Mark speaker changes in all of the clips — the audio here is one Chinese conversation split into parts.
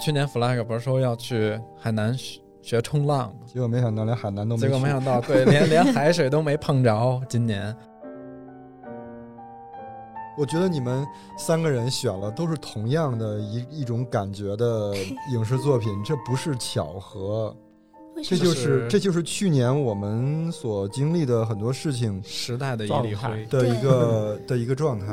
Speaker 1: 去年 flag 不是说要去海南学学冲浪吗？
Speaker 2: 结果没想到连海南都没去，
Speaker 1: 结果没想到，对， 连连海水都没碰着。今年
Speaker 2: 我觉得你们三个人选了都是同样的 一一种感觉的影视作品，这不是巧合，
Speaker 3: 为什
Speaker 2: 这
Speaker 1: 就
Speaker 2: 就是
Speaker 3: 么？
Speaker 1: 是
Speaker 2: 这就是去年我们所经历的很多事情
Speaker 1: 时代的一
Speaker 4: 状
Speaker 1: 粒
Speaker 4: 态
Speaker 1: 灰，
Speaker 2: 的一个 的一个状态。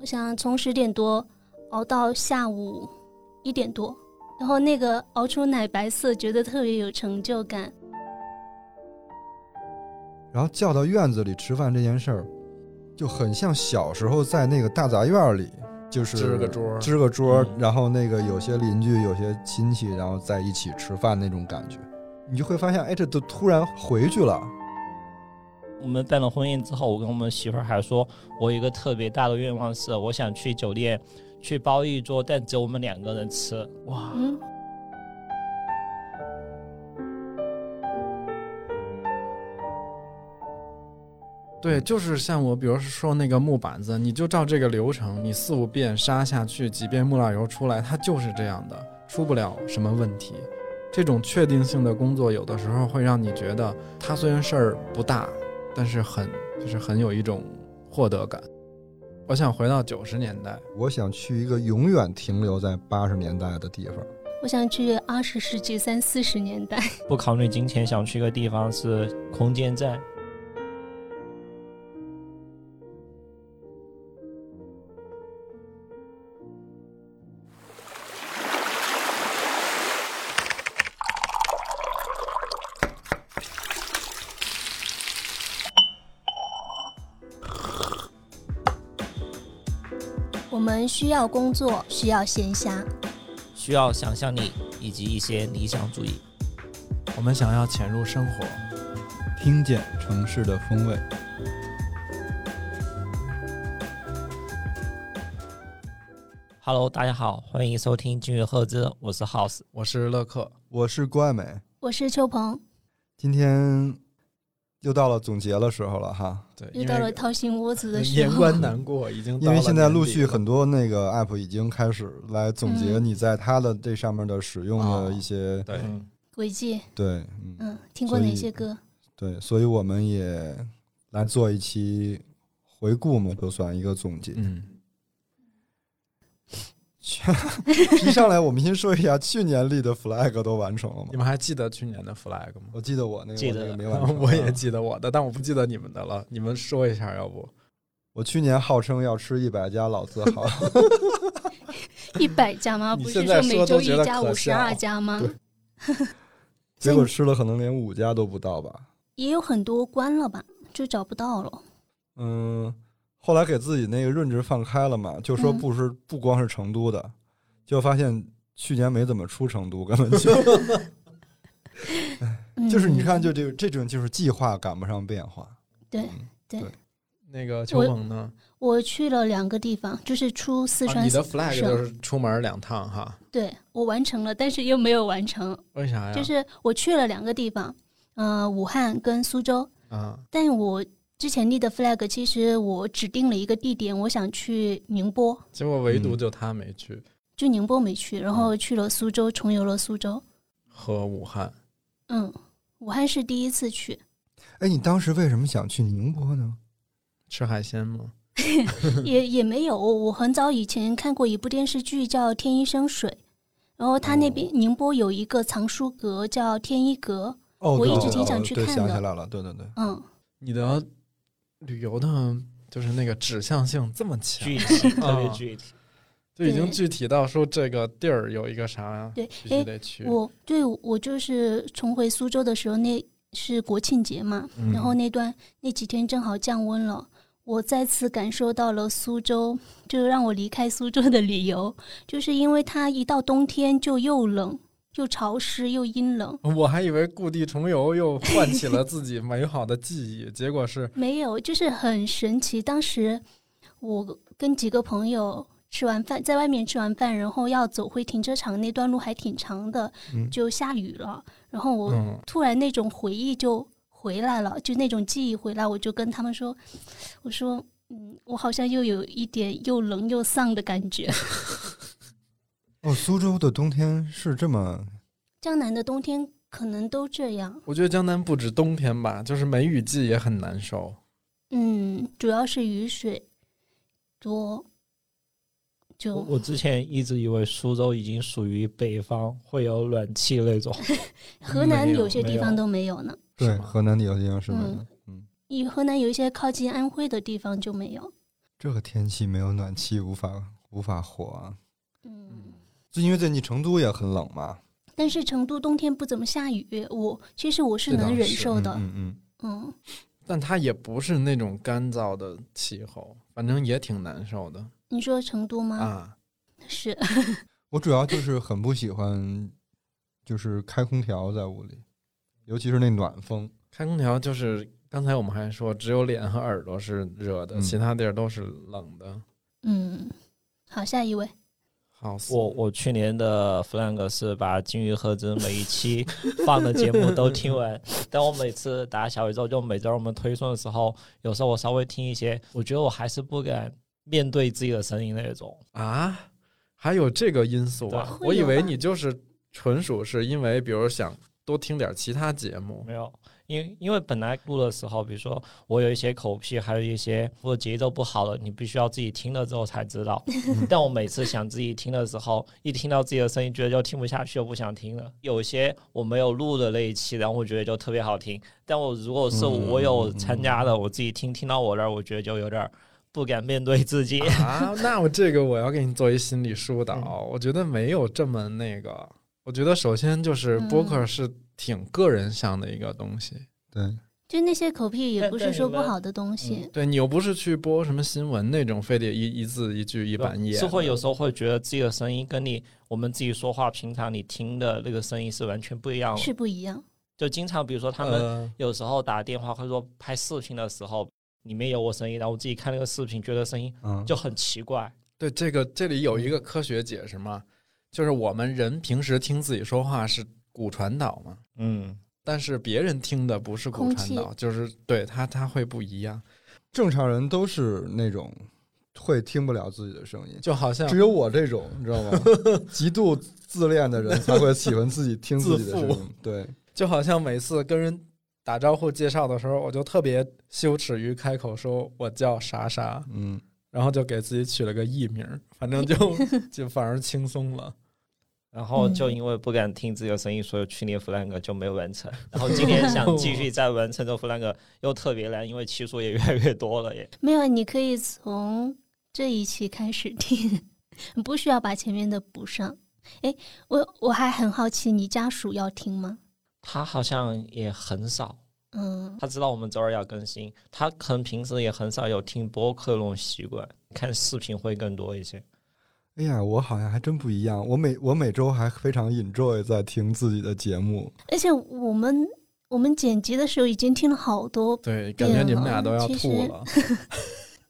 Speaker 3: 我想从十点多熬到下午一点多，然后那个熬出奶白色，觉得特别有成就感。
Speaker 2: 然后叫到院子里吃饭这件事儿，就很像小时候在那个大杂院儿里，就是
Speaker 1: 支个桌儿
Speaker 2: 支个桌儿，
Speaker 4: 嗯
Speaker 2: 然后那个有些邻居、有些亲戚，然后在一起吃饭那种感觉，你就会发现，哎，这都突然回去了。
Speaker 4: 我们办了婚宴之后，我跟我们媳妇儿还说，我有一个特别大的愿望是，我想去酒店去包一桌，但只有我们两个人吃。哇，
Speaker 3: 嗯，
Speaker 1: 对，就是像我，比如说那个木板子，你就照这个流程，你四五遍杀下去，几遍木蜡油出来，它就是这样的，出不了什么问题。这种确定性的工作，有的时候会让你觉得，它虽然事儿不大，但是很就是很有一种获得感。我想回到九十年代，
Speaker 2: 我想去一个永远停留在八十年代的地方。
Speaker 3: 我想去二十世纪三四十年代。
Speaker 4: 不考虑金钱，想去一个地方是空间站。
Speaker 3: 我们需要工作，需要闲暇，
Speaker 4: 需要想象力以及一些理想主义。
Speaker 1: 我们想要潜入生活，
Speaker 2: 听见城市的风味。
Speaker 4: Hello，大家好，欢迎收听《今日赫兹》，我是 House。
Speaker 1: 我是乐克，
Speaker 2: 我是郭爱美，
Speaker 3: 我是秋鹏，
Speaker 2: 今天又到了总结的时候了哈，
Speaker 1: 对，
Speaker 3: 又
Speaker 1: 因
Speaker 3: 到
Speaker 1: 为
Speaker 3: 了掏心窝子的时
Speaker 1: 年
Speaker 3: 候。
Speaker 1: 关难过，已经到
Speaker 2: 因为
Speaker 1: 了
Speaker 2: 现在
Speaker 1: 年
Speaker 2: 陆
Speaker 1: 底
Speaker 2: 续
Speaker 1: 了
Speaker 2: 很多那个 app 已经开始来总结
Speaker 3: 嗯
Speaker 2: 你在它的这上面的使用
Speaker 1: 哦
Speaker 2: 的一些
Speaker 1: 对，
Speaker 4: 嗯
Speaker 3: 轨迹，
Speaker 2: 对，嗯，
Speaker 3: 嗯，听过哪些歌？
Speaker 2: 对，所以我们也来做一期回顾嘛，就算一个总结。
Speaker 1: 嗯，
Speaker 2: 一上来我们先说一下去年立的 flag 都完成了
Speaker 1: 你
Speaker 2: 吗？
Speaker 1: 们还记得去年的 flag 吗？
Speaker 2: 我记得我那个
Speaker 4: 记
Speaker 2: 我那个
Speaker 4: 得
Speaker 2: 没完 成啊，
Speaker 1: 我也记得我的，但我不记得你们的了。你们说一下，要不？
Speaker 2: 我去年号称要吃一百家老字 号，
Speaker 3: 一百家吗？
Speaker 1: 你
Speaker 3: 不是
Speaker 1: 现在
Speaker 3: 每
Speaker 1: 说都
Speaker 3: 周
Speaker 1: 觉
Speaker 3: 一
Speaker 1: 得
Speaker 3: 家、
Speaker 1: 可
Speaker 3: 五十二
Speaker 1: 笑
Speaker 3: 家吗？
Speaker 2: 结果吃了可能连五家都不到吧。
Speaker 3: 也有很多关了吧，就找不到了。
Speaker 2: 嗯，后来给自己那个认知放开了嘛，就说
Speaker 3: 嗯
Speaker 2: 不是、不光是成都的，就发现去年没怎么出成都，根本就
Speaker 3: 嗯
Speaker 2: 就是你看，就这这种就是计划赶不上变化。
Speaker 3: 对
Speaker 2: 嗯
Speaker 3: 对
Speaker 2: 对
Speaker 1: 那个秋鹏呢？
Speaker 3: 我去了两个地方，就是出四
Speaker 1: 啊，
Speaker 3: 川
Speaker 1: 你
Speaker 3: 省、
Speaker 1: 的 flag 就是出门两趟哈？
Speaker 3: 对我完成了，但是又没有完成。
Speaker 1: 为啥哎呀？
Speaker 3: 就是我去了两个地方，呃，武汉跟苏州，
Speaker 1: 啊，
Speaker 3: 但我之前立的 flag，其实我指定了一个地点，我想去宁波，
Speaker 1: 结果唯独
Speaker 2: 嗯
Speaker 1: 就他没去
Speaker 3: 就宁波没去，然后去了苏州，重游了苏州。
Speaker 1: 和武汉。
Speaker 3: 嗯，武汉是第一次去，
Speaker 2: 哎，你当时为什么想去宁波呢？
Speaker 1: 吃海鲜吗？
Speaker 3: 也也没有。我很早以前看过一部电视剧叫《天一生水》，然后它那边、宁波有一个藏书阁叫天一阁，
Speaker 2: 哦，
Speaker 3: 我
Speaker 2: 对
Speaker 3: 一直
Speaker 2: 对
Speaker 3: 挺想
Speaker 2: 哦
Speaker 3: 去
Speaker 2: 对
Speaker 3: 看
Speaker 2: 想
Speaker 3: 的
Speaker 2: 起来了，对对对，
Speaker 3: 嗯，
Speaker 1: 你的旅游的，就是那个指向性这么强，
Speaker 4: 具体，嗯特别
Speaker 1: 啊
Speaker 4: 具体。
Speaker 1: 就已经
Speaker 3: 对
Speaker 1: 具体到说这个地儿有一个啥呀，
Speaker 3: 对，
Speaker 1: 必须
Speaker 3: 诶，
Speaker 1: 得去。
Speaker 3: 我对我就是重回苏州的时候，那是国庆节嘛，
Speaker 1: 嗯
Speaker 3: 然后那段那几天正好降温了，我再次感受到了苏州，就让我离开苏州的理由，就是因为它一到冬天就又冷又潮湿又阴冷，
Speaker 1: 我还以为故地重游又唤起了自己美好的记忆，结果 是
Speaker 3: 没有，就是很神奇。当时我跟几个朋友吃完饭，在外面吃完饭，然后要走回停车场，那段路还挺长的，
Speaker 2: 嗯
Speaker 3: 就下雨了，然后我
Speaker 1: 嗯，
Speaker 3: 突然那种回忆就回来了，就那种记忆回来，我就跟他们说，我说，嗯，我好像又有一点又冷又丧的感觉。
Speaker 2: 哦，苏州的冬天是这么
Speaker 3: 江南的冬天可能都这样，
Speaker 1: 我觉得江南不止冬天吧，就是梅雨季也很难受。
Speaker 3: 嗯，主要是雨水多，就
Speaker 4: 我之前一直以为苏州已经属于北方，会有暖气那种。
Speaker 3: 河南
Speaker 1: 没有
Speaker 3: 有些地方都没有呢。
Speaker 1: 是
Speaker 2: 对
Speaker 1: 吗
Speaker 2: 河南的有些地方是没有的，嗯，
Speaker 3: 以河南有一些靠近安徽的地方就没有。
Speaker 2: 这个天气没有暖气无法无法活啊。
Speaker 3: 嗯，
Speaker 2: 就因为最近成都也很冷嘛，
Speaker 3: 但是成都冬天不怎么下雨，我其实我是
Speaker 1: 这倒
Speaker 3: 能忍
Speaker 1: 是
Speaker 3: 受
Speaker 2: 嗯
Speaker 3: 的。
Speaker 2: 嗯嗯，
Speaker 3: 嗯，
Speaker 1: 但它也不是那种干燥的气候，反正也挺难受的
Speaker 3: 你说成都吗？
Speaker 1: 啊。
Speaker 3: 是，
Speaker 2: 我主要就是很不喜欢，就是开空调在屋里，尤其是那暖风。
Speaker 1: 开空调就是刚才我们还说，只有脸和耳朵是热的，
Speaker 2: 嗯
Speaker 1: 其他地儿都是冷的。
Speaker 3: 嗯，好，下一位，
Speaker 1: 好死，
Speaker 4: 我我去年的 flag 是把《金鱼合资》每一期放的节目都听完，但我每次打小宇宙，就每周我们推送的时候，有时候我稍微听一些，我觉得我还是不敢面对自己的声音那种。
Speaker 1: 啊，还有这个因素啊！
Speaker 3: 对
Speaker 1: 我以
Speaker 3: 会有
Speaker 1: 为
Speaker 3: 吧
Speaker 1: 你就是纯属是因为，比如想多听点其他节目
Speaker 4: 没有，因因为本来录的时候，比如说我有一些口癖，还有一些如果节奏不好了，你必须要自己听了之后才知道。但我每次想自己听的时候，一听到自己的声音，觉得就听不下去，我不想听了。有些我没有录的那一期，然后我觉得就特别好听。但我如果是我有参加的，我自己听听到我这儿，我觉得就有点儿不敢面对自己。
Speaker 1: 啊。那我这个我要给你做一心理疏
Speaker 3: 嗯
Speaker 1: 导，我觉得没有这么那个。我觉得首先就是
Speaker 3: 嗯
Speaker 1: 播客是挺个人向的一个东西，
Speaker 2: 对，
Speaker 3: 就那些口癖也
Speaker 4: 但
Speaker 3: 不
Speaker 1: 哎
Speaker 4: 但
Speaker 3: 是
Speaker 4: 你
Speaker 3: 说不
Speaker 4: 们
Speaker 3: 好的东西。
Speaker 1: 对你又不是去播什么新闻那种，非得一一字一 句一板一眼的，
Speaker 4: 是会有时候会觉得自己的声音跟你我们自己说话平常你听的那个声音是完全不一样的，
Speaker 3: 是不一样，
Speaker 4: 就经常比如说他们
Speaker 1: 呃
Speaker 4: 有时候打电话或者说拍视频的时候，里面有我声音，然后我自己看那个视频，觉得声音
Speaker 2: 嗯，
Speaker 4: 就很奇怪。
Speaker 1: 对，这个这里有一个科学解释嘛，就是我们人平时听自己说话是骨传导嘛，
Speaker 4: 嗯，
Speaker 1: 但是别人听的不是骨
Speaker 3: 空
Speaker 1: 传
Speaker 3: 气
Speaker 1: 导，就是对他他会不一样，
Speaker 2: 正常人都是那种会听不了自己的声音，
Speaker 1: 就好像
Speaker 2: 只有我这种，你知道 吗？极度自恋的人才会喜欢自己听自己的声
Speaker 1: 自
Speaker 2: 音。对，
Speaker 1: 就好像每次跟人打招呼介绍的时候，我就特别羞耻于开口说我叫啥啥，
Speaker 2: 嗯，
Speaker 1: 然后就给自己取了个艺名儿，反正就就反而轻松了。
Speaker 4: 然后就
Speaker 3: 嗯
Speaker 4: 因为不敢听自己的声音，所以去年 flag 就没有完成。然后今年想继续再完成这 flag 又特别难，因为期数也越来越多了耶。
Speaker 3: 没有，啊你可以从这一期开始听， 不需要把前面的补上。哎，我我还很好奇，你家属要听吗？
Speaker 4: 他好像也很少，
Speaker 3: 嗯，
Speaker 4: 他知道我们周二要更新，他可能平时也很少有听播客那种习惯，看视频会更多一些。
Speaker 2: 哎呀，我好像还真不一样。我每我每周还非常 enjoy 在听自己的节目。
Speaker 3: 而且我们我们剪辑的时候已经听了好多，
Speaker 1: 对，感觉你们俩都要
Speaker 3: 对啊
Speaker 1: 吐了。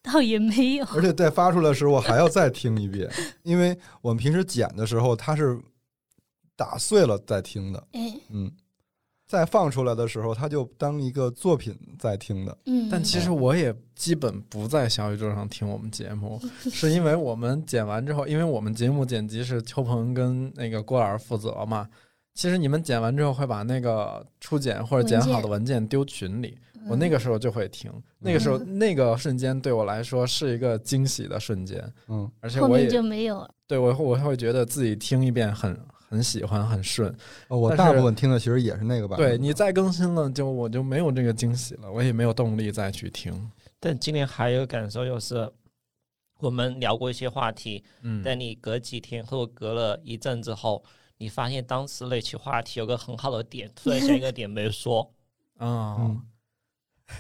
Speaker 3: 倒也没有。
Speaker 2: 而且在发出来的时候，我还要再听一 遍，因为我们平时剪的时候，它是打碎了再听的，
Speaker 3: 哎，
Speaker 2: 嗯，再放出来的时候，它就当一个作品在听的。
Speaker 3: 嗯，
Speaker 1: 但其实我也基本不在小宇宙上听我们节目，是因为我们剪完之后，因为我们节目剪辑是邱鹏跟那个郭老师负责嘛。其实你们剪完之后会把那个初剪或者剪好的文件丢群里，
Speaker 3: 嗯
Speaker 1: 我那个时候就会听。那个时候那个瞬间对我来说是一个惊喜的瞬间，
Speaker 2: 嗯，
Speaker 1: 而且
Speaker 3: 后
Speaker 1: 我
Speaker 3: 面
Speaker 1: 也
Speaker 3: 就没有了。
Speaker 1: 对我会我会觉得自己听一遍很很喜欢很顺。
Speaker 2: 哦我
Speaker 1: 但
Speaker 2: 大
Speaker 1: 是
Speaker 2: 部分听的其实也是那
Speaker 3: 嗯
Speaker 2: 个版本。
Speaker 1: 对你再更新了就我就没有这个惊喜了，我也没有动力再去听。
Speaker 4: 但今年还有一个感受就是，我们聊过一些话题，
Speaker 1: 嗯，
Speaker 4: 但你隔几天或者隔了一阵之后，你发现当时那期话题有个很好的点，突然想一个点 没说，
Speaker 1: 啊、
Speaker 2: 嗯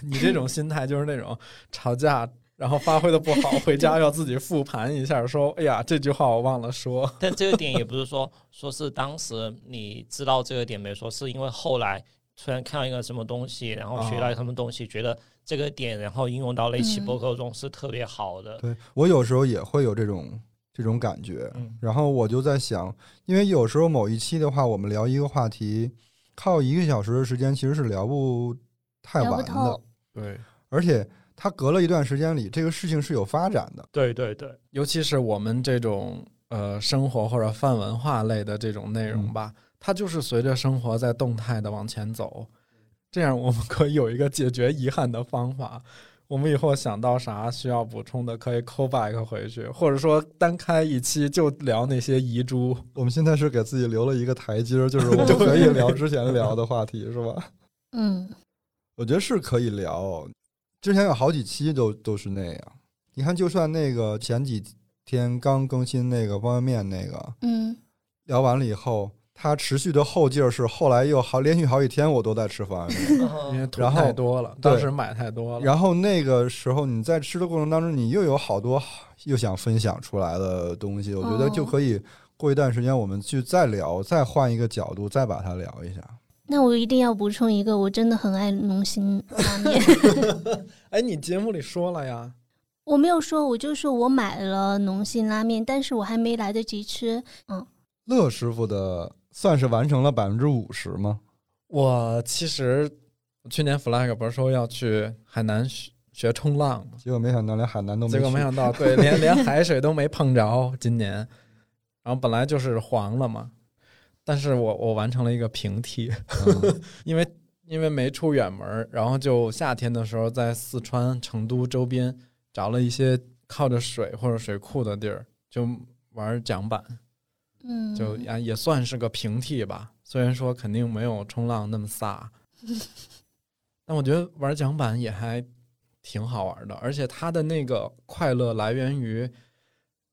Speaker 1: 你这种心态就是那种吵架，然后发挥的不好，回家要自己复盘一下，说：“哎呀，这句话我忘了说。
Speaker 4: 但这个点也不是说说是当时你知道这个点没说，是因为后来突然看到一个什么东西，然后学到
Speaker 1: 哦
Speaker 4: 一个什么东西，觉得这个点然后应用到那期
Speaker 3: 嗯
Speaker 4: 播客中是特别好的。
Speaker 2: 对我有时候也会有这种这种感觉，
Speaker 4: 嗯
Speaker 2: 然后我就在想，因为有时候某一期的话，我们聊一个话题，靠一个小时的时间其实是聊不太
Speaker 3: 聊不
Speaker 2: 晚
Speaker 3: 透
Speaker 2: 的，
Speaker 1: 对，
Speaker 2: 而且它隔了一段时间里，这个事情是有发展的。
Speaker 4: 对对对，
Speaker 1: 尤其是我们这种呃生活或者泛文化类的这种内
Speaker 2: 嗯
Speaker 1: 容吧，它就是随着生活在动态的往前走。这样我们可以有一个解决遗憾的方法。我们以后想到啥需要补充的，可以 call back 回去，或者说单开一期就聊那些遗珠。
Speaker 2: 我们现在是给自己留了一个台阶儿，就是我们可以聊之前聊的话题，是吧？
Speaker 3: 嗯，
Speaker 2: 我觉得是可以聊，之前有好几期都都是那样。你看，就算那个前几天刚更新那个方便面那个，
Speaker 3: 嗯，
Speaker 2: 聊完了以后，它持续的后劲儿是后来又好连续好几天我都在吃方便面，
Speaker 1: 因为
Speaker 4: 嗯
Speaker 1: 图
Speaker 2: 然后
Speaker 1: 太多了，
Speaker 2: 对
Speaker 1: 当时买太多了。
Speaker 2: 然后那个时候你在吃的过程当中，你又有好多又想分享出来的东西，我觉得
Speaker 3: 哦
Speaker 2: 就可以过一段时间我们去再聊，再换一个角度再把它聊一下。
Speaker 3: 那我一定要补充一个，我真的很爱农心拉面。
Speaker 1: 哎，你节目里说了呀，
Speaker 3: 我没有说，我就说我买了农心拉面，但是我还没来得及吃。嗯，
Speaker 2: 乐师傅的算是完成了百分之五十吗？
Speaker 1: 我其实去年 flag 不是说要去海南学学冲浪吗？
Speaker 2: 结果没想到连海南都没
Speaker 1: 结
Speaker 2: 去。
Speaker 1: 果没想到，对， 连连海水都没碰着今年。然后本来就是黄了嘛，但是我我完成了一个平替，
Speaker 2: 嗯
Speaker 1: 因为因为没出远门儿，然后就夏天的时候在四川成都周边找了一些靠着水或者水库的地儿，就玩桨板，
Speaker 3: 嗯，
Speaker 1: 就也也算是个平替吧。虽然说肯定没有冲浪那么 飒，但我觉得玩桨板也还挺好玩的，而且它的那个快乐来源于，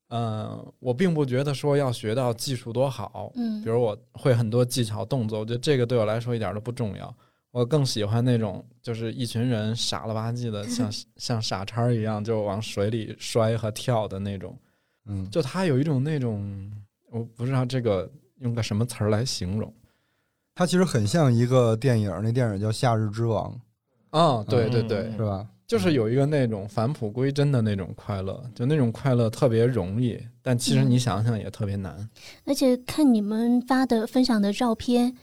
Speaker 1: 呃，我并不觉得说要学到技术多好，
Speaker 3: 嗯，
Speaker 1: 比如我会很多技巧动作，我觉得这个对我来说一点都不重要。我更喜欢那种，就是一群人傻了吧唧的， 像像傻叉儿一样，就往水里摔和跳的那种。
Speaker 2: 嗯，
Speaker 1: 就它有一种那种，我不知道这个用个什么词儿来形容。
Speaker 2: 它其实很像一个电影，那电影叫《夏日之王
Speaker 1: 啊，对对对，
Speaker 4: 嗯》，
Speaker 2: 是吧？
Speaker 1: 就是有一个那种返璞归真的那种快乐，就那种快乐特别容易，但其实
Speaker 3: 嗯
Speaker 1: 你想想也特别难。
Speaker 3: 而且看你们发的分享的照片，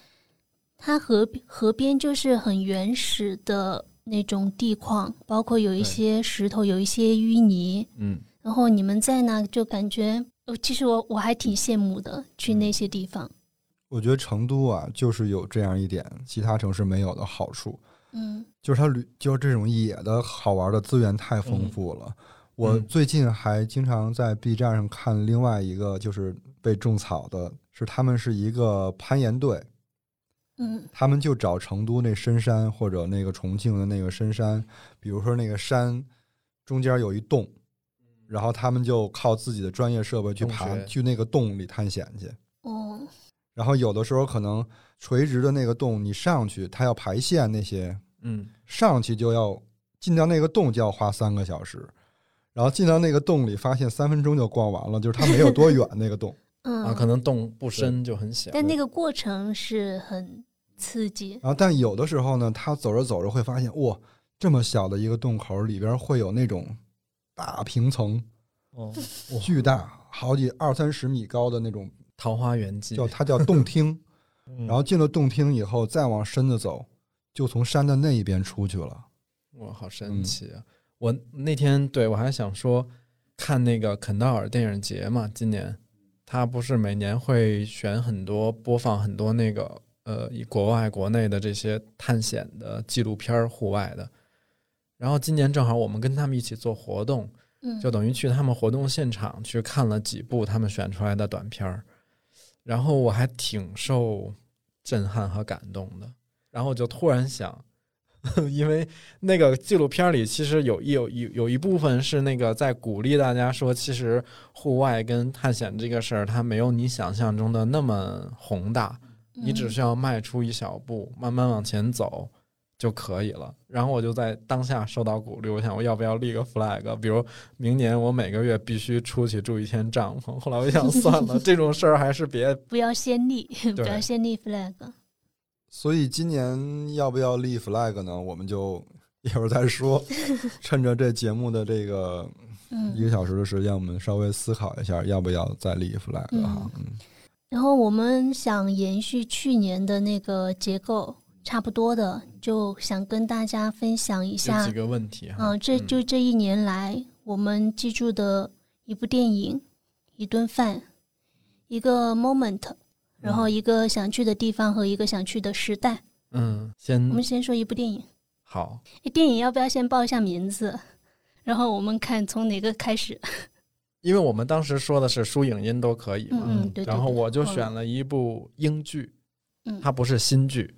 Speaker 3: 它河河边就是很原始的那种地况，包括有一
Speaker 1: 对
Speaker 3: 些石头，有一些淤泥。
Speaker 1: 嗯，
Speaker 3: 然后你们在那就感觉，呃，其实我我还挺羡慕的，去
Speaker 1: 嗯
Speaker 3: 那些地方。
Speaker 2: 我觉得成都啊，就是有这样一点其他城市没有的好处，
Speaker 3: 嗯
Speaker 2: 就是它旅就是这种野的好玩的资源太丰富了。我
Speaker 1: 嗯
Speaker 2: 最近还经常在 B 站上看另外一个就是被种草的，是他们是一个攀岩队，
Speaker 3: 嗯
Speaker 2: 他们就找成都那深山或者那个重庆的那个深山，比如说那个山中间有一洞，然后他们就靠自己的专业设备去
Speaker 1: 洞
Speaker 2: 爬
Speaker 1: 穴
Speaker 2: 去那个洞里探险去。
Speaker 3: 哦
Speaker 2: 然后有的时候可能垂直的那个洞，你上去它要排线那些，
Speaker 1: 嗯，
Speaker 2: 上去就要进到那个洞就要花三个小时，然后进到那个洞里发现三分钟就逛完了，就是它没有多远那个洞。
Speaker 3: 嗯
Speaker 1: 啊，可能洞不深就很小。
Speaker 3: 但那个过程是很刺激。
Speaker 2: 然后但有的时候呢，他走着走着会发现，哇，这么小的一个洞口里边会有那种大平层，
Speaker 4: 嗯，
Speaker 2: 巨大，好几二三十米高的那种，
Speaker 1: 桃花源记
Speaker 2: 叫它叫洞厅。
Speaker 4: 嗯
Speaker 2: 然后进了洞厅以后，再往深的走，就从山的那一边出去了。
Speaker 1: 哇，好
Speaker 2: 嗯
Speaker 1: 神奇啊！我那天对我还想说，看那个肯道尔电影节嘛，今年他不是每年会选很多播放很多那个呃，以国外国内的这些探险的纪录片儿、户外的。然后今年正好我们跟他们一起做活动，
Speaker 3: 嗯，
Speaker 1: 就等于去他们活动现场去看了几部他们选出来的短片儿，然后我还挺受震撼和感动的。然后我就突然想， 因为那个纪录片里其实有一有有有一部分是那个在鼓励大家说，其实户外跟探险这个事儿，它没有你想象中的那么宏大。你
Speaker 3: 嗯
Speaker 1: 只需要迈出一小步，慢慢往前走就可以了。然后我就在当下受到鼓励，我想我要不要立个 flag？比啊如明年我每个月必须出去住一天帐篷。后来我想算 了，这种事儿还是别
Speaker 3: 不要先立，不
Speaker 1: 对
Speaker 3: 要先立 flag。
Speaker 2: 所以今年要不要立 flag 呢？我们就 一会儿再说。趁着这节目的这个一
Speaker 3: 嗯，
Speaker 2: 个小时的时间，我们稍微思考一下，要不要再立啊 flag 哈？嗯
Speaker 3: 然后我们想延续去年的那个结构，差不多的，就想跟大家分享一
Speaker 1: 这
Speaker 3: 下
Speaker 1: 几。个问题哈。
Speaker 3: 嗯，这就这一年来我们记住的一部电影、一顿饭、一个 moment，然
Speaker 1: 嗯
Speaker 3: 后一个想去的地方和一个想去的时代。
Speaker 1: 嗯，
Speaker 3: 我
Speaker 1: 先
Speaker 3: 们先说一部电影，
Speaker 1: 好，
Speaker 3: 诶电影要不要先报一下名字？然后我们看从哪个开始？
Speaker 1: 因为我们当时说的是书影音都可以嘛，
Speaker 3: 嗯嗯，对对
Speaker 1: 然后
Speaker 3: 对
Speaker 1: 我就
Speaker 3: 忘了
Speaker 1: 选了一部英剧，
Speaker 3: 嗯
Speaker 1: 它不是新剧，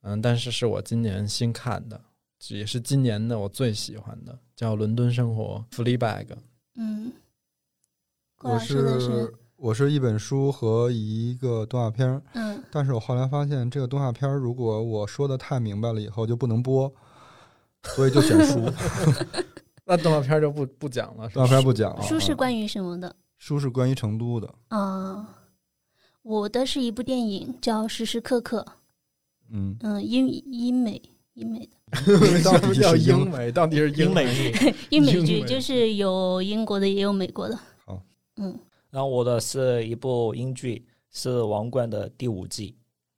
Speaker 3: 嗯
Speaker 1: 但是是我今年新看的，也是今年的我最喜欢的，叫《伦敦生活》（Fleabag）。
Speaker 3: 嗯，郭
Speaker 2: 我
Speaker 3: 老师的是
Speaker 2: 我是一本书和一个动画片儿，
Speaker 3: 嗯
Speaker 2: 但是我后来发现这个动画片儿，如果我说的太明白了以后就不能播，所以就选 书，
Speaker 1: 那动画片就不不讲了，是
Speaker 2: 动画
Speaker 1: 吧？
Speaker 2: 片儿不讲啊。
Speaker 3: 书是
Speaker 2: 啊
Speaker 3: 关于什么的？
Speaker 2: 书是关于成都的，
Speaker 3: 啊、我的是一部电影叫《时时刻刻》，，
Speaker 2: 嗯
Speaker 3: 嗯，英英美英美的。
Speaker 2: 到
Speaker 1: 不
Speaker 2: 底
Speaker 1: 叫
Speaker 2: 是
Speaker 1: 英美，到底是
Speaker 4: 英
Speaker 1: 美
Speaker 4: 美剧。
Speaker 3: 英美
Speaker 1: 英
Speaker 3: 剧
Speaker 1: 美
Speaker 3: 就是有英国的，也有美国的。
Speaker 2: 好，
Speaker 3: 嗯，
Speaker 4: 然后我的是一部英剧，是《王冠》的第五季，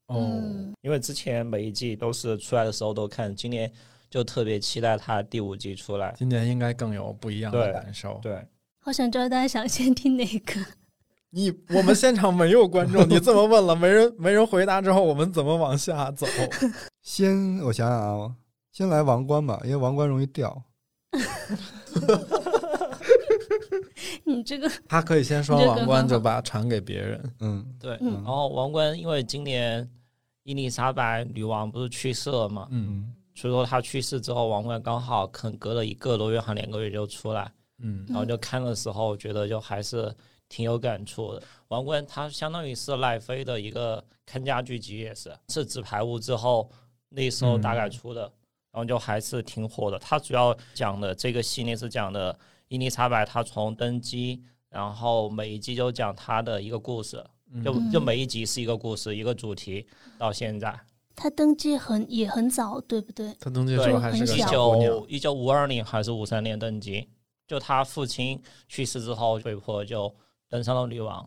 Speaker 1: 哦，
Speaker 3: 嗯
Speaker 4: 因为之前每一季都是出来的时候都看，今年就特别期待它第五季出来。
Speaker 1: 今年应该更有不一样的
Speaker 4: 对
Speaker 1: 感受。
Speaker 4: 对，
Speaker 3: 好想知道大家想先听哪个？
Speaker 1: 你我们现场没有观众，你这么问了，没人 没人回答之后，我们怎么往下走？
Speaker 2: 先我想想啊，先来王冠吧，因为王冠容易掉。
Speaker 3: 你这个，
Speaker 1: 他可以先说
Speaker 3: 这个
Speaker 1: 王冠，
Speaker 3: 很好
Speaker 1: 就把传给别人。
Speaker 2: 嗯，
Speaker 4: 对，
Speaker 3: 嗯
Speaker 4: 然后王冠因为今年伊丽莎白女王不是去世了嘛，
Speaker 1: 嗯
Speaker 2: 嗯，
Speaker 4: 所以说她去世之后，王冠刚好可能隔了一个多月，好像两个月就出来，
Speaker 1: 嗯
Speaker 4: 然后就看的时候觉得就还是挺有感触的。王冠它相当于是奈飞的一个看家剧集，也是是纸牌屋之后那时候大
Speaker 1: 嗯
Speaker 4: 概出的，然后就还是挺火的。它主要讲的这个系列是讲的伊丽莎白她从登基，然后每一季就讲她的一个故事，就
Speaker 1: 嗯
Speaker 4: 就每一集是一个故事一个主题，到现在
Speaker 3: 他登记很也很早，对不对？
Speaker 1: 他登记的时候还是个
Speaker 4: 一
Speaker 3: 小
Speaker 1: 小姑娘
Speaker 4: 九。一九五二年还是五三年登基，就他父亲去世之后，被迫就登上了女王。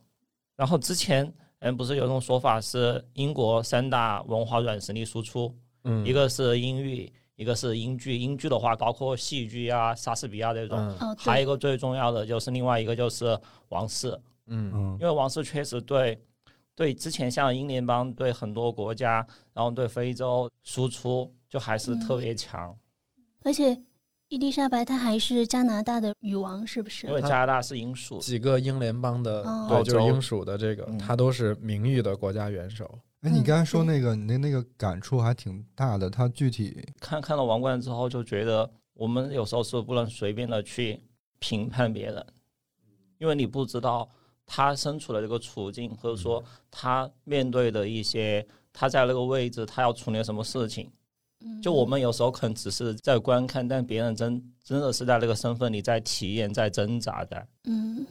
Speaker 4: 然后之前，嗯，不是有一种说法是英国三大文化软实力输出，
Speaker 1: 嗯
Speaker 4: 一个是英语，一个是英剧，英剧的话包括戏剧啊、莎士比亚这种，
Speaker 1: 嗯
Speaker 3: 哦，
Speaker 4: 还有
Speaker 3: 对，
Speaker 4: 一个最重要的就是另外一个就是王室，
Speaker 1: 嗯
Speaker 2: 嗯
Speaker 4: 因为王室确实对对之前像英联邦对很多国家，然后对非洲输出就还
Speaker 1: 嗯
Speaker 4: 是特别强。
Speaker 3: 而且伊丽莎白她还是加拿大的女王，是不是
Speaker 4: 因？为
Speaker 1: 它
Speaker 4: 加拿大是英属，
Speaker 1: 几个英联邦的，
Speaker 3: 哦
Speaker 1: 对，
Speaker 4: 澳
Speaker 1: 就是
Speaker 4: 洲
Speaker 1: 英属的这个，
Speaker 4: 嗯
Speaker 1: 他都是名誉的国家元首。
Speaker 2: 哎，你
Speaker 3: 嗯
Speaker 2: 刚才说
Speaker 3: 对
Speaker 2: 那个，你的那个感触还挺大的。它具体
Speaker 4: 看看了王冠之后，就觉得我们有时候是不能随便的去评判别人，因为你不知道他身处的这个处境，或者说他面对的一些，他在那个位置，他要处理什么事情。
Speaker 3: 嗯
Speaker 4: 就我们有时候可能只是在观看，但别人真真的是在那个身份里在体验，在挣扎的。
Speaker 3: 嗯，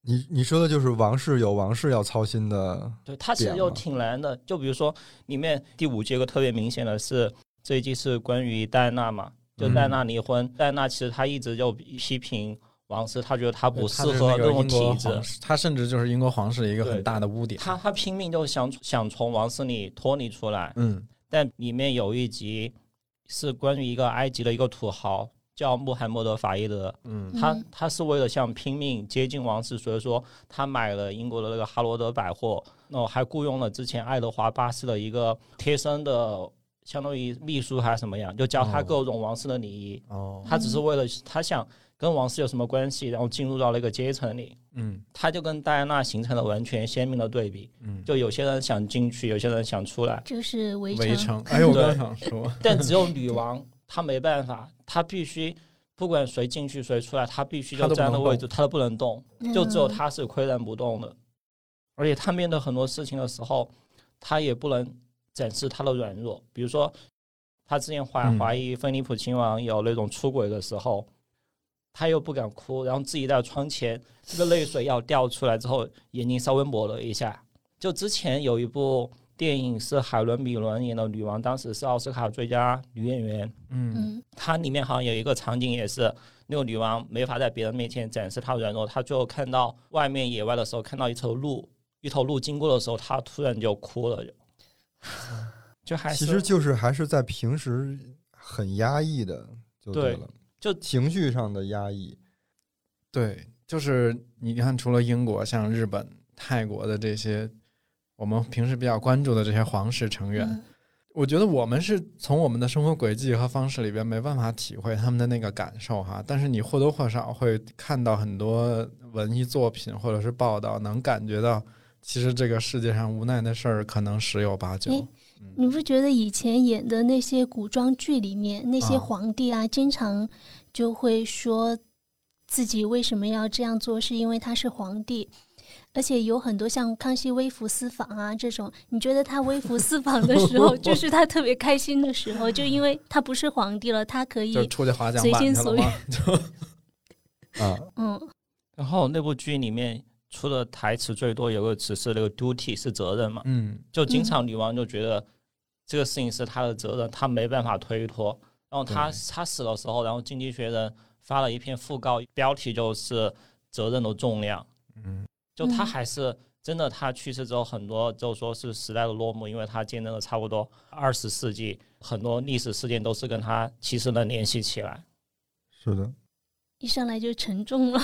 Speaker 2: 你你说的就是王室有王室要操心的，
Speaker 4: 对，它其实
Speaker 2: 点
Speaker 4: 又
Speaker 2: 嘛
Speaker 4: 挺难的。就比如说里面第五季有个特别明显的是，这一季是关于戴安娜嘛，就戴
Speaker 1: 嗯
Speaker 4: 安娜离婚，戴安娜其实她一直就批评王室，她觉得她不适
Speaker 1: 他是
Speaker 4: 合
Speaker 1: 那
Speaker 4: 这
Speaker 1: 个
Speaker 4: 种
Speaker 1: 英国
Speaker 4: 体制
Speaker 1: 皇，室，他甚至就是英国皇室一个很大的污点。
Speaker 4: 她她拼命就想想从王室里脱离出来。
Speaker 1: 嗯
Speaker 4: 但里面有一集是关于一个埃及的一个土豪叫穆罕默德法伊德，
Speaker 1: 嗯
Speaker 4: 他
Speaker 3: 嗯
Speaker 4: 他是为了想拼命接近王室，所以说他买了英国的那个哈罗德百货，那我还雇佣了之前爱德华八世的一个贴身的，相当于秘书还是什么样，就教他
Speaker 1: 哦
Speaker 4: 各种王室的礼仪。
Speaker 1: 哦
Speaker 4: 他只是为了他想跟王室有什么关系，然后进入到那个阶层里。
Speaker 1: 嗯
Speaker 4: 他就跟戴安娜形成了完全鲜明的对比，
Speaker 1: 嗯，
Speaker 4: 就有些人想进去，有些人想出来，
Speaker 3: 这是围
Speaker 1: 围城。
Speaker 3: 城。
Speaker 1: 哎呦，我
Speaker 4: 对
Speaker 1: 刚想说，
Speaker 4: 但只 有女王她没办法，她必须不管谁进去谁出来，她必须
Speaker 1: 她
Speaker 4: 就
Speaker 1: 都不
Speaker 4: 站
Speaker 1: 能
Speaker 4: 那位置，她都不能动。就只有
Speaker 3: 嗯，
Speaker 4: 他是岿然不动的，而且他面对很多事情的时候，他也不能展示他的软弱。比如说，他之前怀
Speaker 1: 嗯
Speaker 4: 怀疑菲利普亲王有那种出轨的时候，他又不敢哭，然后自己在窗前，这个泪水要掉出来之后，眼睛稍微抹了一下。就之前有一部电影是海伦·米伦演的《女王》，当时是奥斯卡最佳女演员，
Speaker 1: 嗯
Speaker 3: 嗯
Speaker 4: 它里面好像有一个场景也是那个女王没法在别人面前展示她软弱，她最后看到外面野外 的时候，看到一头鹿，一头鹿经过的时候，她突然就哭了。就还
Speaker 2: 其
Speaker 4: 是
Speaker 2: 实就是还是在平时很压抑的，就
Speaker 4: 对
Speaker 2: 了，
Speaker 4: 就
Speaker 2: 情绪上的压抑，
Speaker 1: 对，就是你看，除了英国，像日本、泰国的这些，我们平时比较关注的这些皇室成员，
Speaker 3: 嗯
Speaker 1: 我觉得我们是从我们的生活轨迹和方式里边没办法体会他们的那个感受哈，但是你或多或少会看到很多文艺作品或者是报道，能感觉到其实这个世界上无奈的事儿可能十有八九
Speaker 3: 诶。你不觉得以前演的那些古装剧里面，那些
Speaker 1: 啊
Speaker 3: 皇帝啊，经常就会说自己为什么要这样做，是因为他是皇帝。而且有很多像康熙微服私访啊这种，你觉得他微服私访的时 候，就是他特别开心的时候，就因为他不是皇帝了，他可以
Speaker 1: 就出去划桨
Speaker 3: 随
Speaker 1: 板去
Speaker 3: 心
Speaker 1: 了
Speaker 3: 所
Speaker 1: 吗？
Speaker 2: 啊，
Speaker 3: 嗯
Speaker 4: 然后那部剧里面除了台词最多有个词是那个 duty 是责任嘛，
Speaker 1: 嗯，
Speaker 4: 就经常女王就觉得这个事情是她的责任，她没办法推脱。然后她她死的时候，然后经济学人发了一篇讣告，标题就是“责任的重量”。
Speaker 1: 嗯，
Speaker 4: 就她
Speaker 3: 嗯
Speaker 4: 还是真的，她去世之后，很多就说是时代的落幕，因为她见证了差不多二十世纪很多历史事件都是跟她其实能联系起来。
Speaker 2: 是的。
Speaker 3: 一上来就沉重了。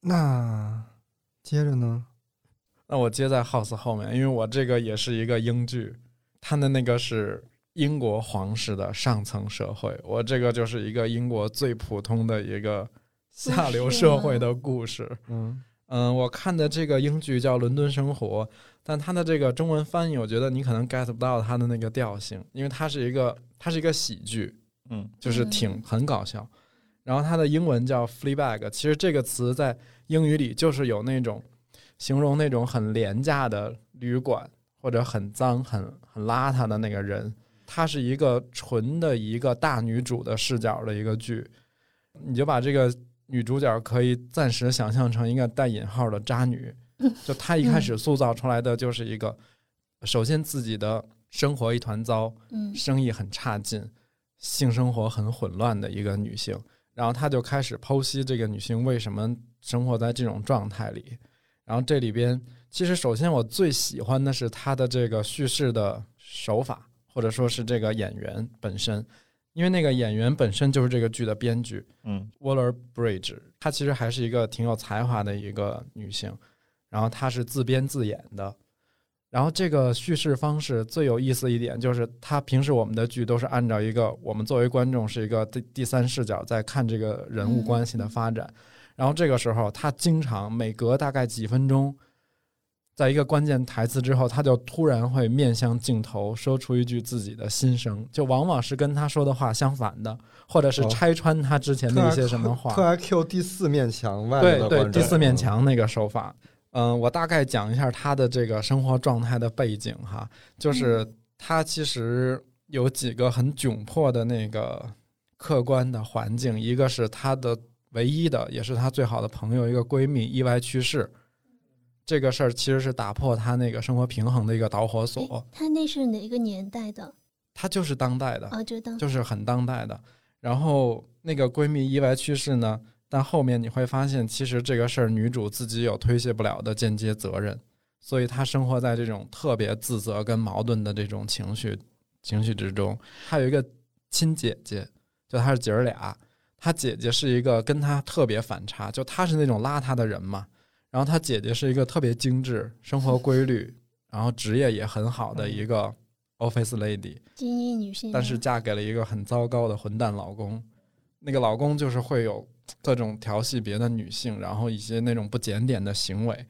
Speaker 2: 那接着呢？
Speaker 1: 那我接在 House 后面，因为我这个也是一个英剧，它的那个是英国皇室的上层社会，我这个就是一个英国最普通的一个下流社会的故事。
Speaker 2: 嗯，
Speaker 1: 嗯，我看的这个英剧叫《伦敦生活》，但它的这个中文翻译，我觉得你可能 get 不到它的那个调性，因为它是一个它是一个喜剧，
Speaker 4: 嗯，
Speaker 1: 就是挺很搞笑。然后它的英文叫 “fleabag”，其实这个词在英语里就是有那种形容那种很廉价的旅馆或者很脏、很很邋遢的那个人。它是一个纯的一个大女主的视角的一个剧，你就把这个女主角可以暂时想象成一个带引号的渣女，就她一开始塑造出来的就是一个，首先自己的生活一团糟，
Speaker 3: 嗯
Speaker 1: 生意很差劲，性生活很混乱的一个女性。然后他就开始剖析这个女性为什么生活在这种状态里。然后这里边，其实首先我最喜欢的是他的这个叙事的手法，或者说是这个演员本身，因为那个演员本身就是这个剧的编剧。
Speaker 4: 嗯
Speaker 1: Waller Bridge，她其实还是一个挺有才华的一个女性，然后她是自编自演的。然后这个叙事方式最有意思一点就是，她平时我们的剧都是按照一个我们作为观众是一个第第三视角在看这个人物关系的发展，然后这个时候她经常每隔大概几分钟，在一个关键台词之后，她就突然会面向镜头说出一句自己的心声，就往往是跟她说的话相反的，或者是
Speaker 2: 哦
Speaker 1: 拆穿她之前。
Speaker 2: 特
Speaker 1: 那
Speaker 2: 爱
Speaker 1: 些什么
Speaker 2: Q-
Speaker 1: 话，
Speaker 2: 特爱 Q 第四面墙外面
Speaker 1: 对
Speaker 2: 的
Speaker 1: 对，
Speaker 2: 观
Speaker 1: 第
Speaker 2: 众嗯
Speaker 1: 四面，墙那个手法。嗯，我大概讲一下他的这个生活状态的背景哈，就是他其实有几个很窘迫的那个客观的环境，一个是他的唯一的，也是他最好的朋友一个闺蜜意外去世，这个事儿其实是打破他那个生活平衡的一个导火索
Speaker 3: 诶，哎他那是哪个年代的？
Speaker 1: 他就是当代的，
Speaker 3: 啊，就当
Speaker 1: 就是很当代的。然后那个闺蜜意外去世呢，但后面你会发现，其实这个事儿女主自己有推卸不了的间接责任，所以她生活在这种特别自责跟矛盾的这种情绪情绪之中。她有一个亲姐姐，就她是姐儿俩，她姐姐是一个跟她特别反差，就她是那种邋遢的人嘛，然后她姐姐是一个特别精致、生活规律，然后职业也很好的一个 office lady。
Speaker 3: 精英女性吗，
Speaker 1: 但是嫁给了一个很糟糕的混蛋老公，那个老公就是会有各种调戏别的女性，然后一些那种不检点的行为。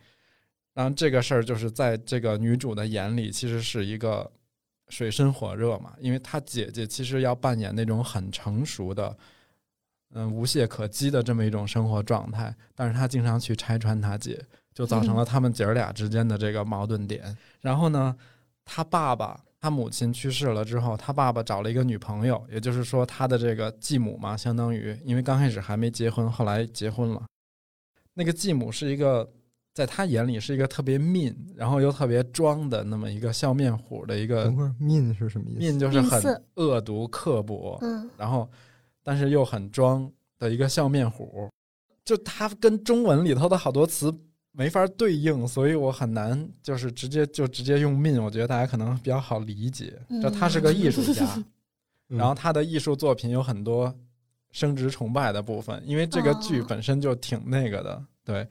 Speaker 1: 然后这个事儿就是在这个女主的眼里，其实是一个水深火热嘛，因为她姐姐其实要扮演那种很成熟的，嗯，无懈可击的这么一种生活状态，但是她经常去拆穿她姐，就造成了她们姐儿俩之间的这个矛盾点。然后呢，他爸爸，他母亲去世了之后，他爸爸找了一个女朋友，也就是说他的这个继母嘛，相当于因为刚开始还没结婚，后来结婚了。那个继母是一个，在他眼里是一个特别 mean，然后又特别装的那么一个笑面虎的一个
Speaker 2: 嗯等会儿 mean 是什么意思？
Speaker 1: mean，就是
Speaker 3: 吝啬
Speaker 1: 很恶毒刻薄，
Speaker 3: 嗯，
Speaker 1: 然后但是又很装的一个笑面虎，就他跟中文里头的好多词没法对应，所以我很难就是直接就直接用命，我觉得大家可能比较好理解。
Speaker 3: 嗯
Speaker 1: 就他是个艺 术家，
Speaker 2: 嗯
Speaker 1: 然后他的艺术作品有很多生殖崇拜的部分，因为这个剧
Speaker 3: 哦
Speaker 1: 本身就挺那个的，对。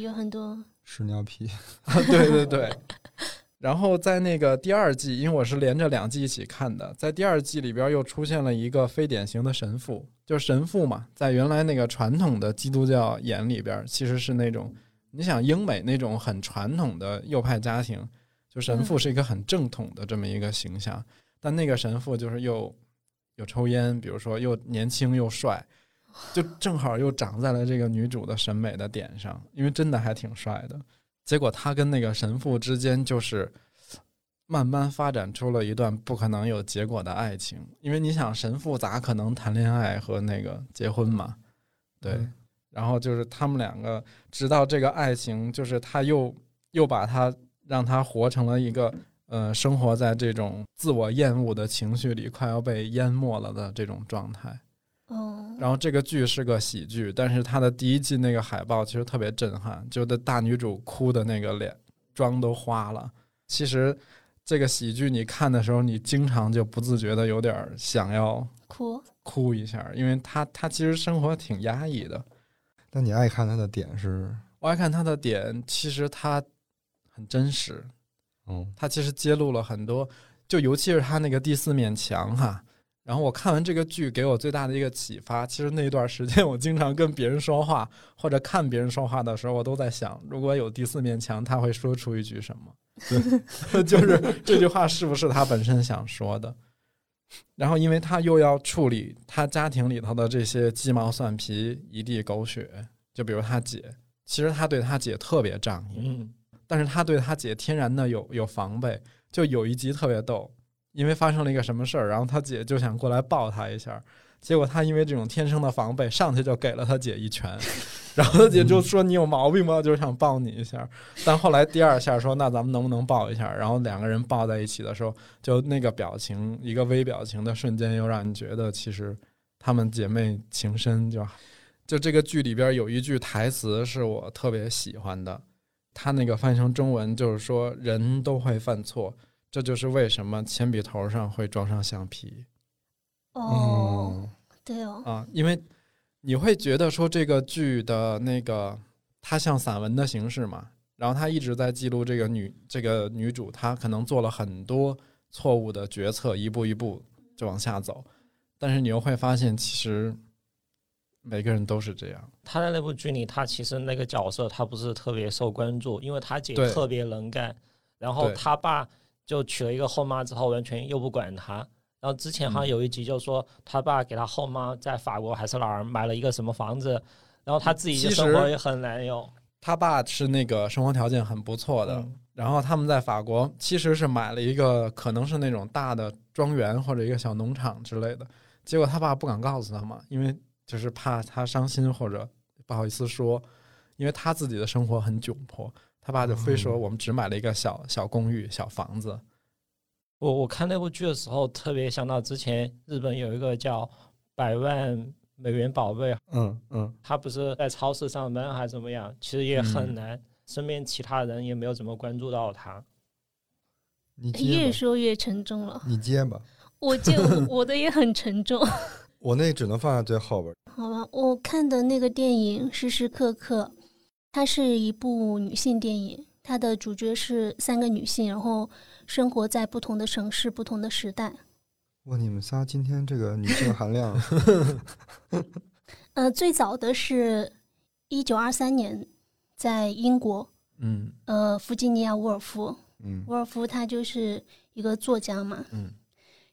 Speaker 3: 有很多
Speaker 2: 屎尿屁，
Speaker 1: 对对对。然后在那个第二季，因为我是连着两季一起看的，在第二季里边又出现了一个非典型的神父，就是神父嘛，在原来那个传统的基督教眼里边，其实是那种你想英美那种很传统的右派家庭，就神父是一个很正统的这么一个形象，但那个神父就是又有抽烟，比如说又年轻又帅，就正好又长在了这个女主的审美的点上，因为真的还挺帅的。结果他跟那个神父之间就是慢慢发展出了一段不可能有结果的爱情，因为你想神父咋可能谈恋爱和那个结婚嘛？对，
Speaker 2: 嗯
Speaker 1: 然后就是他们两个，直到这个爱情，就是他又又把他让他活成了一个呃，生活在这种自我厌恶的情绪里，快要被淹没了的这种状态。
Speaker 3: 哦，
Speaker 1: 然后这个剧是个喜剧，但是它的第一季那个海报其实特别震撼，就的大女主哭的那个脸妆都花了。其实这个喜剧你看的时候，你经常就不自觉的有点儿想要
Speaker 3: 哭，
Speaker 1: 哭一下，因为她她其实生活挺压抑的。
Speaker 2: 但你爱看他的点是，
Speaker 1: 我爱看她的点，其实她很真实，
Speaker 2: 嗯，
Speaker 1: 它其实揭露了很多，就尤其是它那个第四面墙哈。然后我看完这个剧，给我最大的一个启发，其实那段时间我经常跟别人说话或者看别人说话的时候，我都在想，如果有第四面墙，他会说出一句什么？ 就是这句话是不是他本身想说的？然后，因为他又要处理他家庭里头的这些鸡毛蒜皮、一地狗血，就比如他姐，其实他对他姐特别仗义，
Speaker 4: 嗯，
Speaker 1: 但是他对他姐天然的有有防备。就有一集特别逗，因为发生了一个什么事儿，然后他姐就想过来抱他一下，结果他因为这种天生的防备，上去就给了他姐一拳，然后他姐就说你有毛病吗？就是想抱你一下，但后来第二下说那咱们能不能抱一下？然后两个人抱在一起的时候，就那个表情，一个微表情的瞬间，又让你觉得其实她们姐妹情深就。就这个剧里边有一句台词是我特别喜欢的，他那个翻译成中文就是说，人都会犯错，这就是为什么铅笔头上会装上橡皮
Speaker 3: 哦，，
Speaker 2: 嗯
Speaker 3: 对哦，
Speaker 1: 啊，因为你会觉得说这个剧的那个它像散文的形式嘛，然后它一直在记录这个女这个女主她可能做了很多错误的决策，一步一步就往下走，但是你又会发现其实每个人都是这样，
Speaker 4: 他在那部剧里，他其实那个角色他不是特别受关注，因为他姐
Speaker 1: 对
Speaker 4: 特别能干，然后
Speaker 1: 对
Speaker 4: 他爸就娶了一个后妈之后，完全又不管他。然后之前
Speaker 1: 嗯
Speaker 4: 好像有一集就说他爸给他后妈在法国还是哪儿买了一个什么房子，然后他自己
Speaker 1: 其
Speaker 4: 的
Speaker 1: 实
Speaker 4: 生活也很难有。
Speaker 1: 他爸是那个生活条件很不错的，
Speaker 4: 嗯
Speaker 1: 然后他们在法国其实是买了一个可能是那种大的庄园或者一个小农场之类的，结果他爸不敢告诉他嘛，因为就是怕他伤心或者不好意思说，因为他自己的生活很窘迫，他爸就非说
Speaker 2: 嗯
Speaker 1: 我们只买了一个小小公寓、小房子，
Speaker 4: 我我看那部剧的时候，特别想到之前日本有一个叫《百万美元宝贝》，
Speaker 2: 嗯嗯，
Speaker 4: 他不是在超市上班还是怎么样，其实也
Speaker 1: 嗯
Speaker 4: 很难，身边其他人也没有怎么关注到他。
Speaker 2: 你
Speaker 3: 越
Speaker 2: 接吧，
Speaker 3: 说越沉重了，
Speaker 2: 你接吧，
Speaker 3: 我 就我的也很沉重。
Speaker 2: 我那只能放在最后边。
Speaker 3: 好吧，我看的那个电影《时时刻刻》，它是一部女性电影，它的主角是三个女性，然后生活在不同的城市、不同的时代。
Speaker 2: 哇，你们仨今天这个女性 含量，
Speaker 3: 呃，最早的是一九二三年，在英国，
Speaker 1: 嗯
Speaker 3: 呃，弗吉尼亚·沃尔夫，
Speaker 2: 嗯
Speaker 3: 沃尔夫他就是一个作家嘛，
Speaker 1: 嗯，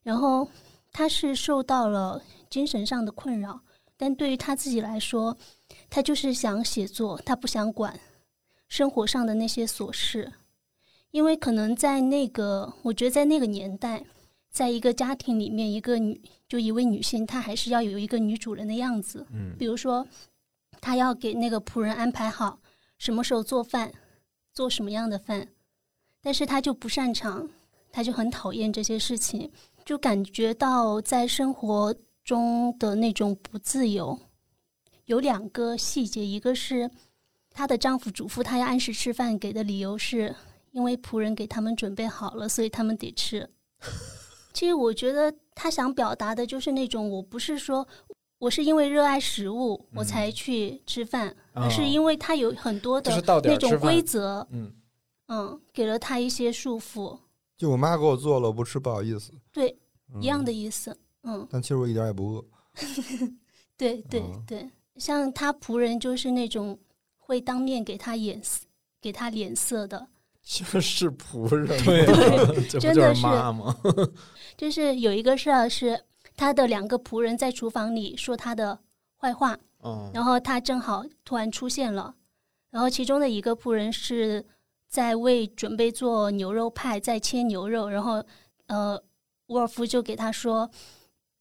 Speaker 3: 然后他是受到了精神上的困扰，但对于他自己来说，他就是想写作，他不想管生活上的那些琐事，因为可能在那个，我觉得在那个年代，在一个家庭里面，一个女就一位女性，她还是要有一个女主人的样子，
Speaker 1: 嗯
Speaker 3: 比如说，他要给那个仆人安排好什么时候做饭，做什么样的饭，但是他就不擅长，他就很讨厌这些事情，就感觉到在生活中的那种不自由。有两个细节，一个是她的丈夫嘱咐她要按时吃饭，给的理由是因为仆人给他们准备好了，所以他们得 吃。其实我觉得她想表达的就是那种，我不是说我是因为热爱食物我才去吃饭，而是因为她有很多
Speaker 1: 嗯就是
Speaker 3: 的
Speaker 1: 到点
Speaker 3: 那
Speaker 1: 儿吃
Speaker 3: 种
Speaker 1: 饭
Speaker 3: 规则，
Speaker 1: 嗯，
Speaker 3: 嗯，给了她一些束缚，
Speaker 2: 就我妈给我做了，我不吃不好意思。
Speaker 3: 对，一样的
Speaker 2: 嗯。
Speaker 3: 意思。嗯，
Speaker 2: 但其实我一点儿也不饿。
Speaker 3: 对对
Speaker 2: 嗯
Speaker 3: 对，像她仆人就是那种会当面给她眼色、给她脸色的，
Speaker 1: 就是仆人， 对啊，这不
Speaker 3: 真
Speaker 1: 就
Speaker 3: 的
Speaker 1: 是
Speaker 3: 是
Speaker 1: 妈吗？
Speaker 3: 就是有一个事儿是他的两个仆人在厨房里说他的坏话，
Speaker 1: 嗯，
Speaker 3: 然后他正好突然出现了，然后其中的一个仆人是在为准备做牛肉派，在切牛肉，然后呃，沃尔夫就给他说。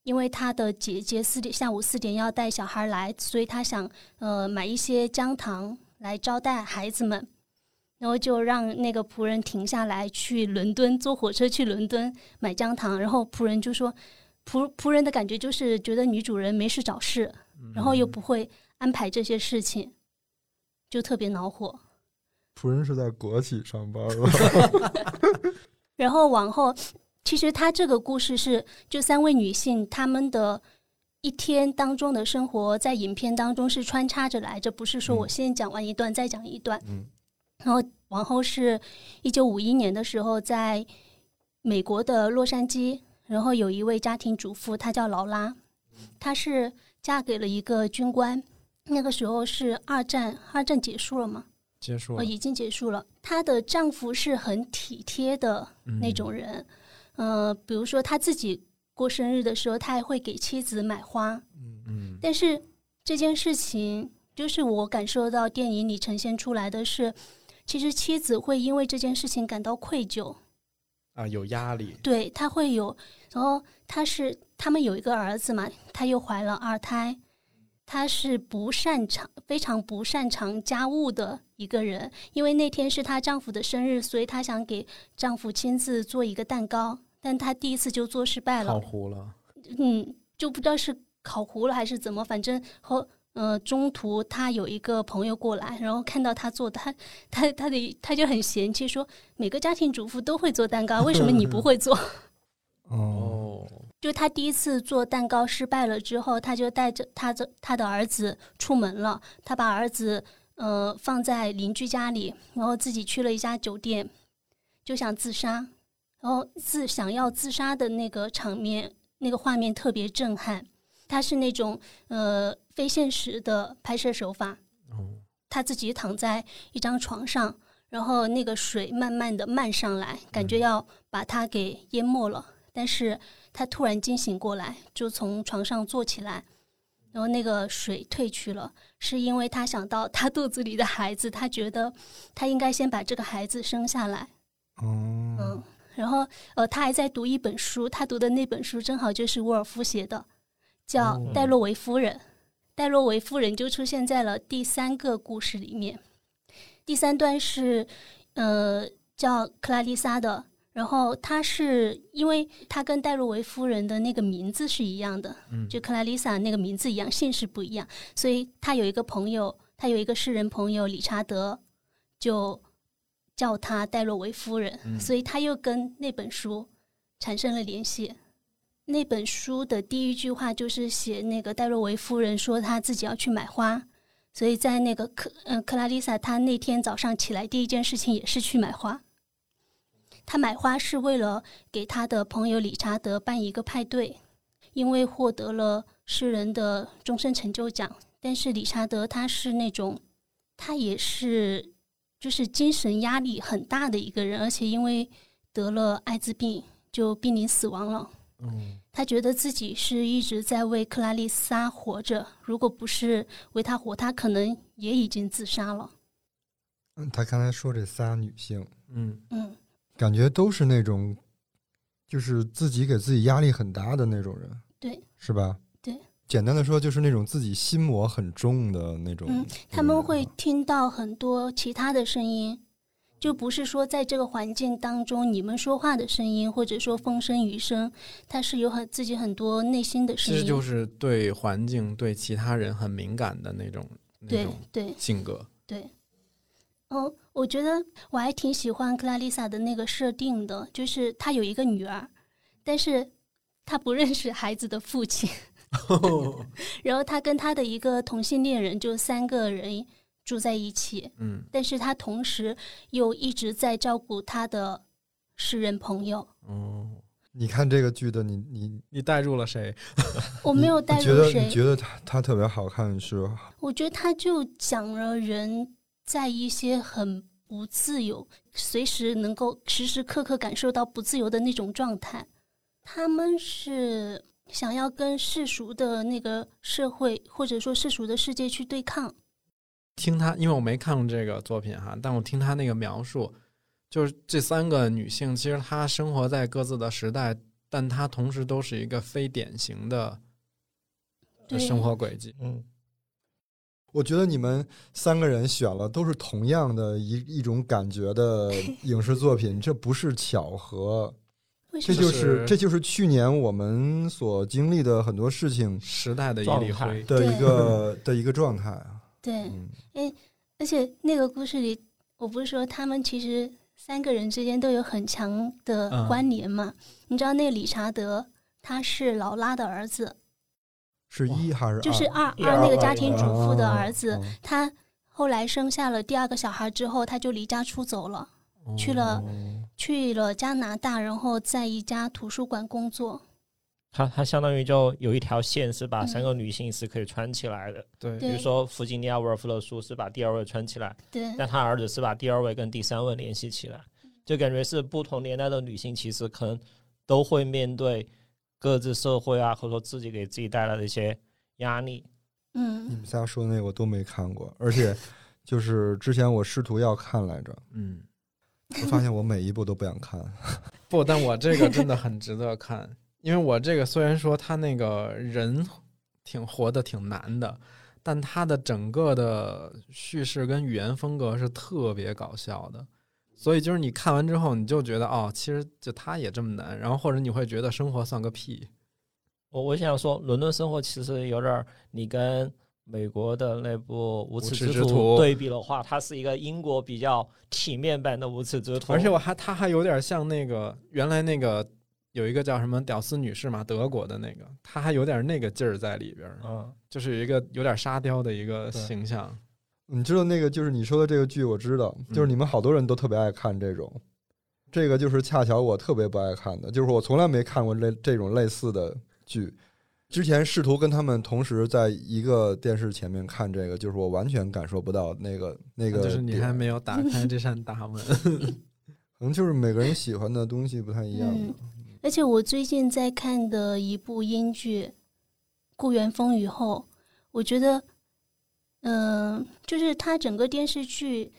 Speaker 3: 因为他的姐姐四点下午四点要带小孩来，所以他想呃买一些姜糖来招待孩子们，然后就让那个仆人停下来去伦敦坐火车去伦敦，买姜糖，然后仆人就说，仆仆人的感觉就是觉得女主人没事找事，然后
Speaker 2: 嗯
Speaker 1: 嗯
Speaker 3: 又不会安排这些事情，就特别恼火。
Speaker 2: 仆人是在国企上班吧？
Speaker 3: 然后往后，其实他这个故事是就三位女性她们的一天当中的生活，在影片当中是穿插着来，这不是说我
Speaker 2: 嗯
Speaker 3: 先讲完一段、再讲一段，
Speaker 2: 嗯
Speaker 3: 然后往后是一九五一年的时候，在美国的洛杉矶，然后有一位家庭主妇，她叫劳拉，
Speaker 2: 嗯
Speaker 3: 她是嫁给了一个军官。那个时候是二战，二战结束了嘛？
Speaker 1: 结束
Speaker 3: 哦，
Speaker 1: 了
Speaker 3: 已经结束了。她的丈夫是很体贴的
Speaker 1: 嗯
Speaker 3: 那种，人，呃，比如说他自己过生日的时候，他还会给妻子买花。
Speaker 2: 嗯，
Speaker 1: 嗯
Speaker 3: 但是这件事情，就是我感受到电影里呈现出来的是，其实妻子会因为这件事情感到愧疚，
Speaker 1: 啊，有压力，
Speaker 3: 对她会有，然后她是他们有一个儿子嘛，她又怀了二胎。她是不擅长，非常不擅长家务的一个人，因为那天是她丈夫的生日，所以她想给丈夫亲自做一个蛋糕，但她第一次就做失败了
Speaker 1: 烤，糊了，
Speaker 3: 嗯，就不知道是烤糊了还是怎么，反正后呃中途他有一个朋友过来，然后看到他做的，他他他的他就很嫌弃说，每个家庭主妇都会做蛋糕，为什么你不会做？
Speaker 2: 哦，
Speaker 1: 哦，
Speaker 3: 就他第一次做蛋糕失败了之后，他就带着他的他的儿子出门了，他把儿子呃放在邻居家里，然后自己去了一家酒店，就想自杀，然后自想要自杀的那个场面，那个画面特别震撼，他是那种呃非现实的拍摄手法，
Speaker 1: 哦，
Speaker 3: 他自己躺在一张床上，然后那个水慢慢的漫上来，感觉要把他给淹没了。但是他突然惊醒过来，就从床上坐起来，然后那个水退去了，是因为他想到他肚子里的孩子，他觉得他应该先把这个孩子生下来。
Speaker 2: 嗯
Speaker 3: 嗯，然后呃，他还在读一本书，他读的那本书正好就是沃尔夫写的，叫
Speaker 1: 哦
Speaker 3: 《戴洛维夫人》。戴洛维夫人就出现在了第三个故事里面。第三段是呃叫克拉丽莎的，然后她是因为她跟戴洛维夫人的那个名字是一样的，
Speaker 1: 嗯，
Speaker 3: 就克拉丽莎那个名字一样，姓氏不一样，所以他有一个朋友，他有一个诗人朋友理查德，就叫她戴洛维夫人，
Speaker 1: 嗯
Speaker 3: 所以他又跟那本书产生了联系。那本书的第一句话就是写那个戴洛维夫人说她自己要去买花，所以在那个克嗯、克拉丽莎她那天早上起来第一件事情也是去买花。她买花是为了给她的朋友理查德办一个派对，因为获得了诗人的终身成就奖。但是理查德他是那种，他也是就是精神压力很大的一个人，而且因为得了艾滋病就濒临死亡了。
Speaker 1: 嗯
Speaker 3: 他觉得自己是一直在为克拉丽莎活着，如果不是为她活，他可能也已经自杀了。
Speaker 2: 嗯，他刚才说这仨女性，
Speaker 1: 嗯，
Speaker 3: 嗯，
Speaker 2: 感觉都是那种，就是自己给自己压力很大的那种人，
Speaker 3: 对，
Speaker 2: 是吧？
Speaker 3: 对，
Speaker 2: 简单的说就是那种自己心魔很重的那种。那
Speaker 3: 嗯
Speaker 2: 种
Speaker 3: 他们
Speaker 2: 人
Speaker 3: 会
Speaker 2: 啊
Speaker 3: 听到很多其他的声音，就不是说在这个环境当中你们说话的声音，或者说风声雨声，它是有很自己很多内心的声
Speaker 1: 其实
Speaker 3: 音。
Speaker 1: 就是对环境、对其他人很敏感的那种那
Speaker 3: 对
Speaker 1: 种
Speaker 3: 对
Speaker 1: 性格，
Speaker 3: 对，哦，我觉得我还挺喜欢克拉丽萨的那个设定的，就是她有一个女儿，但是她不认识孩子的父亲， 然后她跟她的一个同性恋人，就三个人住在一起，
Speaker 1: 嗯
Speaker 3: 但是她同时又一直在照顾她的诗人朋友。
Speaker 1: 哦，
Speaker 2: 你看这个剧的你你，
Speaker 1: 你带入了谁？
Speaker 3: 我没有
Speaker 2: 你
Speaker 3: 带
Speaker 2: 嗯觉
Speaker 3: 入
Speaker 2: 得
Speaker 3: 谁
Speaker 2: 你，觉得它它特别好看是
Speaker 3: 我觉得他就讲了人在一些很不自由，随时能够时时刻刻感受到不自由的那种状态。他们是想要跟世俗的那个社会，或者说世俗的世界去对抗。
Speaker 1: 听他，因为我没看过这个作品哈，但我听他那个描述，就是这三个女性，其实她生活在各自的时代，但她同时都是一个非典型的呃
Speaker 3: 对
Speaker 1: 生活轨迹。
Speaker 4: 嗯，
Speaker 2: 我觉得你们三个人选了都是同样的一一种感觉 的影视作品，这不是巧合，
Speaker 3: 为什
Speaker 2: 这
Speaker 3: 么？
Speaker 2: 就是是这就是去年我们所经历的很多事情
Speaker 1: 时代的一粒灰，
Speaker 2: 的一
Speaker 3: 嗯
Speaker 2: 个的一个状态啊。
Speaker 3: 对，
Speaker 2: 嗯，
Speaker 3: 而且那个故事里，我不是说他们其实三个人之间都有很强的
Speaker 1: 嗯
Speaker 3: 关联嘛？你知道那个理查德，他是劳拉的儿子，
Speaker 2: 是一还是
Speaker 3: 就是
Speaker 2: 二
Speaker 3: 二
Speaker 4: 一
Speaker 3: 二那个
Speaker 4: 二
Speaker 3: 家庭主妇的儿子，
Speaker 2: 哦哦哦
Speaker 3: 他后来生下了第二个小孩之后，他就离家出走了，去了去了加拿大，然后在一家图书馆工作。
Speaker 4: 它它相当于就有一条线是把
Speaker 3: 嗯
Speaker 4: 三个女性是可以穿起来的，
Speaker 1: 对
Speaker 4: 比
Speaker 3: 对嗯
Speaker 4: 如说弗吉尼亚·沃尔夫的书是把第二位穿起来，
Speaker 3: 对，
Speaker 4: 但她儿子是把第二位跟第三位联系起来，
Speaker 3: 嗯
Speaker 4: 就感觉是不同年代的女性其实可能都会面对各自社会啊，或者说自己给自己带来的一些压力。
Speaker 2: 你
Speaker 3: 嗯，
Speaker 2: 们仨说的那个我都没看过，而且 就是之前我试图要看来着，
Speaker 1: 嗯，
Speaker 2: 我发现我每一部都不想看。
Speaker 1: 不，但我这个真的很值得看，因为我这个虽然说他那个人挺活的挺难的，但他的整个的叙事跟语言风格是特别搞笑的，所以就是你看完之后，你就觉得哦，其实就他也这么难，然后或者你会觉得生活算个屁，
Speaker 4: 我我想说，伦敦生活其实有点儿，你跟美国的那部《无耻
Speaker 1: 耻之
Speaker 4: 之
Speaker 1: 徒
Speaker 4: 徒》对比的话，它是一个英国比较体面版的《无耻之徒》，
Speaker 1: 而且我还他还有点像那个原来那个有一个叫什么屌丝女士嘛，德国的那个，他还有点那个劲儿在里边儿，
Speaker 4: 嗯，
Speaker 1: 就是有一个有点沙雕的一个
Speaker 4: 对
Speaker 1: 形象，
Speaker 2: 你知道那个就是你说的这个剧，我知道，就是
Speaker 1: 嗯
Speaker 2: 你们好多人都特别爱看这种，这个就是恰巧我特别不爱看的，就是我从来没看过类这种类似的剧。之前试图跟他们同时在一个电视前面看这个，就是我完全感受不到那个那个
Speaker 1: 啊
Speaker 2: 点，
Speaker 1: 就是你还没有打开这扇大 门。
Speaker 2: 可能就是每个人喜欢的东西不太一样。
Speaker 3: 嗯而且我最近在看的一部英剧《故园风雨后》，我觉得，嗯、就是它整个电视剧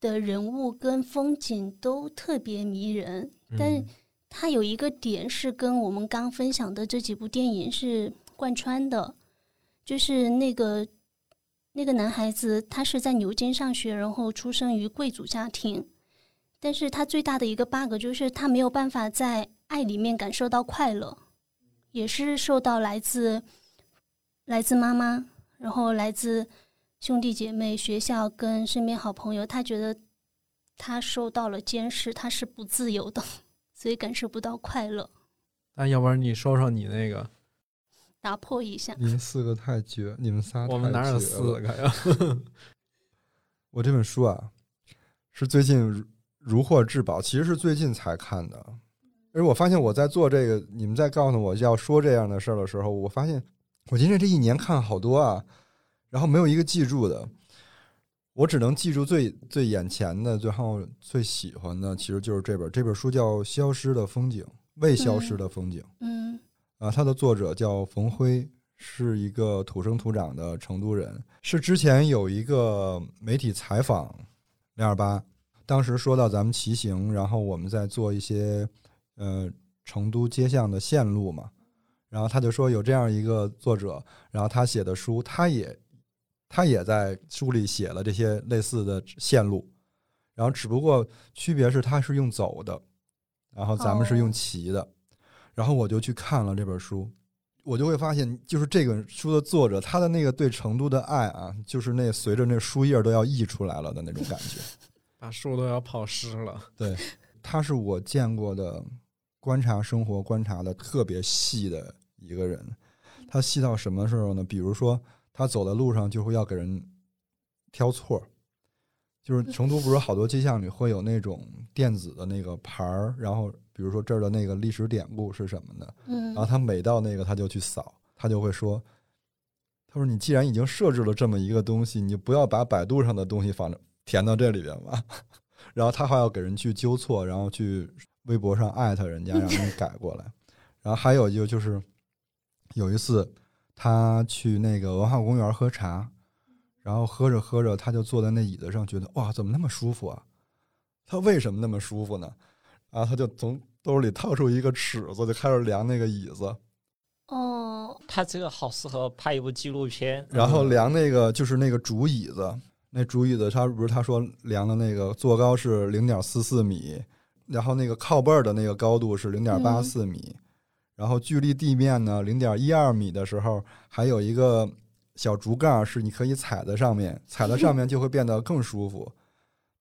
Speaker 3: 的人物跟风景都特别迷人，但
Speaker 2: 嗯
Speaker 1: 嗯
Speaker 3: 是它有一个点是跟我们刚分享的这几部电影是贯穿的，就是那个那个男孩子，他是在牛津上学，然后出生于贵族家庭，但是他最大的一个 bug 就是他没有办法在爱里面感受到快乐，也是受到来自来自妈妈，然后来自兄弟姐妹、学校跟身边好朋友，他觉得他受到了监视，他是不自由的。所以感受不到快乐。
Speaker 1: 那要不然你说说你那个，
Speaker 3: 打破一下，
Speaker 2: 你们四个太绝，你们仨
Speaker 1: 我们
Speaker 2: 太
Speaker 1: 哪有
Speaker 2: 绝
Speaker 1: 四
Speaker 2: 了
Speaker 1: 个呀？
Speaker 2: 我这本书啊，是最近如如获至宝，其实是最近才看的。而我发现我在做这个，你们在告诉我要说这样的事儿的时候，我发现我今天这一年看了好多啊，然后没有一个记住的，我只能记住最最眼前的，最后最喜欢的其实就是这本这本书叫《消失的风景》，未消失的风景。
Speaker 3: 嗯
Speaker 2: 啊，它的作者叫冯辉，是一个土生土长的成都人，是之前有一个媒体采访零二八，当时说到咱们骑行，然后我们在做一些呃成都街巷的线路嘛，然后他就说有这样一个作者，然后他写的书，他也他也在书里写了这些类似的线路，然后只不过区别是他是用走的，然后咱们是
Speaker 3: 哦
Speaker 2: 用骑的。然后我就去看了这本书，我就会发现，就是这本书的作者，他的那个对成都的爱啊，就是那随着那书页都要溢出来了的那种感觉。
Speaker 1: 把树都要泡湿了。
Speaker 2: 对，他是我见过的观察生活观察的特别细的一个人。他细到什么时候呢？比如说，他走在路上就会要给人挑错儿，就是成都不是好多街巷里会有那种电子的那个牌儿，然后比如说这儿的那个历史典故是什么的，
Speaker 3: 嗯
Speaker 2: 然后他每到那个他就去扫，他就会说：“他说你既然已经设置了这么一个东西，你不要把百度上的东西放填到这里边吧。” 然后他还要给人去纠错，然后去微博上艾特人家，让人改过来。然后还有就就是有一次他去那个文化公园喝茶，然后喝着喝着他就坐在那椅子上，觉得哇怎么那么舒服啊？他为什么那么舒服呢？然后他就从兜里掏出一个尺子，就开始量那个椅子，
Speaker 3: 哦，
Speaker 4: 他这个好适合拍一部纪录片，
Speaker 2: 然后量那个就是那个竹椅子，那竹椅子他不是他说量的那个坐高是零点四四米，然后那个靠背儿的那个高度是零点八四米，然后距离地面呢零点一二米的时候，还有一个小竹杠是你可以踩在上面，踩在上面就会变得更舒服。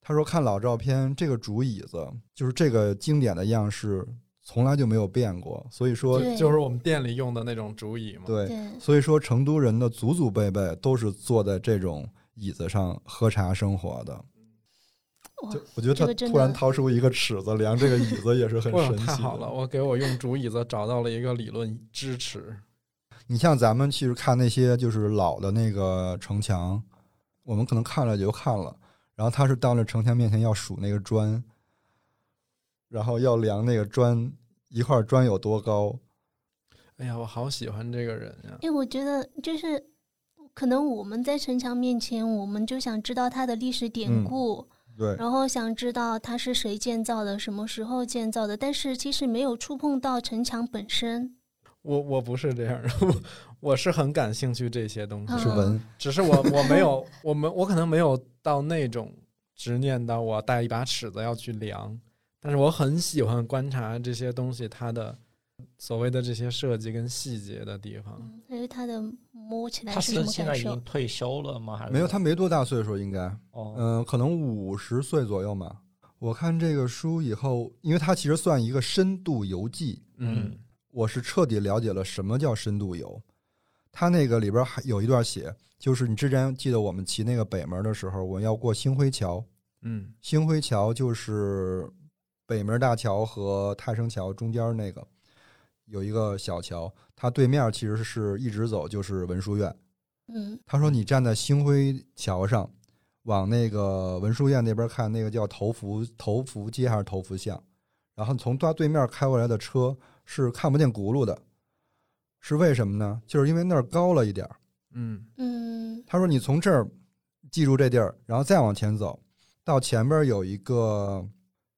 Speaker 2: 他说看老照片，这个竹椅子就是这个经典的样式，从来就没有变过，所以说
Speaker 3: 对
Speaker 1: 就是我们店里用的那种竹椅嘛。
Speaker 2: 对
Speaker 3: 对，
Speaker 2: 所以说，成都人的祖祖辈辈都是坐在这种椅子上喝茶生活的。
Speaker 3: 哇
Speaker 2: 就，我觉得
Speaker 3: 这
Speaker 2: 他
Speaker 3: 个真的
Speaker 2: 突然掏出一个尺子量这个椅子也是很
Speaker 1: 哇，
Speaker 2: 神奇
Speaker 1: 太好了！
Speaker 2: 的。
Speaker 1: 我给我用竹椅子找到了一个理论支持。
Speaker 2: 你像咱们其实看那些就是老的那个城墙，我们可能看了也就看了，然后他是到了城墙面前要数那个砖，然后要量那个砖一块砖有多高，
Speaker 1: 哎呀，我好喜欢这个人呀、
Speaker 3: 哎，我觉得就是可能我们在城墙面前，我们就想知道它的历史典
Speaker 2: 嗯
Speaker 3: 故，
Speaker 2: 对，
Speaker 3: 然后想知道它是谁建造的，什么时候建造的，但是其实没有触碰到城墙本身。
Speaker 1: 我我不是这样， 我我是很感兴趣这些东西，
Speaker 3: 嗯
Speaker 2: 是文，
Speaker 1: 只是我我没有，我们我可能没有到那种执念到我带一把尺子要去量，但是我很喜欢观察这些东西它的所谓的这些设计跟细节的地方。
Speaker 3: 嗯，因为它的摸起来
Speaker 4: 他
Speaker 3: 是
Speaker 4: 是
Speaker 3: 什么
Speaker 4: 现
Speaker 3: 感
Speaker 4: 在已
Speaker 3: 受
Speaker 4: 经？退休了吗？还是
Speaker 2: 没有他没多大岁数应该，
Speaker 4: 哦，
Speaker 2: 嗯，可能五十岁左右嘛。我看这个书以后，因为它其实算一个深度游记，
Speaker 1: 嗯，
Speaker 2: 我是彻底了解了什么叫深度游。它那个里边还有一段写，就是你之前记得我们骑那个北门的时候，我们要过星辉桥，
Speaker 1: 嗯
Speaker 2: 星辉桥就是北门大桥和太升桥中间那个有一个小桥，它对面其实是一直走就是文殊院。
Speaker 3: 嗯，
Speaker 2: 他说：“你站在星辉桥上，往那个文殊院那边看，那个叫头福头福街还是头福巷？然后从他对面开过来的车是看不见轱辘的，是为什么呢？就是因为那儿高了一点儿。
Speaker 1: 嗯
Speaker 3: 嗯，
Speaker 2: 他说：你从这儿记住这地儿，然后再往前走，到前边有一个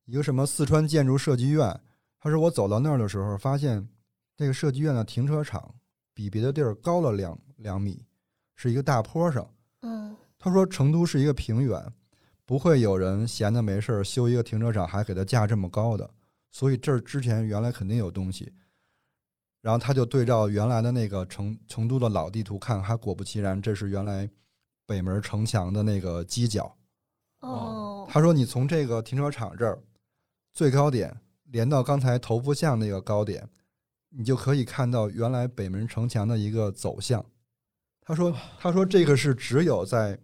Speaker 2: 一个什么四川建筑设计院。他说我走到那儿的时候，发现这个设计院的停车场比别的地儿高了两两米，是一个大坡上。
Speaker 3: 嗯，
Speaker 2: 他说成都是一个平原，不会有人闲的没事儿修一个停车场还给它架这么高的，所以这儿之前原来肯定有东西。然后他就对照原来的那个成成都的老地图看，还果不其然，这是原来北门城墙的那个犄角。
Speaker 3: 哦，
Speaker 2: 他说你从这个停车场这儿最高点连到刚才头部巷那个高点，你就可以看到原来北门城墙的一个走向。他
Speaker 4: 哦
Speaker 2: 说，他说这个是只有在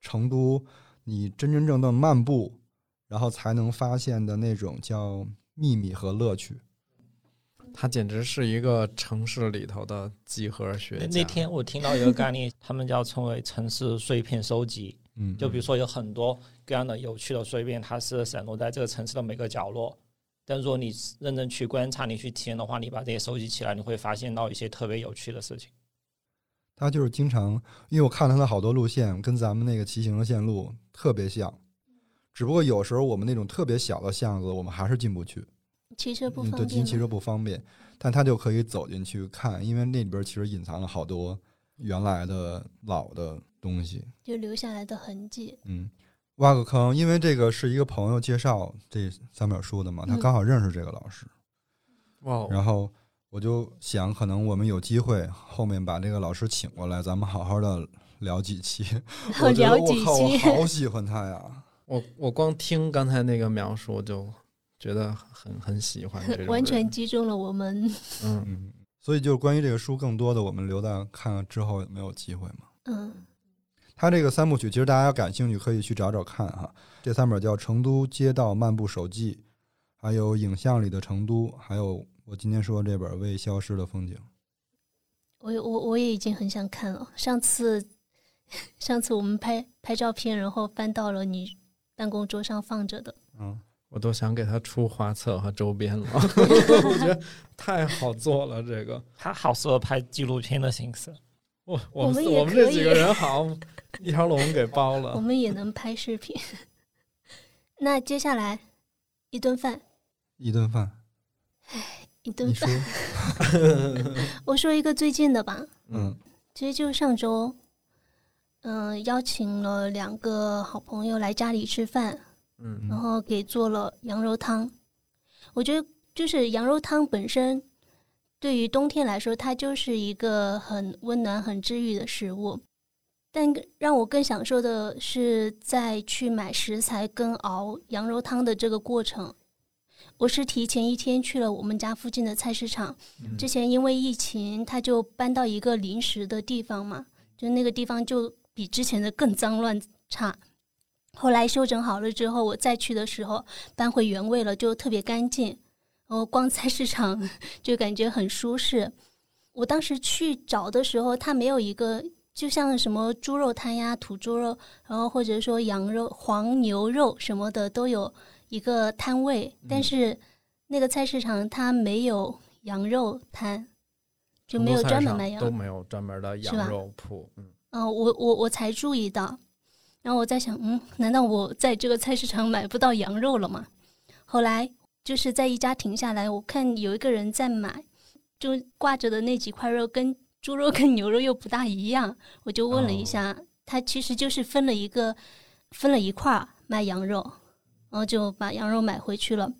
Speaker 2: 成都你真真正正漫步，然后才能发现的那种叫秘密和乐趣。
Speaker 1: 他简直是一个城市里头的几何学
Speaker 4: 那
Speaker 1: 家。
Speaker 4: 那天我听到一个概念，他们叫称为城市碎片收集。
Speaker 2: 嗯，
Speaker 4: 就比如说有很多各样的有趣的碎片，它是散落在这个城市的每个角落。但如果你认真去观察、你去体验的话，你把这些收集起来，你会发现到一些特别有趣的事情。
Speaker 2: 他就是经常，因为我看他的好多路线跟咱们那个骑行的线路特别像，只不过有时候我们那种特别小的巷子，我们还是进不去。
Speaker 3: 骑车不
Speaker 2: 嗯，
Speaker 3: 方
Speaker 2: 对，
Speaker 3: 便
Speaker 2: 骑车
Speaker 3: 吗？
Speaker 2: 不方便，但他就可以走进去看，因为那里边其实隐藏了好多原来的老的东西。
Speaker 3: 就留下来的痕迹。
Speaker 2: 嗯，挖个坑，因为这个是一个朋友介绍这三本书的嘛，他
Speaker 3: 嗯哦
Speaker 2: 刚好认识这个老师，
Speaker 1: 哇，
Speaker 2: 然后我就想，可能我们有机会后面把这个老师请过来，咱们好好的聊几期。 我觉
Speaker 3: 聊
Speaker 2: 得
Speaker 3: 几
Speaker 2: 我靠，我
Speaker 3: 期，
Speaker 2: 好喜欢他呀！
Speaker 1: 我我光听刚才那个描述就觉得很很喜欢 这种
Speaker 3: 完全
Speaker 1: 人
Speaker 3: 击中了我们。
Speaker 1: 嗯，
Speaker 2: 嗯，所以就关于这个书，更多的我们留待看看之后有没有机会嘛。
Speaker 3: 嗯，
Speaker 2: 他这个三部曲，其实大家感兴趣可以去找找看哈。这三本叫《成都街道漫步手记》，还有《影像里的成都》，还有我今天说这本《未消失的风景》。
Speaker 3: 我也我我也已经很想看了。上次上次我们拍拍照片，然后翻到了你办公桌上放着的，
Speaker 2: 嗯，
Speaker 1: 我都想给他出画册和周边了， 我觉得太好做了。这个
Speaker 4: 它好适合拍纪录片的形式。
Speaker 1: 我
Speaker 3: 我
Speaker 1: 我们
Speaker 3: 们
Speaker 1: 四
Speaker 3: 也
Speaker 1: 我们这
Speaker 3: 可
Speaker 1: 几
Speaker 3: 以
Speaker 1: 个人好一条龙 给包
Speaker 3: 我
Speaker 1: 了。
Speaker 3: 们也能拍视频。 那接下来一顿饭，
Speaker 2: 一顿饭，
Speaker 3: 一顿
Speaker 2: 你
Speaker 3: 饭，
Speaker 2: 说，
Speaker 3: 我说一个最近的吧。
Speaker 2: 嗯，
Speaker 3: 其实就上周，嗯、邀请了两个好朋友来家里吃饭，
Speaker 1: 嗯
Speaker 3: 然后给做了羊肉汤。我觉得就是羊肉汤本身，对于冬天来说，它就是一个很温暖、很治愈的食物。但让我更享受的是，在去买食材跟熬羊肉汤的这个过程。我是提前一天去了我们家附近的菜市场，
Speaker 1: 嗯
Speaker 3: 之前因为疫情，他就搬到一个临时的地方嘛，就那个地方就比之前的更脏乱差。后来修整好了之后，我再去的时候搬回原位了，就特别干净。然后逛菜市场 就感觉很舒适。我当时去找的时候，它没有一个就像什么猪肉摊呀、土猪肉，然后或者说羊肉、黄牛肉什么的都有一个摊位，但是那个菜市场它没有羊肉摊，就没有专门卖羊
Speaker 1: 都没有专门的
Speaker 3: 是
Speaker 1: 羊
Speaker 3: 吧
Speaker 1: 肉铺。嗯，
Speaker 3: 嗯、我我我才注意到，然后我在想，嗯，难道我在这个菜市场买不到羊肉了吗？后来就是在一家停下来，我看有一个人在买，就挂着的那几块肉跟猪肉跟牛肉又不大一样，我就问了一下，他其实就是分了一个分了一块儿卖羊肉，然后就把羊肉买回去了。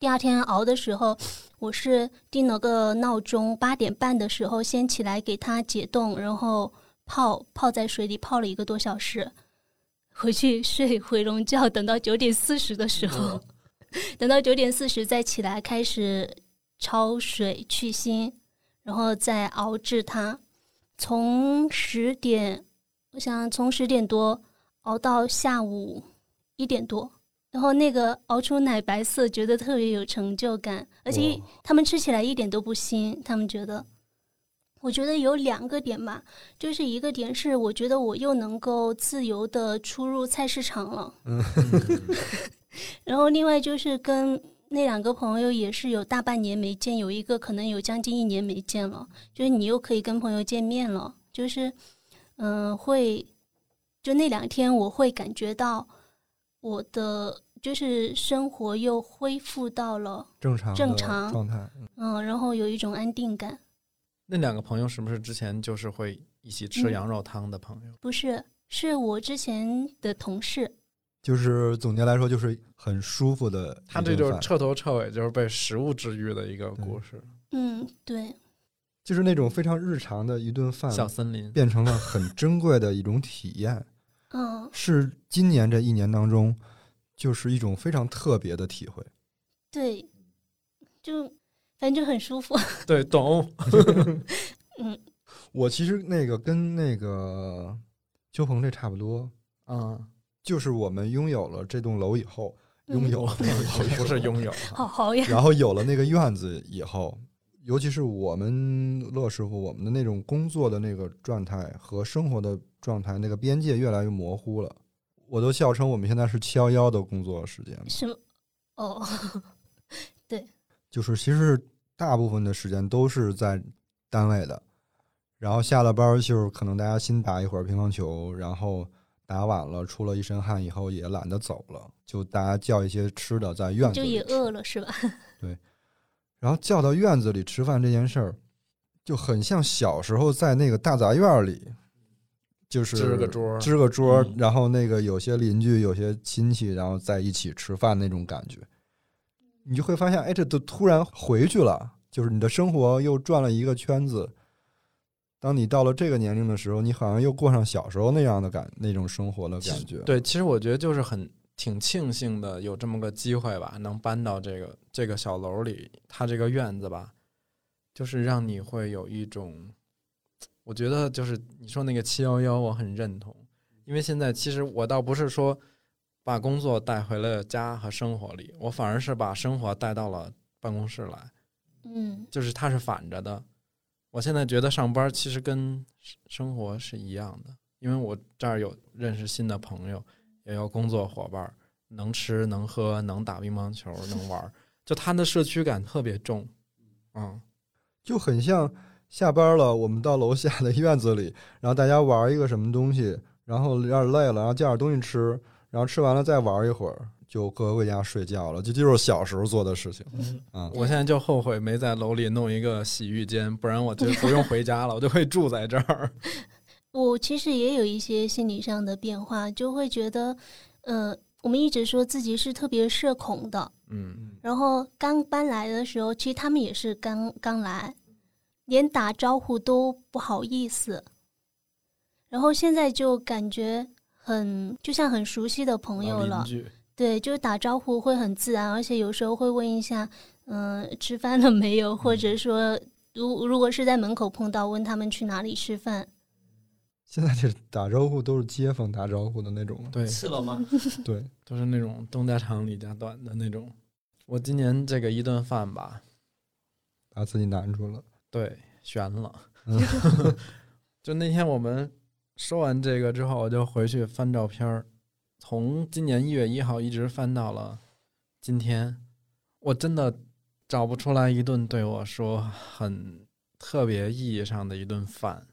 Speaker 3: 第二天熬的时候，我是定了个闹钟，八点半的时候先起来给它解冻，然后泡泡在水里泡了一个多小时，回去睡回笼觉，等到九点四十的时候， 等到九点四十再起来开始焯水去腥，然后再熬制它，从十点，我想从十点多熬到下午一点多。然后那个熬出奶白色，觉得特别有成就感，而且
Speaker 2: 哇
Speaker 3: 他们吃起来一点都不腥，他们觉得。我觉得有两个点吧，就是一个点是，我觉得我又能够自由的出入菜市场了， 然后另外就是跟那两个朋友也是有大半年没见，有一个可能有将近一年没见了，就是你又可以跟朋友见面了，就是嗯、呃会就那两天我会感觉到我的就是生活又恢复到了
Speaker 2: 正常的
Speaker 3: 正常
Speaker 2: 状态，
Speaker 3: 嗯、然后有一种安定感。
Speaker 1: 那两个朋友是不是之前就是会一起吃
Speaker 3: 嗯
Speaker 1: 羊肉汤的朋友？
Speaker 3: 不是，是我之前的同事，
Speaker 2: 就是总结来说，就是很舒服的。
Speaker 1: 他这就是，彻头彻尾就是被食物治愈的一个故事，
Speaker 3: 嗯，对，
Speaker 2: 就是那种非常日常的一顿饭，
Speaker 1: 小森林。
Speaker 2: 变成了很珍贵的一种体验，
Speaker 3: 嗯，
Speaker 2: 是今年这一年当中，就是一种非常特别的体会。
Speaker 3: 对，就反正就很舒服。
Speaker 1: 对，懂。
Speaker 3: 嗯
Speaker 2: 我其实那个跟那个邱鹏这差不多，
Speaker 1: 嗯，
Speaker 2: 就是我们拥有了这栋楼以后，拥
Speaker 3: 嗯
Speaker 2: 有了这栋楼以后
Speaker 1: 不是拥有，
Speaker 3: 好好 呀，
Speaker 2: 然后有了那个院子以后，尤其是我们乐师傅，我们的那种工作的那个状态和生活的状态，那个边界越来越模糊了。我都笑称我们现在是七幺幺的工作时间，
Speaker 3: 什么？哦，
Speaker 2: 就是其实大部分的时间都是在单位的，然后下了班儿就是可能大家新打一会儿乒乓球，然后打晚了出了一身汗以后也懒得走了，就大家叫一些吃的在院子
Speaker 3: 就
Speaker 2: 里
Speaker 3: 也
Speaker 2: 吃
Speaker 3: 饿了是吧？
Speaker 2: 然后叫到院子里吃饭这件事儿，就很像小时候在那个大杂院儿里，就是
Speaker 1: 支个桌儿
Speaker 2: 支个桌儿
Speaker 4: 嗯，
Speaker 2: 然后那个有些邻居、有些亲戚，然后在一起吃饭那种感觉，你就会发现，哎，这都突然回去了，就是你的生活又转了一个圈子。当你到了这个年龄的时候，你好像又过上小时候那样的感那种生活的感觉。
Speaker 1: 对，其实我觉得就是很挺庆幸的，有这么个机会吧，能搬到这个这个小楼里，它这个院子吧，就是让你会有一种，我觉得就是你说那个七幺幺，我很认同，因为现在其实我倒不是说把工作带回了家和生活里，我反而是把生活带到了办公室来，
Speaker 3: 嗯，
Speaker 1: 就是它是反着的。我现在觉得上班其实跟生活是一样的，因为我这儿有认识新的朋友，也有工作伙伴，能吃能喝，能打乒乓球，能玩儿，就他的社区感特别重。嗯，
Speaker 2: 就很像下班了，我们到楼下的院子里，然后大家玩一个什么东西，然后有点累了，然后叫点东西吃，然后吃完了再玩一会儿，就各回家睡觉了。这就是小时候做的事情啊、
Speaker 1: 我现在就后悔没在楼里弄一个洗浴间，不然我就不用回家了，我就会住在这儿。嗯
Speaker 3: 我其实也有一些心理上的变化，就会觉得，呃，我们一直说自己是特别社恐的，
Speaker 1: 嗯，
Speaker 3: 然后刚搬来的时候，其实他们也是刚刚来，连打招呼都不好意思。然后现在就感觉很就像很熟悉的朋友
Speaker 1: 老邻，
Speaker 3: 了
Speaker 1: 居，
Speaker 3: 对，就是打招呼会很自然，而且有时候会问一下，嗯、吃饭了没有，或
Speaker 1: 嗯
Speaker 3: 者说如如果是在门口碰到，问他们去哪里吃饭。
Speaker 2: 现在这打招呼都是街坊打招呼的那种，
Speaker 1: 对，
Speaker 4: 吃了吗？
Speaker 2: 对，
Speaker 1: 都是那种东家长李家短的那种。我今年这个一顿饭吧，
Speaker 2: 把自己难住了。
Speaker 1: 对，悬了。
Speaker 2: 嗯
Speaker 1: 就那天我们说完这个之后，我就回去翻照片儿，从今年一月一号一直翻到了今天，我真的找不出来一顿对我说很特别意义上的一顿饭，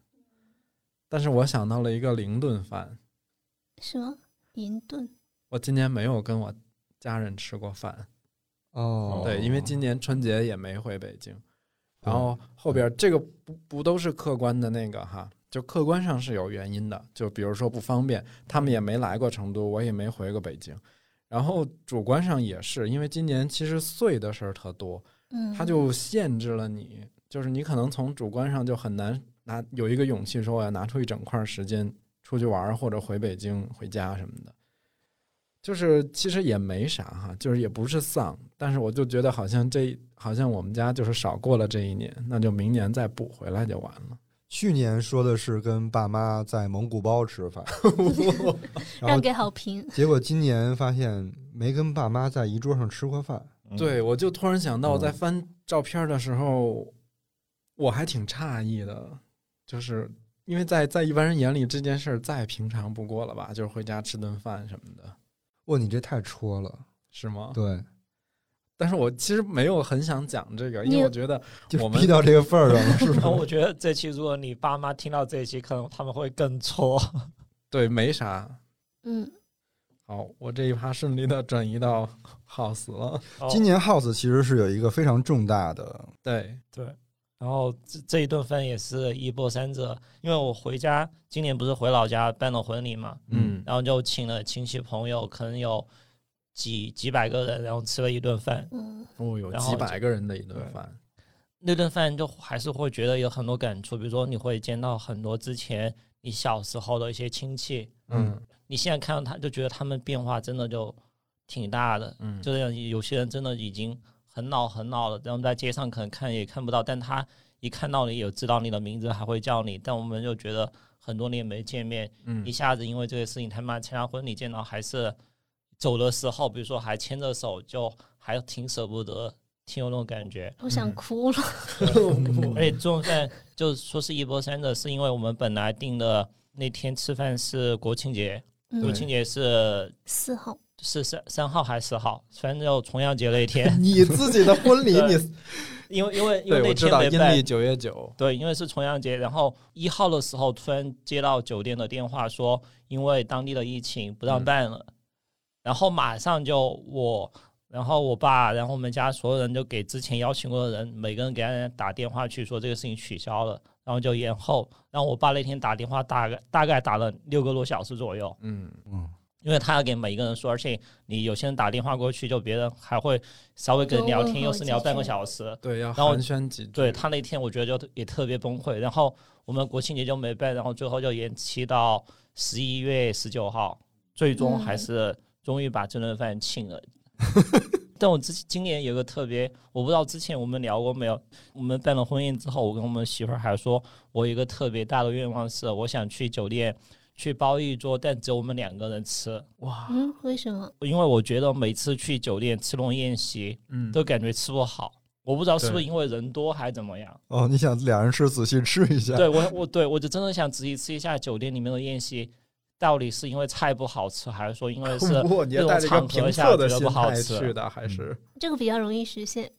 Speaker 1: 但是我想到了一个零顿饭，
Speaker 3: 什么银盾？
Speaker 1: 我今年没有跟我家人吃过饭，
Speaker 2: 哦，
Speaker 1: 对，因为今年春节也没回北京，然后后边这个不不都是客观的那个哈，就客观上是有原因的，就比如说不方便，他们也没来过成都，我也没回过北京，然后主观上也是，因为今年其实碎的事儿特多，
Speaker 3: 嗯，
Speaker 1: 它就限制了你，就是你可能从主观上就很难拿有一个勇气说我要拿出一整块儿时间出去玩儿或者回北京回家什么的。就是其实也没啥哈，就是也不是丧，但是我就觉得好像这好像我们家就是少过了这一年，那就明年再补回来就完了。
Speaker 2: 去年说的是跟爸妈在蒙古包吃饭，然
Speaker 3: 让
Speaker 2: 后
Speaker 3: 给好评。
Speaker 2: 结果今年发现没跟爸妈在一桌上吃过饭。
Speaker 4: 嗯
Speaker 1: 对，我就突然想到，
Speaker 2: 嗯
Speaker 1: 我在翻照片的时候，我还挺诧异的，就是因为在在一般人眼里，这件事儿再平常不过了吧，就是回家吃顿饭什么的，
Speaker 2: 哇，你这太戳了，
Speaker 1: 是吗？
Speaker 2: 对，
Speaker 1: 但是我其实没有很想讲这个，因
Speaker 3: 你
Speaker 1: 为我觉得
Speaker 2: 就
Speaker 1: 我们
Speaker 2: 逼到这个份儿上了，是 吧？
Speaker 4: 然后哦我觉得这期如果你爸妈听到这一期，可能他们会更戳。
Speaker 1: 对没啥。
Speaker 3: 嗯，
Speaker 1: 好，我这一趴顺利的转移到 house 了。
Speaker 4: 哦
Speaker 2: 今年 House 其实是有一个非常重大的，
Speaker 1: 对，
Speaker 4: 对，然后这这一顿饭也是一波三折，因为我回家今年不是回老家办了婚礼嘛，
Speaker 1: 嗯，
Speaker 4: 然后就请了亲戚朋友，可能有几几百个人，然后吃了一顿饭。
Speaker 3: 嗯，
Speaker 1: 哦，有
Speaker 4: 然后
Speaker 1: 几
Speaker 4: 就
Speaker 1: 百个人的一顿
Speaker 4: 对
Speaker 1: 饭，
Speaker 4: 那顿饭就还是会觉得有很多感触，比如说你会见到很多之前你小时候的一些亲戚，
Speaker 1: 嗯
Speaker 4: 你现在看到他就觉得他们变化真的就挺大的，
Speaker 1: 嗯，
Speaker 4: 就这有些人真的已经很老很老了，然后在街上可能看也看不到，但他一看到你有知道你的名字，还会叫你。但我们就觉得很多年没见面，
Speaker 1: 嗯
Speaker 4: 一下子因为这个事情，他妈参加婚礼见到还是走的时候，比如说还牵着手，就还挺舍不得，挺有那种感觉。
Speaker 3: 我
Speaker 1: 嗯
Speaker 3: 想哭了。
Speaker 4: 而且这顿饭就说是一波三折，是因为我们本来定的那天吃饭是国庆节，国
Speaker 3: 嗯，
Speaker 4: 庆节是
Speaker 3: 四号，
Speaker 4: 是三三号还是四号，反正就重阳节那一天。
Speaker 2: 你自己的婚礼
Speaker 4: 对
Speaker 2: 你
Speaker 4: 因为因为因为
Speaker 1: 对，
Speaker 4: 那
Speaker 1: 我知
Speaker 4: 天
Speaker 1: 道
Speaker 4: 没
Speaker 1: 阴
Speaker 4: 办
Speaker 1: 历，九月九，
Speaker 4: 对，因为是重阳节，然后一号的时候突然接到酒店的电话说，因为当地的疫情不让
Speaker 1: 嗯
Speaker 4: 办了，然后马上就我，然后我爸，然后我们家所有人就给之前邀请过的人，每个人给他打电话去说这个事情取消了，然后就延后，然后我爸那天打电话大概大概打了六个多小时左右，
Speaker 1: 嗯，
Speaker 2: 嗯，
Speaker 4: 因为他要给每一个人说，而且你有些人打电话过去，就别人还会稍微跟你聊
Speaker 3: 多
Speaker 4: 天，
Speaker 3: 问候
Speaker 4: 又是聊半个
Speaker 3: 几句
Speaker 4: 小时。
Speaker 1: 对，要
Speaker 4: 然后
Speaker 1: 寒暄几句。
Speaker 4: 对他那天，我觉得就也特别崩溃。然后我们国庆节就没办，然后最后就延期到十一月十九号，最终还是
Speaker 1: 嗯
Speaker 4: 终于把这顿饭请了。 但我之今年有个特别，我不知道之前我们聊过没有。我们办了婚宴之后，我跟我们媳妇儿还说，我有一个特别大的愿望是，我想去酒店去包一桌，但只有我们两个人吃，
Speaker 1: 哇，
Speaker 3: 嗯，为什么？
Speaker 4: 因为我觉得每次去酒店吃那种宴席
Speaker 1: 嗯，
Speaker 4: 都感觉吃不好。我不知道是不
Speaker 1: 对
Speaker 4: 是因为人多还是怎么样。
Speaker 2: 哦，你想俩人吃，仔细吃一下。
Speaker 4: 对我，我对我就真的想仔细吃一下酒店里面的宴席，到底是因为菜不好吃，还是说因为 是
Speaker 1: 不过你也
Speaker 4: 那种
Speaker 1: 带着一个
Speaker 4: 场合
Speaker 1: 评
Speaker 4: 下
Speaker 1: 测的
Speaker 4: 觉得
Speaker 1: 心
Speaker 4: 不好
Speaker 1: 态
Speaker 4: 吃嗯
Speaker 1: 去的，还是
Speaker 3: 这个比较容易实现。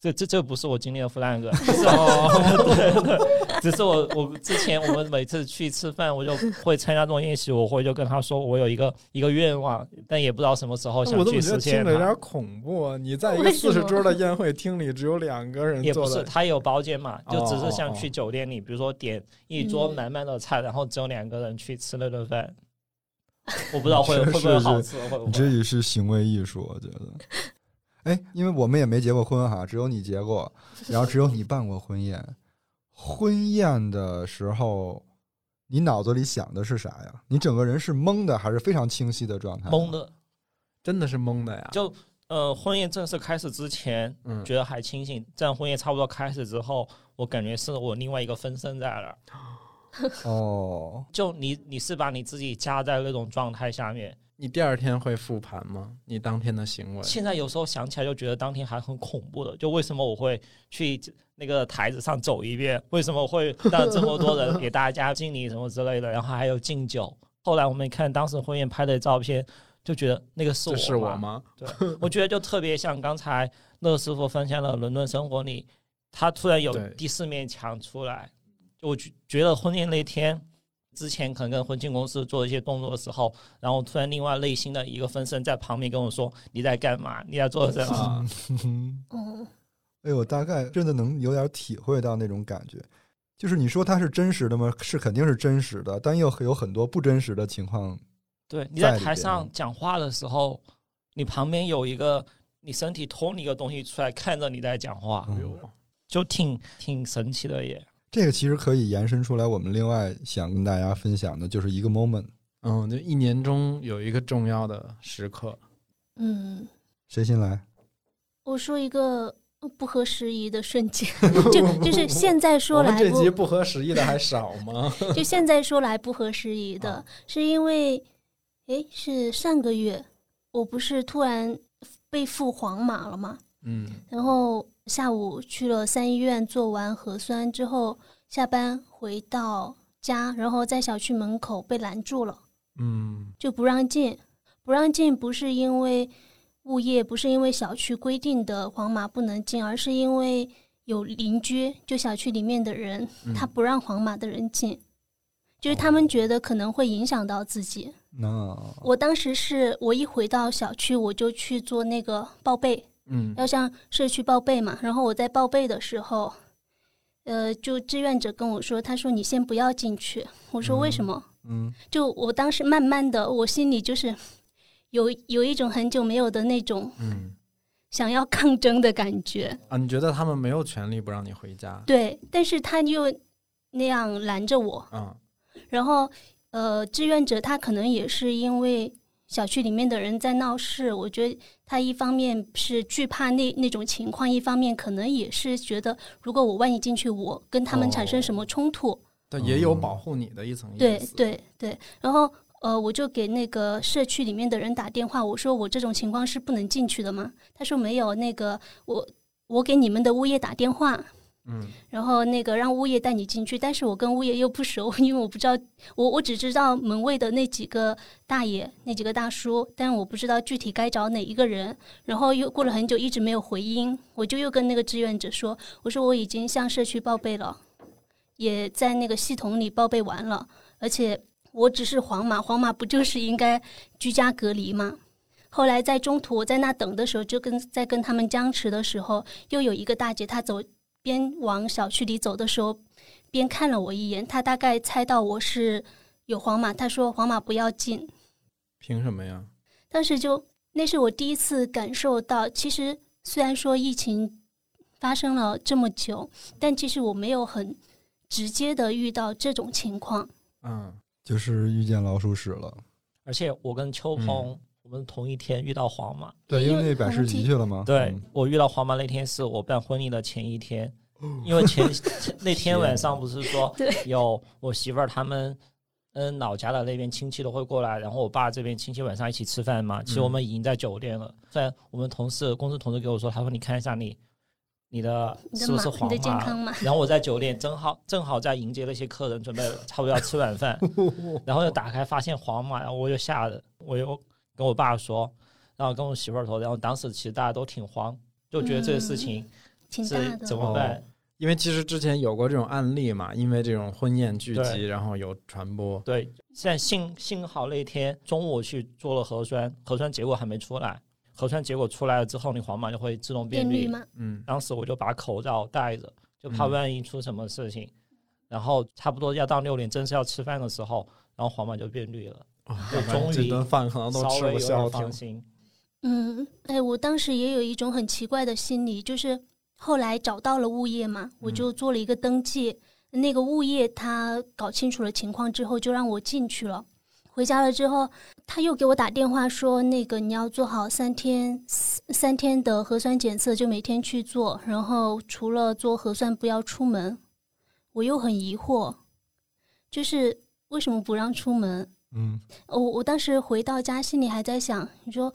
Speaker 4: 这这这不是我经历的 flag，只 是我对对只是我我之前我们每次去吃饭，我就会参加这种宴席，我会就跟他说我有一个一个愿望，但也不知道什么时候
Speaker 1: 我
Speaker 4: 想
Speaker 1: 怎么
Speaker 4: 去
Speaker 1: 觉得
Speaker 4: 实
Speaker 1: 听
Speaker 4: 现
Speaker 1: 着有
Speaker 4: 它。
Speaker 1: 点恐怖啊？你在一个
Speaker 3: 为什
Speaker 1: 四
Speaker 3: 么
Speaker 1: 十桌的宴会厅里，只有两个人
Speaker 4: 也不
Speaker 1: 坐
Speaker 4: 是，
Speaker 1: 的，
Speaker 4: 他有包间嘛，就只
Speaker 1: 哦哦
Speaker 4: 是想
Speaker 1: 哦
Speaker 4: 去酒店里，比如说点一桌
Speaker 3: 嗯
Speaker 4: 满满的菜，然后只有两个人去吃那顿饭，我不知道会会不
Speaker 2: 是
Speaker 4: 会
Speaker 2: 是
Speaker 4: 好吃，会不
Speaker 2: 你
Speaker 4: 会
Speaker 2: 这也是行为艺术，我觉得。哎，因为我们也没结过婚哈，只有你结 过，然后只有你办过婚宴。婚宴的时候，你脑子里想的是啥呀？你整个人是懵的，还是非常清晰的状态？
Speaker 4: 懵。的。
Speaker 1: 真的是懵的呀。
Speaker 4: 就呃，婚宴正式开始之前，
Speaker 1: 嗯，
Speaker 4: 觉得还清醒；但婚宴差不多开始之后，我感觉是我另外一个分身在那儿。
Speaker 2: 哦，
Speaker 4: 就你，你是把你自己夹在那种状态下面。
Speaker 1: 你第二天会复盘吗？你当天的行为？
Speaker 4: 现在有时候想起来，就觉得当天还很恐怖的。就为什么我会去那个台子上走一遍？为什么会让这么多人给大家敬礼什么之类的？然后还有敬酒。后来我们看当时婚宴拍的照片，就觉得那个是
Speaker 1: 这
Speaker 4: 我
Speaker 1: 是我
Speaker 4: 吗
Speaker 1: 吗？
Speaker 4: 我觉得就特别像刚才乐师傅分享的《伦敦生活》里，他突然有
Speaker 1: 对
Speaker 4: 第四面墙出来，就我觉觉得婚宴那天之前可能跟婚庆公司做一些动作的时候，然后突然另外内心的一个分身在旁边跟我说：“你在干嘛？你在做什么
Speaker 1: 啊，哦
Speaker 3: 嗯，
Speaker 2: 哎呦，我大概真的能有点体会到那种感觉。就是你说它是真实的吗？是肯定是真实的，但又有很多不真实的情况。？”
Speaker 4: 对，你
Speaker 2: 在
Speaker 4: 在
Speaker 2: 里
Speaker 4: 台
Speaker 2: 边
Speaker 4: 上讲话的时候，你旁边有一个你身体托你一个东西出来看着你在讲话，
Speaker 1: 哎
Speaker 2: 嗯
Speaker 1: 呦
Speaker 4: 就挺挺神奇的耶。
Speaker 2: 这个其实可以延伸出来，我们另外想跟大家分享的就是一个 moment。
Speaker 1: 嗯，就一年中有一个重要的时刻，
Speaker 3: 嗯，
Speaker 2: 谁先来？
Speaker 3: 我说一个不合时宜的瞬 间，就就是现在说
Speaker 1: 我们
Speaker 3: 来
Speaker 1: 这集
Speaker 3: 不，
Speaker 1: 不合时宜的还少吗？
Speaker 3: 就现在说来不合时宜的
Speaker 1: 啊，
Speaker 3: 是因为，诶，是上个月我不是突然被赴黄码了吗？
Speaker 1: 嗯，
Speaker 3: 然后下午去了三医院做完核酸之后，下班回到家，然后在小区门口被拦住了，
Speaker 1: 嗯，
Speaker 3: 就不让进。不让进不是因为物业，不是因为小区规定的黄码不能进，而是因为有邻居，就小区里面的人，
Speaker 1: 嗯
Speaker 3: 他不让黄码的人进，就是他们觉得可能会影响到自己。
Speaker 2: 那
Speaker 3: 我当时是我一回到小区，我就去做那个报备，
Speaker 1: 嗯
Speaker 3: 要向社区报备嘛。然后我在报备的时候，呃，就志愿者跟我说，他说你先不要进去。我说为什么？
Speaker 2: 嗯，
Speaker 3: 就我当时慢慢的，我心里就是有有一种很久没有的那种
Speaker 1: 嗯
Speaker 3: 想要抗争的感觉。
Speaker 1: 啊，你觉得他们没有权利不让你回家？
Speaker 3: 对，但是他又那样拦着我，
Speaker 1: 啊，
Speaker 3: 然后呃，志愿者他可能也是因为小区里面的人在闹事，我觉得他一方面是惧怕那那种情况，一方面可能也是觉得，如果我万一进去，我跟他们产生什么冲突，
Speaker 1: 但也
Speaker 4: 嗯
Speaker 1: 有保护你的一层意思。
Speaker 3: 对对对，然后。呃，我就给那个社区里面的人打电话，我说我这种情况是不能进去的吗？他说没有，那个我我给你们的物业打电话，
Speaker 1: 嗯
Speaker 3: 然后那个让物业带你进去，但是我跟物业又不熟， 因为我不知道，我我只知道门卫的那几个大爷、那几个大叔，但我不知道具体该找哪一个人。然后又过了很久，一直没有回音，我就又跟那个志愿者说：“我说我已经向社区报备了，也在那个系统里报备完了，而且我只是黄码，黄码不就是应该居家隔离吗？”后来在中途我在那等的时候，就跟在跟他们僵持的时候，又有一个大姐她走边往小区里走的时候，边看了我一眼，他大概猜到我是有黄马，他说黄马不要进，
Speaker 1: 凭什么呀？
Speaker 3: 当时就那是我第一次感受到，其实虽然说疫情发生了这么久，但其实我没有很直接的遇到这种情况。
Speaker 1: 嗯，
Speaker 2: 就是遇见老鼠屎了。
Speaker 4: 而且我跟秋
Speaker 1: 嗯
Speaker 4: 鹏，我们同一天遇到黄马，
Speaker 2: 对，因为
Speaker 3: 因为
Speaker 2: 那百事集去了嘛。
Speaker 4: 对、
Speaker 2: 嗯
Speaker 4: 我遇到黄妈那天是我办婚礼的前一天，因为前前那天晚上不是说
Speaker 3: 对
Speaker 4: 有我媳妇儿他们。嗯，老家的那边亲戚都会过来，然后我爸这边亲戚晚上一起吃饭嘛。其实我们已经在酒店了，虽然我们同事公司同事给我说，他说你看一下你你的
Speaker 3: 你的
Speaker 4: 是不是
Speaker 3: 马，
Speaker 4: 黄
Speaker 3: 你的健
Speaker 4: 码
Speaker 3: 康码，
Speaker 4: 然后我在酒店正好正好在迎接那些客人，准备差不多要吃晚饭，然后又打开发现黄码，然后我就吓得，我又跟我爸说，然后跟我媳妇儿说，然后当时其实大家都挺慌，就觉得这个事情
Speaker 3: 嗯挺大
Speaker 4: 是
Speaker 3: 的。
Speaker 4: 怎么办？
Speaker 1: 因为其实之前有过这种案例嘛，因为这种婚宴聚集，
Speaker 4: 对
Speaker 1: 然后有传播。
Speaker 4: 对，现在幸幸好那天中午我去做了核酸，核酸结果还没出来，核酸结果出来了之后，你黄码就会自动
Speaker 3: 变
Speaker 4: 变
Speaker 3: 绿
Speaker 4: 绿。
Speaker 3: 吗？
Speaker 1: 嗯
Speaker 4: 当时我就把口罩戴着，就怕
Speaker 1: 嗯
Speaker 4: 万一出什么事情。然后差不多要到六点，正式要吃饭的时候，然后黄码就变绿了。
Speaker 1: 哦
Speaker 4: 就
Speaker 1: 要不然
Speaker 4: 终于
Speaker 1: 这顿饭可能都
Speaker 4: 稍
Speaker 1: 吃
Speaker 4: 微
Speaker 1: 不
Speaker 4: 有
Speaker 1: 消
Speaker 4: 点
Speaker 1: 停
Speaker 4: 放。心。
Speaker 3: 嗯，哎，我当时也有一种很奇怪的心理，就是后来找到了物业嘛，我就做了一个登记。那个物业他搞清楚了情况之后，就让我进去了。回家了之后，他又给我打电话说，那个你要做好三天三天的核酸检测，就每天去做。然后除了做核酸，不要出门。我又很疑惑，就是为什么不让出门？
Speaker 2: 嗯，
Speaker 3: 我我当时回到家，心里还在想，你说，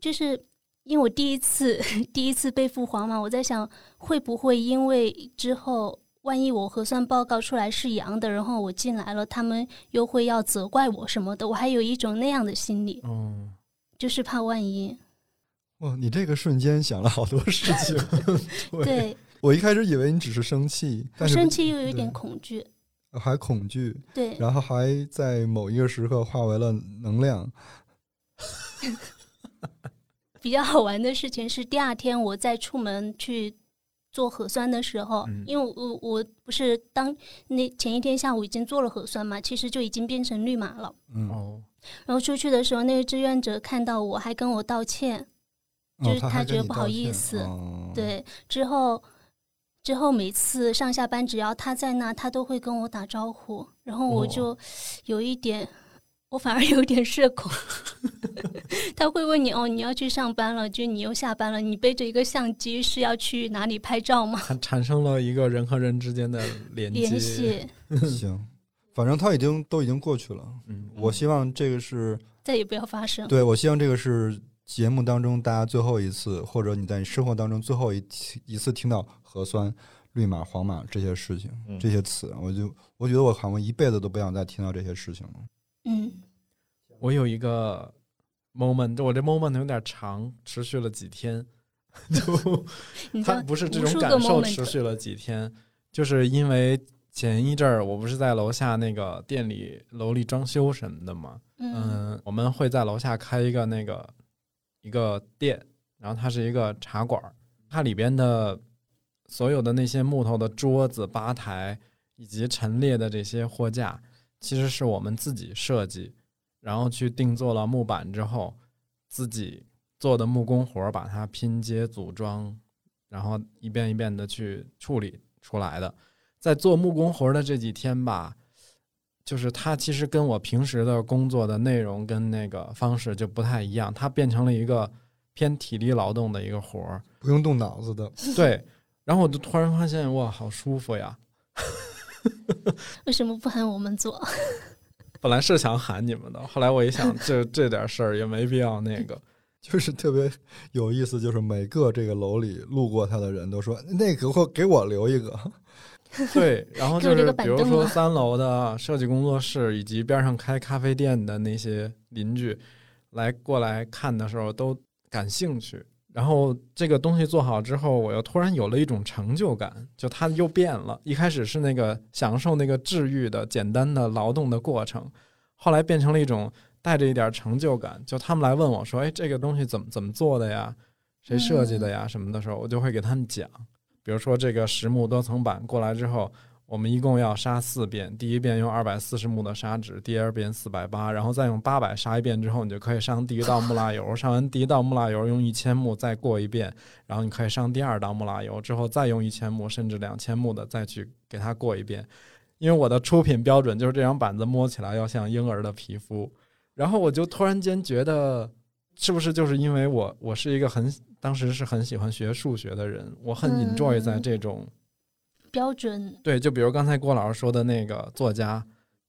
Speaker 3: 就是因为我第一次 第一次被付黄嘛，我在想会不会因为之后万一我核酸报告出来是阳的，然后我进来了，他们又会要责怪我什么的，我还有一种那样的心理，
Speaker 1: 嗯，
Speaker 3: 就是怕万一。
Speaker 2: 哇，你这个瞬间想了好多事 情。
Speaker 3: 对，
Speaker 2: 我一开始以为你只是生气，但是
Speaker 3: 生气又有一点
Speaker 2: 对
Speaker 3: 恐惧。
Speaker 2: 还恐惧，
Speaker 3: 对，
Speaker 2: 然后还在某一个时刻化为了能量。
Speaker 3: 比较好玩的事情是，第二天我在出门去做核酸的时候，
Speaker 1: 嗯
Speaker 3: 因为我我不是当那前一天下午已经做了核酸嘛，其实就已经变成绿码了。
Speaker 2: 嗯，
Speaker 1: 哦，
Speaker 3: 然后出去的时候，那个志愿者看到我还跟我道歉，
Speaker 2: 哦
Speaker 3: 就是
Speaker 2: 他
Speaker 3: 他
Speaker 2: 还跟
Speaker 3: 觉得
Speaker 2: 你
Speaker 3: 不
Speaker 2: 道
Speaker 3: 好意
Speaker 2: 歉
Speaker 3: 思
Speaker 1: 嗯
Speaker 2: 哦、，
Speaker 3: 对，之后之后每次上下班只要他在那，他都会跟我打招呼，然后我
Speaker 1: 哦
Speaker 3: 就有一点，我反而有点社恐。 他会问你哦，你要去上班了，就你又下班了，你背着一个相机是要去哪里拍照吗？
Speaker 1: 它产生了一个人和人之间的连接。
Speaker 3: 联系
Speaker 2: 行，反正他已经都已经过去了。
Speaker 1: 嗯，
Speaker 2: 我希望这个是
Speaker 3: 再也不要发生。
Speaker 2: 对我希望这个是节目当中大家最后一次，或者你在你生活当中最后一次一次听到核酸、绿码、黄码这些事情、
Speaker 4: 嗯
Speaker 2: 这些词，我就我觉得我好像一辈子都不想再听到这些事情了。
Speaker 3: 嗯，
Speaker 1: 我有一个 moment，我这 moment 有点长，持续了几天， 就
Speaker 3: 你知
Speaker 1: 它
Speaker 3: 道
Speaker 1: 不是这
Speaker 3: 无
Speaker 1: 种
Speaker 3: 数
Speaker 1: 感
Speaker 3: 个
Speaker 1: 受持
Speaker 3: moment，
Speaker 1: 续了几天，就是因为前一阵儿我不是在楼下那个店里楼里装修什么的嘛，
Speaker 3: 嗯
Speaker 1: 嗯，我们会在楼下开一个那个一个店，然后它是一个茶馆儿，它里边的所有的那些木头的桌子、吧台以及陈列的这些货架，其实是我们自己设计，然后去定做了木板之后，自己做的木工活儿把它拼接组装，然后一遍一遍的去处理出来的。在做木工活儿的这几天吧，就是它其实跟我平时的工作的内容跟那个方式就不太一样，它变成了一个偏体力劳动的一个活儿。
Speaker 2: 不用动脑子的，
Speaker 1: 对，然后我就突然发现，哇，好舒服呀！
Speaker 3: 为什么不喊我们做？
Speaker 1: 本来是想喊你们的，后来我一想，这这点事儿也没必要那个。
Speaker 2: 就是特别有意思，就是每个这个楼里路过他的人都说那个给我给我留一个，
Speaker 1: 对，然后
Speaker 3: 给我
Speaker 1: 就是
Speaker 3: 留个
Speaker 1: 比
Speaker 3: 板
Speaker 1: 如
Speaker 3: 凳啊
Speaker 1: 说
Speaker 3: 吧
Speaker 1: 三楼的设计工作室以及边上开咖啡店的那些邻居来过来看的时候都感兴趣。然后这个东西做好之后，我又突然有了一种成就感，就它又变了。一开始是那个享受那个治愈的简单的劳动的过程，后来变成了一种带着一点成就感。就他们来问我说：“哎，这个东西怎么怎么做的呀？谁设计的呀？什么的时候，我就会给他们讲。比如说这个实木多层板过来之后，我们一共要杀四遍，第一遍用二百四十目的砂纸，第二遍四百八，然后再用八百杀一遍之后，你就可以上第一道木蜡油。上完第一道木蜡油，用一千目再过一遍，然后你可以上第二道木蜡油，之后再用一千目甚至两千目的再去给它过一遍。因为我的出品标准就是这张板子摸起来要像婴儿的皮肤，然后我就突然间觉得，是不是就是因为我我是一个很当时是很喜欢学数学的人，我很
Speaker 3: 嗯
Speaker 1: enjoy 在这种。
Speaker 3: 标准
Speaker 1: 对，就比如刚才郭老师说的那个作家，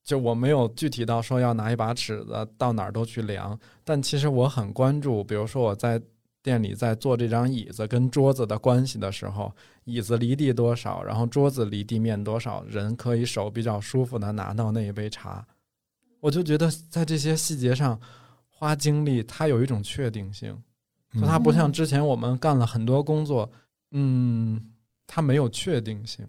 Speaker 1: 就我没有具体到说要拿一把尺子到哪儿都去量，但其实我很关注，比如说我在店里在做这张椅子跟桌子的关系的时候，椅子离地多少，然后桌子离地面多少，人可以手比较舒服的拿到那一杯茶，我就觉得在这些细节上花精力，它有一种确定性。就
Speaker 2: 嗯
Speaker 1: 它不像之前我们干了很多工作，嗯，它没有确定性。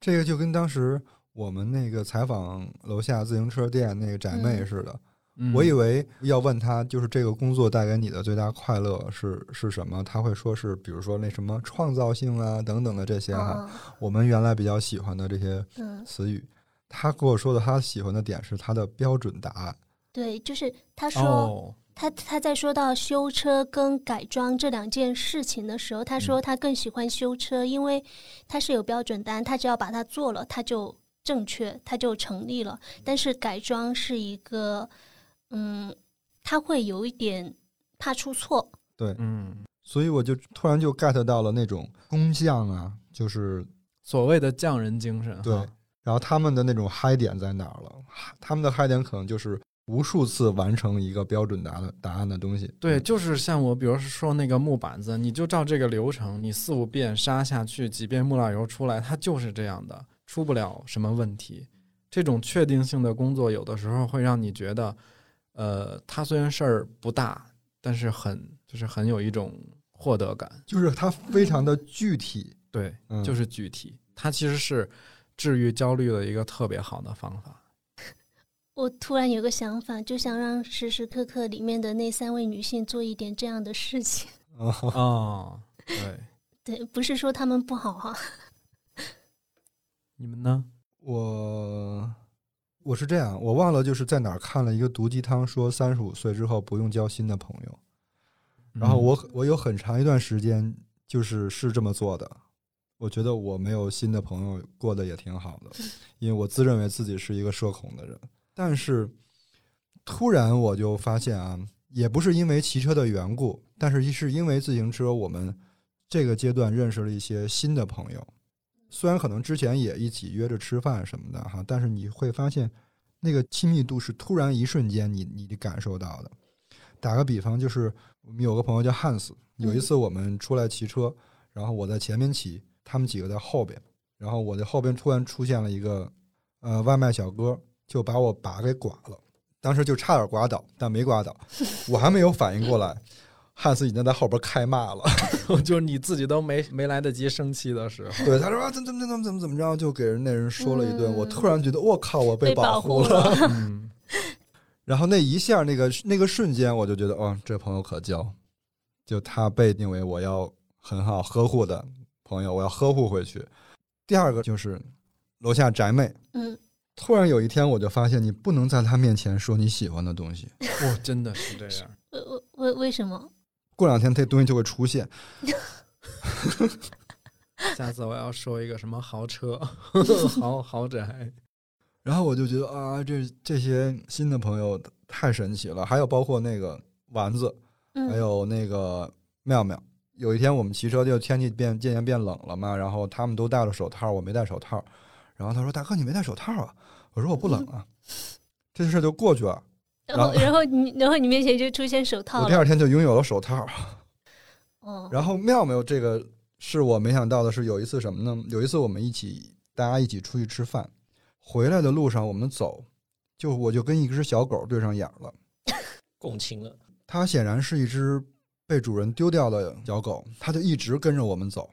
Speaker 2: 这个就跟当时我们那个采访楼下自行车店那个宅妹
Speaker 3: 嗯
Speaker 2: 似的，
Speaker 1: 嗯
Speaker 2: 我以为要问他，就是这个工作带给你的最大快乐是是什么？他会说是，比如说那什么创造性啊等等的这些哈，
Speaker 3: 啊，
Speaker 2: 我们原来比较喜欢的这些
Speaker 3: 嗯，
Speaker 2: 词语。他跟我说的，他喜欢的点是他的标准答案。
Speaker 3: 对，就是他说、
Speaker 1: 哦，
Speaker 3: 他他在说到修车跟改装这两件事情的时候，他说他更喜欢修车，因为他是有标准答案，他只要把它做了，他就正确，他就成立了。但是改装是一个，嗯，他会有一点怕出错，
Speaker 1: 嗯，
Speaker 2: 所以我就突然就 get 到了那种工匠啊，就是
Speaker 1: 所谓的匠人精神哈，
Speaker 2: 对，然后他们的那种嗨点在哪儿了？他们的嗨点可能就是无数次完成一个标准答案答案的东西。
Speaker 1: 对，就是像我，比如说那个木板子，你就照这个流程，你四五遍杀下去，几遍木蜡油出来，它就是这样的，出不了什么问题。这种确定性的工作，有的时候会让你觉得，呃，它虽然事儿不大，但是很就是很有一种获得感。
Speaker 2: 就是它非常的具体，
Speaker 1: 对，
Speaker 2: 嗯
Speaker 1: 就是具体，它其实是治愈焦虑的一个特别好的方法。
Speaker 3: 我突然有个想法，就想让时时刻刻里面的那三位女性做一点这样的事情。
Speaker 2: 哦，
Speaker 1: 哦，对，
Speaker 3: 对，不是说她们不好哈、
Speaker 1: 你们呢？
Speaker 2: 我我是这样，我忘了就是在哪儿看了一个毒鸡汤，说三十五岁之后不用交新的朋友。然
Speaker 1: 嗯
Speaker 2: 后我我有很长一段时间就是是这么做的，我觉得我没有新的朋友过得也挺好的，因为我自认为自己是一个社恐的人。但是突然我就发现啊，也不是因为骑车的缘故，但是是因为自行车，我们这个阶段认识了一些新的朋友。虽然可能之前也一起约着吃饭什么的哈，但是你会发现那个亲密度是突然一瞬间你你感受到的。打个比方，就是我们有个朋友叫汉斯，有一次我们出来骑车，然后我在前面骑，他们几个在后边，然后我的后边突然出现了一个呃外卖小哥，就把我把给剐了，当时就差点刮倒，但没刮倒，我还没有反应过来，汉斯已经在后边开骂了，
Speaker 1: 就是你自己都没没来得及生气的时候，
Speaker 2: 对，他说啊怎么怎么怎么怎么怎么着，就给人那人说了一顿，
Speaker 3: 嗯
Speaker 2: 我突然觉得我靠，我
Speaker 3: 被
Speaker 2: 保
Speaker 3: 护
Speaker 2: 了，
Speaker 3: 了，
Speaker 1: 嗯，
Speaker 2: 然后那一下那个那个瞬间，我就觉得，哦，这朋友可交，就他被定为我要很好呵护的朋友，我要呵护回去。第二个就是楼下宅妹，
Speaker 3: 嗯，
Speaker 2: 突然有一天我就发现，你不能在她面前说你喜欢的东西，
Speaker 1: 哇，真的是这样。
Speaker 3: 为为为什么？
Speaker 2: 过两天这东西就会出现。
Speaker 1: 下次我要说一个什么豪车、豪豪宅，
Speaker 2: 然后我就觉得啊，这这些新的朋友太神奇了，还有包括那个丸子，
Speaker 3: 嗯，
Speaker 2: 还有那个妙妙。有一天我们骑车，就天气变渐渐变冷了嘛，然后他们都戴了手套，我没戴手套。然后他说：“大哥，你没戴手套啊？”我说：“我不冷 啊。”这事儿就过去
Speaker 3: 哦
Speaker 2: 了。
Speaker 3: 然后
Speaker 2: 然后
Speaker 3: 然后你然后你面前就出现手
Speaker 2: 我
Speaker 3: 套
Speaker 2: 第
Speaker 3: 了，
Speaker 2: 二天就拥有了手套。
Speaker 3: 哦，
Speaker 2: 然后妙妙这个是我没想到的是，有一次什么呢？有一次我们一起大家一起出去吃饭，回来的路上我们走，就我就跟一只小狗对上眼了。
Speaker 4: 共情了。
Speaker 2: 它显然是一只被主人丢掉的小狗，它就一直跟着我们走，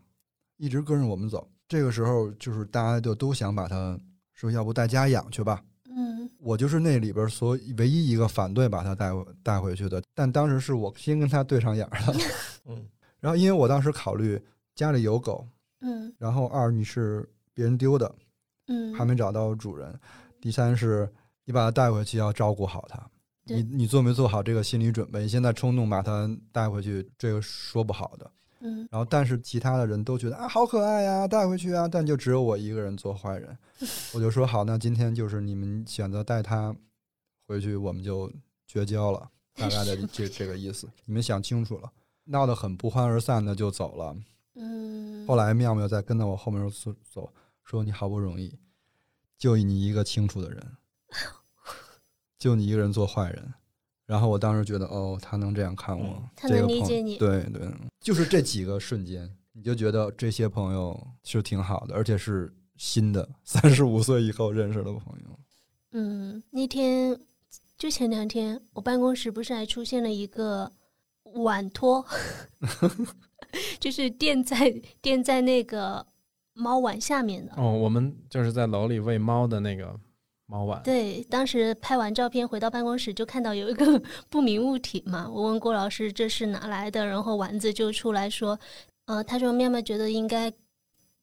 Speaker 2: 一直跟着我们走。这个时候，就是大家就都想把它说，要不带家养去吧。
Speaker 3: 嗯
Speaker 2: 我就是那里边所唯一一个反对把它带回带回去的，但当时是我先跟它对上眼儿了。
Speaker 4: 嗯，
Speaker 2: 然后，因为我当时考虑家里有狗，
Speaker 3: 嗯
Speaker 2: 然后二你是别人丢的，
Speaker 3: 嗯，
Speaker 2: 还没找到主人；第三是你把它带回去要照顾好它。
Speaker 3: 对
Speaker 2: 你你做没做好这个心理准备？现在冲动把它带回去，这个说不好的。
Speaker 3: 嗯，
Speaker 2: 然后，但是其他的人都觉得啊，好可爱呀、带回去啊，但就只有我一个人做坏人。我就说好，那今天就是你们选择带它回去，我们就绝交了，大概的这这个意思。你们想清楚了，闹得很不欢而散的就走了。
Speaker 3: 嗯，
Speaker 2: 后来妙妙在跟到我后面走走，说你好不容易，就你一个清楚的人，就你一个人做坏人。然后我当时觉得，哦，他能这样看我，
Speaker 4: 嗯
Speaker 3: 他
Speaker 2: 这
Speaker 3: 能
Speaker 2: 个
Speaker 3: 理
Speaker 2: 朋
Speaker 3: 解你
Speaker 2: 对对，就是这几个瞬间，你就觉得这些朋友是挺好的，而且是新的，三十五岁以后认识的朋友。
Speaker 3: 嗯，那天就前两天，我办公室不是还出现了一个碗托， 就是垫在垫在那个猫碗下面的。
Speaker 1: 哦，我们就是在楼里喂猫的那个猫碗，
Speaker 3: 对，当时拍完照片回到办公室，就看到有一个 不明物体嘛。我问郭老师这是哪来的，然后丸子就出来说，呃，他说妙妙觉得应该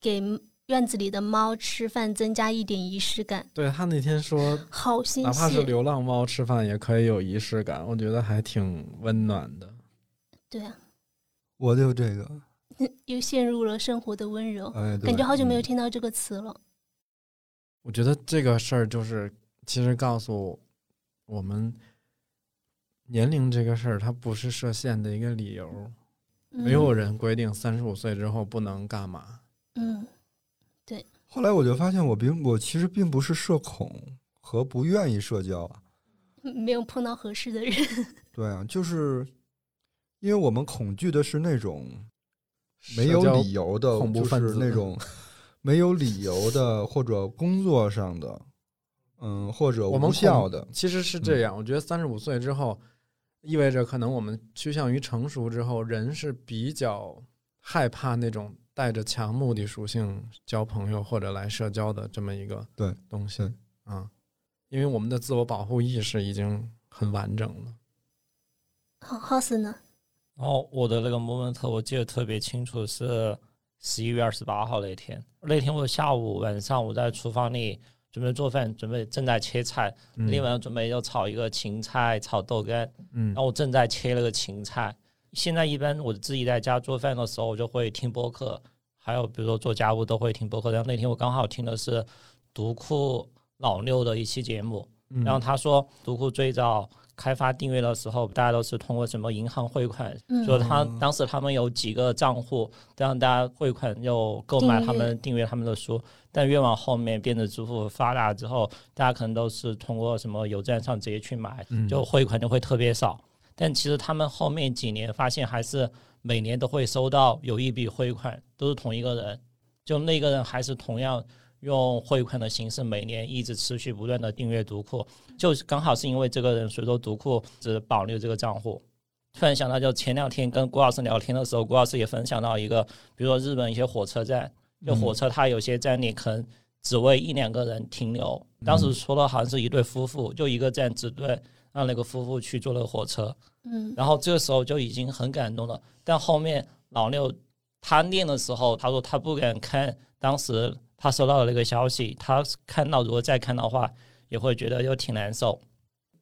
Speaker 3: 给院子里的猫吃饭增加一点仪式感，
Speaker 1: 对他那天说，
Speaker 3: 好新
Speaker 1: 哪怕是
Speaker 3: 鲜。
Speaker 1: 流浪猫吃饭也可以有仪式感，我觉得还挺温暖的。
Speaker 3: 对啊，
Speaker 2: 我就这个，
Speaker 3: 又陷入了生活的温柔。
Speaker 2: 哎，对
Speaker 3: 哦感觉好久没有
Speaker 2: 嗯
Speaker 3: 听到这个词了。
Speaker 1: 我觉得这个事儿就是，其实告诉我们，年龄这个事儿，它不是设限的一个理由。没有人规定三十五岁之后不能干嘛。
Speaker 3: 嗯，嗯，
Speaker 2: 后来我就发现，我并我其实并不是社恐和不愿意社交啊，
Speaker 3: 没有碰到合适的人。
Speaker 2: 对啊，就是因为我们恐惧的是那种没有
Speaker 1: 社交
Speaker 2: 理由的，
Speaker 1: 恐怖
Speaker 2: 就
Speaker 1: 分
Speaker 2: 是
Speaker 1: 子
Speaker 2: 那 种没有理由的，或者工作上的，嗯，或者
Speaker 1: 我们
Speaker 2: 无效的
Speaker 1: 恐，其实是
Speaker 2: 嗯
Speaker 1: 这样，我觉得三十五岁之后，意味着可能我们趋向于成熟之后，人是比较害怕那种带着强目的属性交朋友或者来社交的这么一个
Speaker 2: 对
Speaker 1: 东西
Speaker 2: 对
Speaker 1: 啊，因为我们的自我保护意识已经很完整了。
Speaker 3: 好 house 呢？
Speaker 4: 然后我的那个 moment 我记得特别清楚，是十一月二十八号那天。那天我下午晚上我在厨房里准备做饭，准备正在切菜，
Speaker 1: 嗯
Speaker 4: 那天晚上准备要炒一个芹菜炒豆干，
Speaker 1: 嗯
Speaker 4: 然后我正在切了个芹菜。现在一般我自己在家做饭的时候，我就会听播客，还有比如说做家务都会听播客。然后那天我刚好听的是独库老六的一期节目，
Speaker 1: 嗯
Speaker 4: 然后他说，独库最早开发订阅的时候，大家都是通过什么银行汇款，
Speaker 3: 嗯
Speaker 4: 说他当时他们有几个账户，让大家汇款又购买他
Speaker 3: 订阅
Speaker 4: 们订阅他们的书。但越往后面电子支付发达之后，大家可能都是通过什么邮站上直接去买，
Speaker 1: 嗯
Speaker 4: 就汇款就会特别少。但其实他们后面几年发现，还是每年都会收到有一笔汇款，都是同一个人，就那个人还是同样用汇款的形式，每年一直持续不断的订阅读库，就是刚好是因为这个人，所以说读库只保留这个账户。突然想到，就前两天跟郭老师聊天的时候，郭老师也分享到一个，比如说日本一些火车站，就火车它有些站你可能只为一两个人停留。当时说的好像是一对夫妇，就一个站只对让那个夫妇去坐了火车，
Speaker 3: 嗯
Speaker 4: 然后这个时候就已经很感动了。但后面老六他念的时候，他说他不敢看当时他收到的那个消息，他看到如果再看到的话，也会觉得又挺难受。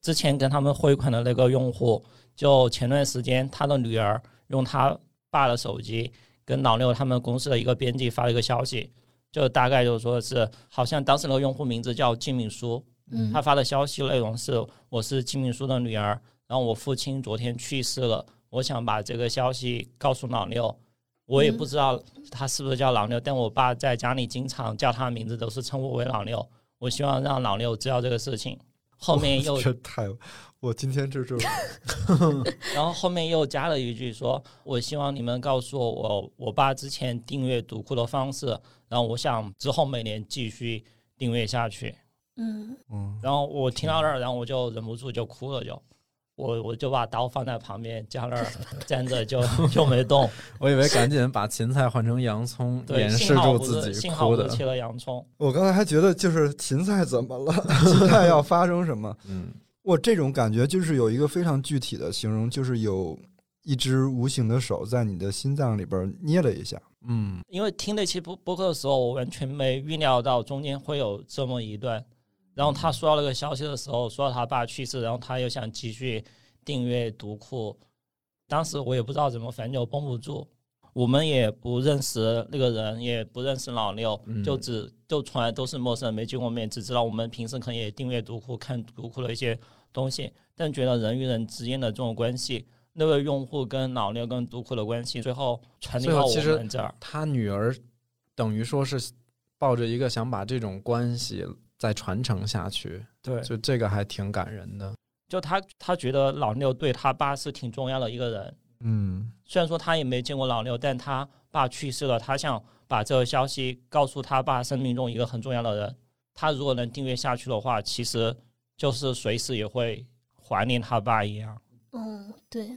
Speaker 4: 之前跟他们汇款的那个用户，就前段时间他的女儿用他爸的手机跟老六他们公司的一个编辑发了一个消息，就大概就说是好像当时那个用户名字叫金敏书，
Speaker 3: 嗯，
Speaker 4: 他发的消息内容是：“我是金敏淑的女儿，然后我父亲昨天去世了，我想把这个消息告诉老六。我也
Speaker 3: 嗯
Speaker 4: 不知道他是不是叫老六，但我爸在家里经常叫他名字，都是称呼为老六。我希望让老六知道这个事情。后面又
Speaker 2: 这太，我今天这 就是
Speaker 4: 然后后面又加了一句说：“我希望你们告诉我，我爸之前订阅读库的方式，然后我想之后每年继续订阅下去。”
Speaker 3: 嗯
Speaker 2: 嗯，
Speaker 4: 然后我听到那儿，然后我就忍不住就哭了就，我我就把刀放在旁边，架 那儿站 着就就没动。
Speaker 1: 我以为赶紧把芹菜换成洋葱，
Speaker 4: 对，
Speaker 1: 掩
Speaker 4: 幸
Speaker 1: 饰
Speaker 4: 好
Speaker 1: 住
Speaker 4: 不是
Speaker 1: 自己
Speaker 4: 幸好
Speaker 1: 哭
Speaker 4: 不是
Speaker 1: 的。
Speaker 4: 切了洋葱，
Speaker 2: 我刚才还觉得就是芹菜怎么了， 芹菜要发生什么？
Speaker 1: 嗯，
Speaker 2: 我这种感觉就是有一个非常具体的形容，就是有一只无形的手在你的心脏里边捏了一下，
Speaker 1: 嗯，
Speaker 4: 因为听那期播播客的时候，我完全没预料到中间会有这么一段。然后
Speaker 1: 嗯
Speaker 4: 他说到那个消息的时候，说到他爸去世，然后他又想继续订阅读库，当时我也不知道怎么，反正就绷不住。我们也不认识那个人，也不认识老六，就
Speaker 1: 嗯
Speaker 4: 只就从来都是陌生人，没见过面，只知道我们平时可能也订阅读库看读库的一些东西，但觉得人与人之间的这种关系，那位用户跟老六跟读库的关系，最后传递
Speaker 1: 最后
Speaker 4: 到
Speaker 1: 其
Speaker 4: 我
Speaker 1: 实
Speaker 4: 们这儿。
Speaker 1: 他女儿等于说是抱着一个想把这种关系再传承下去，
Speaker 4: 对，
Speaker 1: 就这个还挺感人的。
Speaker 4: 就他他觉得老六对他爸是挺重要的一个人，
Speaker 2: 嗯，
Speaker 4: 虽然说他也没见过老六，但他爸去世了，他想把这个消息告诉他爸生命中一个很重要的人。他如果能订阅下去的话，其实就是随时也会怀念他爸一样，
Speaker 3: 嗯，对，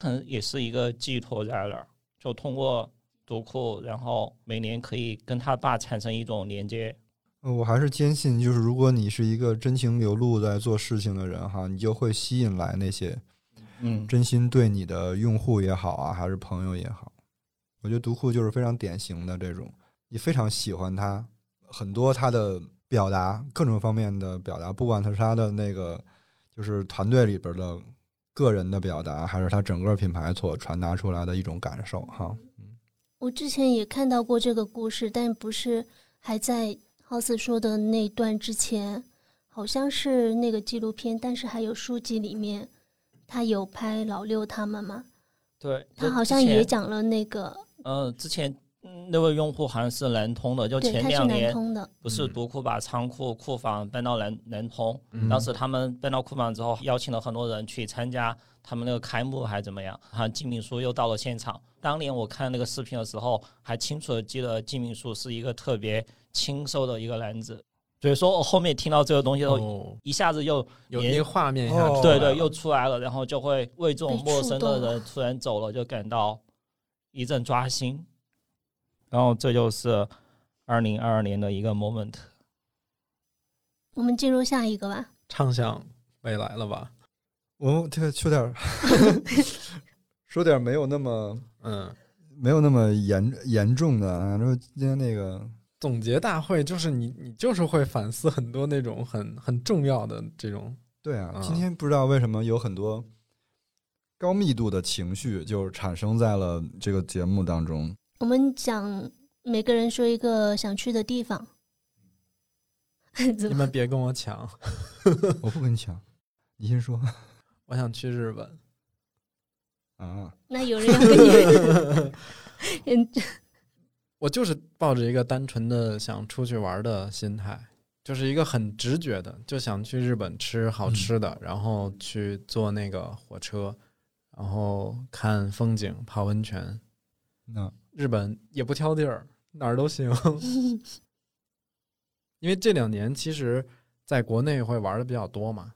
Speaker 4: 可能也是一个寄托在那儿。就通过读库，然后每年可以跟他爸产生一种连接。
Speaker 2: 呃我还是坚信，就是如果你是一个真情流露在做事情的人哈，你就会吸引来那些
Speaker 4: 嗯，
Speaker 2: 真心对你的用户也好啊，还是朋友也好。我觉得读库就是非常典型的这种，你非常喜欢他，很多他的表达，各种方面的表达，不管他是他的那个就是团队里边的个人的表达，还是他整个品牌所传达出来的一种感受哈。
Speaker 3: 我之前也看到过这个故事，但不是还在 House 说的那段之前，好像是那个纪录片，但是还有书籍里面，他有拍老六他们嘛，
Speaker 4: 对，
Speaker 3: 他好像也讲了那个，
Speaker 4: 呃，之前嗯那位用户好像是南通的，就
Speaker 3: 对，
Speaker 4: 前
Speaker 3: 他是
Speaker 4: 两
Speaker 3: 南
Speaker 4: 年
Speaker 3: 通的，
Speaker 4: 不是
Speaker 1: 嗯
Speaker 4: 独库把仓库库房搬到南南通，当时他们搬到库房之后，邀请了很多人去参加他们那个开幕还是怎么样，好像金敏书又到了现场。当年我看那个视频的时候，还清楚的记得金敏书是一个特别清瘦的一个男子，所以说我后面听到这个东西后，
Speaker 1: 哦，
Speaker 4: 一下子又
Speaker 1: 有
Speaker 4: 也
Speaker 1: 那个画面一下
Speaker 2: 哦
Speaker 1: 出来了，
Speaker 4: 对对又出来了，然后就会为这种
Speaker 3: 被
Speaker 4: 陌
Speaker 3: 触
Speaker 4: 生
Speaker 3: 动
Speaker 4: 的
Speaker 3: 了
Speaker 4: 人突然走了就感到一阵抓心，然后这就是二零二二年的一个 moment。
Speaker 3: 我们进入下一个吧。
Speaker 1: 畅想未来了吧？
Speaker 2: 我这说点儿 说点儿没有那么
Speaker 1: 嗯，
Speaker 2: 没有那么严严重的啊，说今天那个
Speaker 1: 总结大会就是你，你就是会反思很多那种很很重要的这种，
Speaker 2: 对啊，
Speaker 1: 嗯
Speaker 2: 今天不知道为什么有很多高密度的情绪，就是产生在了这个节目当中。
Speaker 3: 我们讲每个人说一个想去的地方， 怎
Speaker 1: 你
Speaker 3: 么
Speaker 1: 们别跟我抢，
Speaker 2: 我不跟你抢，你先说
Speaker 1: 我想去日本。
Speaker 2: 啊。
Speaker 3: 那有人要跟 你， 嗯，
Speaker 1: 我就是抱着一个单纯的想出去玩的心态，就是一个很直觉的，就想去日本吃好吃的，然后去坐那个火车，然后看风景、泡温泉。
Speaker 2: 那
Speaker 1: 日本也不挑地儿，哪儿都行。因为这两年其实在国内会玩的比较多嘛。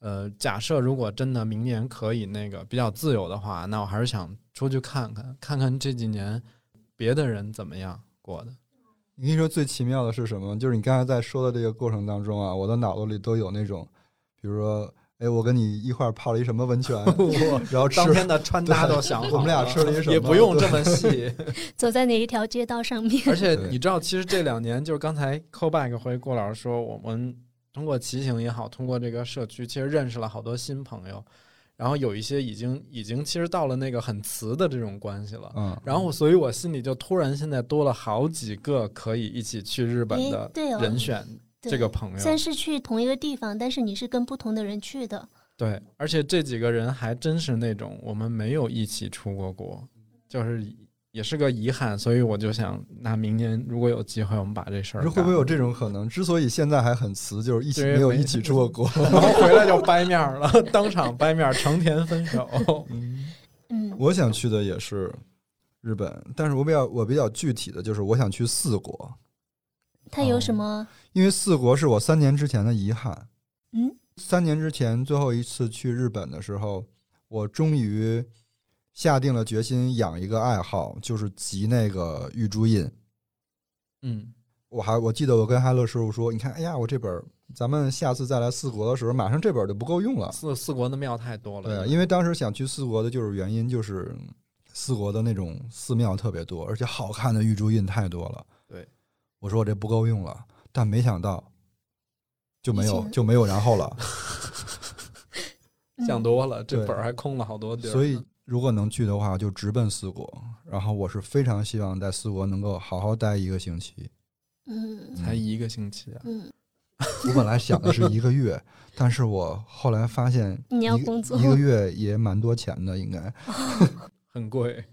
Speaker 1: 呃，假设如果真的明年可以那个比较自由的话，那我还是想出去看看，看看这几年别的人怎么样过的。
Speaker 2: 你跟你说最奇妙的是什么？就是你刚才在说的这个过程当中啊，我的脑子里都有那种，比如说，哎，我跟你一块儿泡了一什么温 泉，然后吃
Speaker 1: 当天的穿搭都想好了，
Speaker 2: 我们俩吃了一什么
Speaker 1: 也不用这么细。
Speaker 3: 走在哪一条街道上面？
Speaker 1: 而且
Speaker 2: 对
Speaker 1: 你知道，其实这两年就是刚才 call back 回顾老师说，我们通过骑行也好，通过这个社区，其实认识了好多新朋友，然后有一些已经已经其实到了那个很瓷的这种关系了。
Speaker 2: 嗯，
Speaker 1: 然后，所以我心里就突然现在多了好几个可以一起去日本
Speaker 3: 哎
Speaker 1: 的，
Speaker 3: 对哦，
Speaker 1: 人选，
Speaker 3: 对
Speaker 1: 这个朋
Speaker 3: 虽然
Speaker 1: 友。
Speaker 3: 是去同一个地方，但是你是跟不同的人去的。
Speaker 1: 对，而且这几个人还真是那种我们没有一起出过国，就是也是个遗憾。所以我就想，那明年如果有机会，我们把这事
Speaker 2: 你
Speaker 1: 儿
Speaker 2: 说会不
Speaker 1: 干了
Speaker 2: 会有这种可能？之所以现在还很瓷，就是一起
Speaker 1: 对
Speaker 2: 没有
Speaker 1: 没
Speaker 2: 一起出过国。
Speaker 1: 然后回来就掰面儿了，当场掰面儿，成田分手。
Speaker 3: 嗯，
Speaker 2: 我想去的也是日本，但是我比较我比较具体的就是我想去四国，
Speaker 3: 他有什么？
Speaker 2: 因为四国是我三年之前的遗憾。
Speaker 3: 嗯，
Speaker 2: 三年之前最后一次去日本的时候，我终于下定了决心养一个爱好，就是集那个玉珠印。
Speaker 1: 嗯，
Speaker 2: 我还我记得我跟哈勒师傅说，你看，哎呀，我这本儿咱们下次再来四国的时候，马上这本儿就不够用了。啊
Speaker 1: 四四国的庙太多了。
Speaker 2: 对，因为当时想去四国的就是原因就是四国的那种寺庙特别多，而且好看的玉珠印太多了。
Speaker 1: 对，
Speaker 2: 我说我这不够用了，但没想到就没
Speaker 3: 以
Speaker 2: 有
Speaker 3: 前
Speaker 2: 就没有然后了。
Speaker 3: 嗯
Speaker 1: 想多了，这
Speaker 2: 对
Speaker 1: 本儿还空了好多地儿呢。
Speaker 2: 所以如果能去的话，就直奔四国。然后我是非常希望在四国能够好好待一个星 期。
Speaker 3: 嗯
Speaker 1: 才一个星期啊，
Speaker 3: 嗯，
Speaker 2: 我本来想的是一个月，但是我后来发现
Speaker 3: 你要
Speaker 2: 一个
Speaker 3: 工作
Speaker 2: 一个月也蛮多钱的，应该。
Speaker 1: 很贵。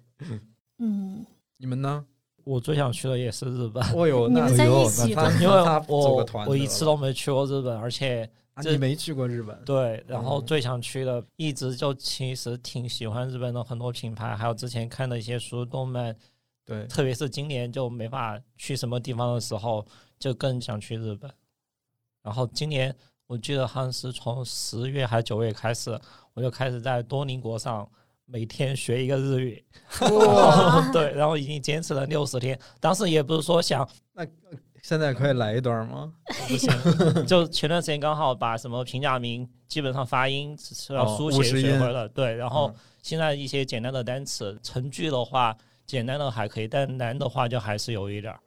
Speaker 3: 嗯，
Speaker 1: 你们 呢？
Speaker 4: 我最想去的也是日本，
Speaker 1: 哦呦，
Speaker 3: 你
Speaker 1: 那
Speaker 3: 们在
Speaker 2: 哎
Speaker 3: 一
Speaker 2: 呦
Speaker 3: 起
Speaker 1: 那
Speaker 3: 吧
Speaker 1: 咱。
Speaker 4: 因为
Speaker 1: 那组个
Speaker 4: 我
Speaker 1: 团
Speaker 4: 我一
Speaker 1: 得
Speaker 4: 次
Speaker 1: 了
Speaker 4: 都没去过日本，而且
Speaker 1: 啊
Speaker 4: 这
Speaker 1: 你没去过日本，
Speaker 4: 对，然后
Speaker 1: 嗯
Speaker 4: 最想去的，一直就其实挺喜欢日本的很多品牌，还有之前看的一些书、动漫，
Speaker 1: 对，
Speaker 4: 特别是今年就没法去什么地方的时候，就更想去日本。然后今年我记得好像是从十月还是九月开始，我就开始在多邻国上每天学一个日语，
Speaker 3: 哇
Speaker 4: 对，然后已经坚持了六十天。当时也不是说想
Speaker 1: 现在可以来一段吗？
Speaker 4: 不行，就前段时间刚好把什么平假名基本上发音是要
Speaker 1: 哦
Speaker 4: 书
Speaker 1: 五
Speaker 4: 写
Speaker 1: 十
Speaker 4: 学
Speaker 1: 音
Speaker 4: 会了，对，然后
Speaker 1: 嗯
Speaker 4: 现在一些简单的单词成句的话，简单的还可以，但难的话就还是有一点儿。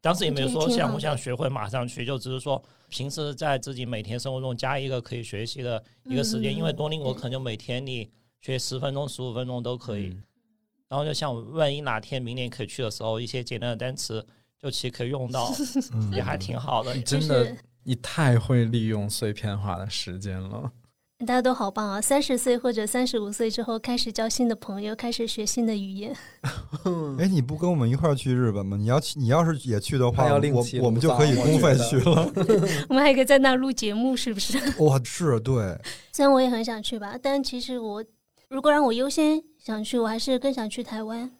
Speaker 4: 当时也没有
Speaker 3: 我觉
Speaker 4: 说
Speaker 3: 得挺
Speaker 4: 像
Speaker 3: 好
Speaker 4: 我想学会马上去，就只是说平时在自己每天生活中加一个可以学习的一个时间，因为
Speaker 3: 嗯
Speaker 4: 多邻国可能就每天你学十分钟、十五分钟都可以。
Speaker 1: 嗯
Speaker 4: 然后就像我万一哪天明年可以去的时候，一些简单的单词就其实可以用 到，
Speaker 2: 嗯
Speaker 4: 也还挺好的。
Speaker 3: 就
Speaker 1: 真的
Speaker 3: 是，
Speaker 1: 你太会利用碎片化的时间了。
Speaker 3: 大家都好棒啊！三十岁或者三十五岁之后，开始交新的朋友，开始学新的语言。
Speaker 1: 嗯
Speaker 2: 哎，你不跟我们一块儿去日本吗？你要去，你要是也去的话，
Speaker 1: 他要另
Speaker 2: 我
Speaker 1: 起
Speaker 2: 我们
Speaker 1: 炉灶
Speaker 2: 就可以
Speaker 1: 我
Speaker 2: 公
Speaker 1: 觉
Speaker 2: 费
Speaker 1: 得
Speaker 2: 去 了。
Speaker 3: 我们还可以在那录节目，是不是？
Speaker 2: 哇，是对，
Speaker 3: 虽然我也很想去吧，但其实我如果让我优先想去，我还是更想去台湾。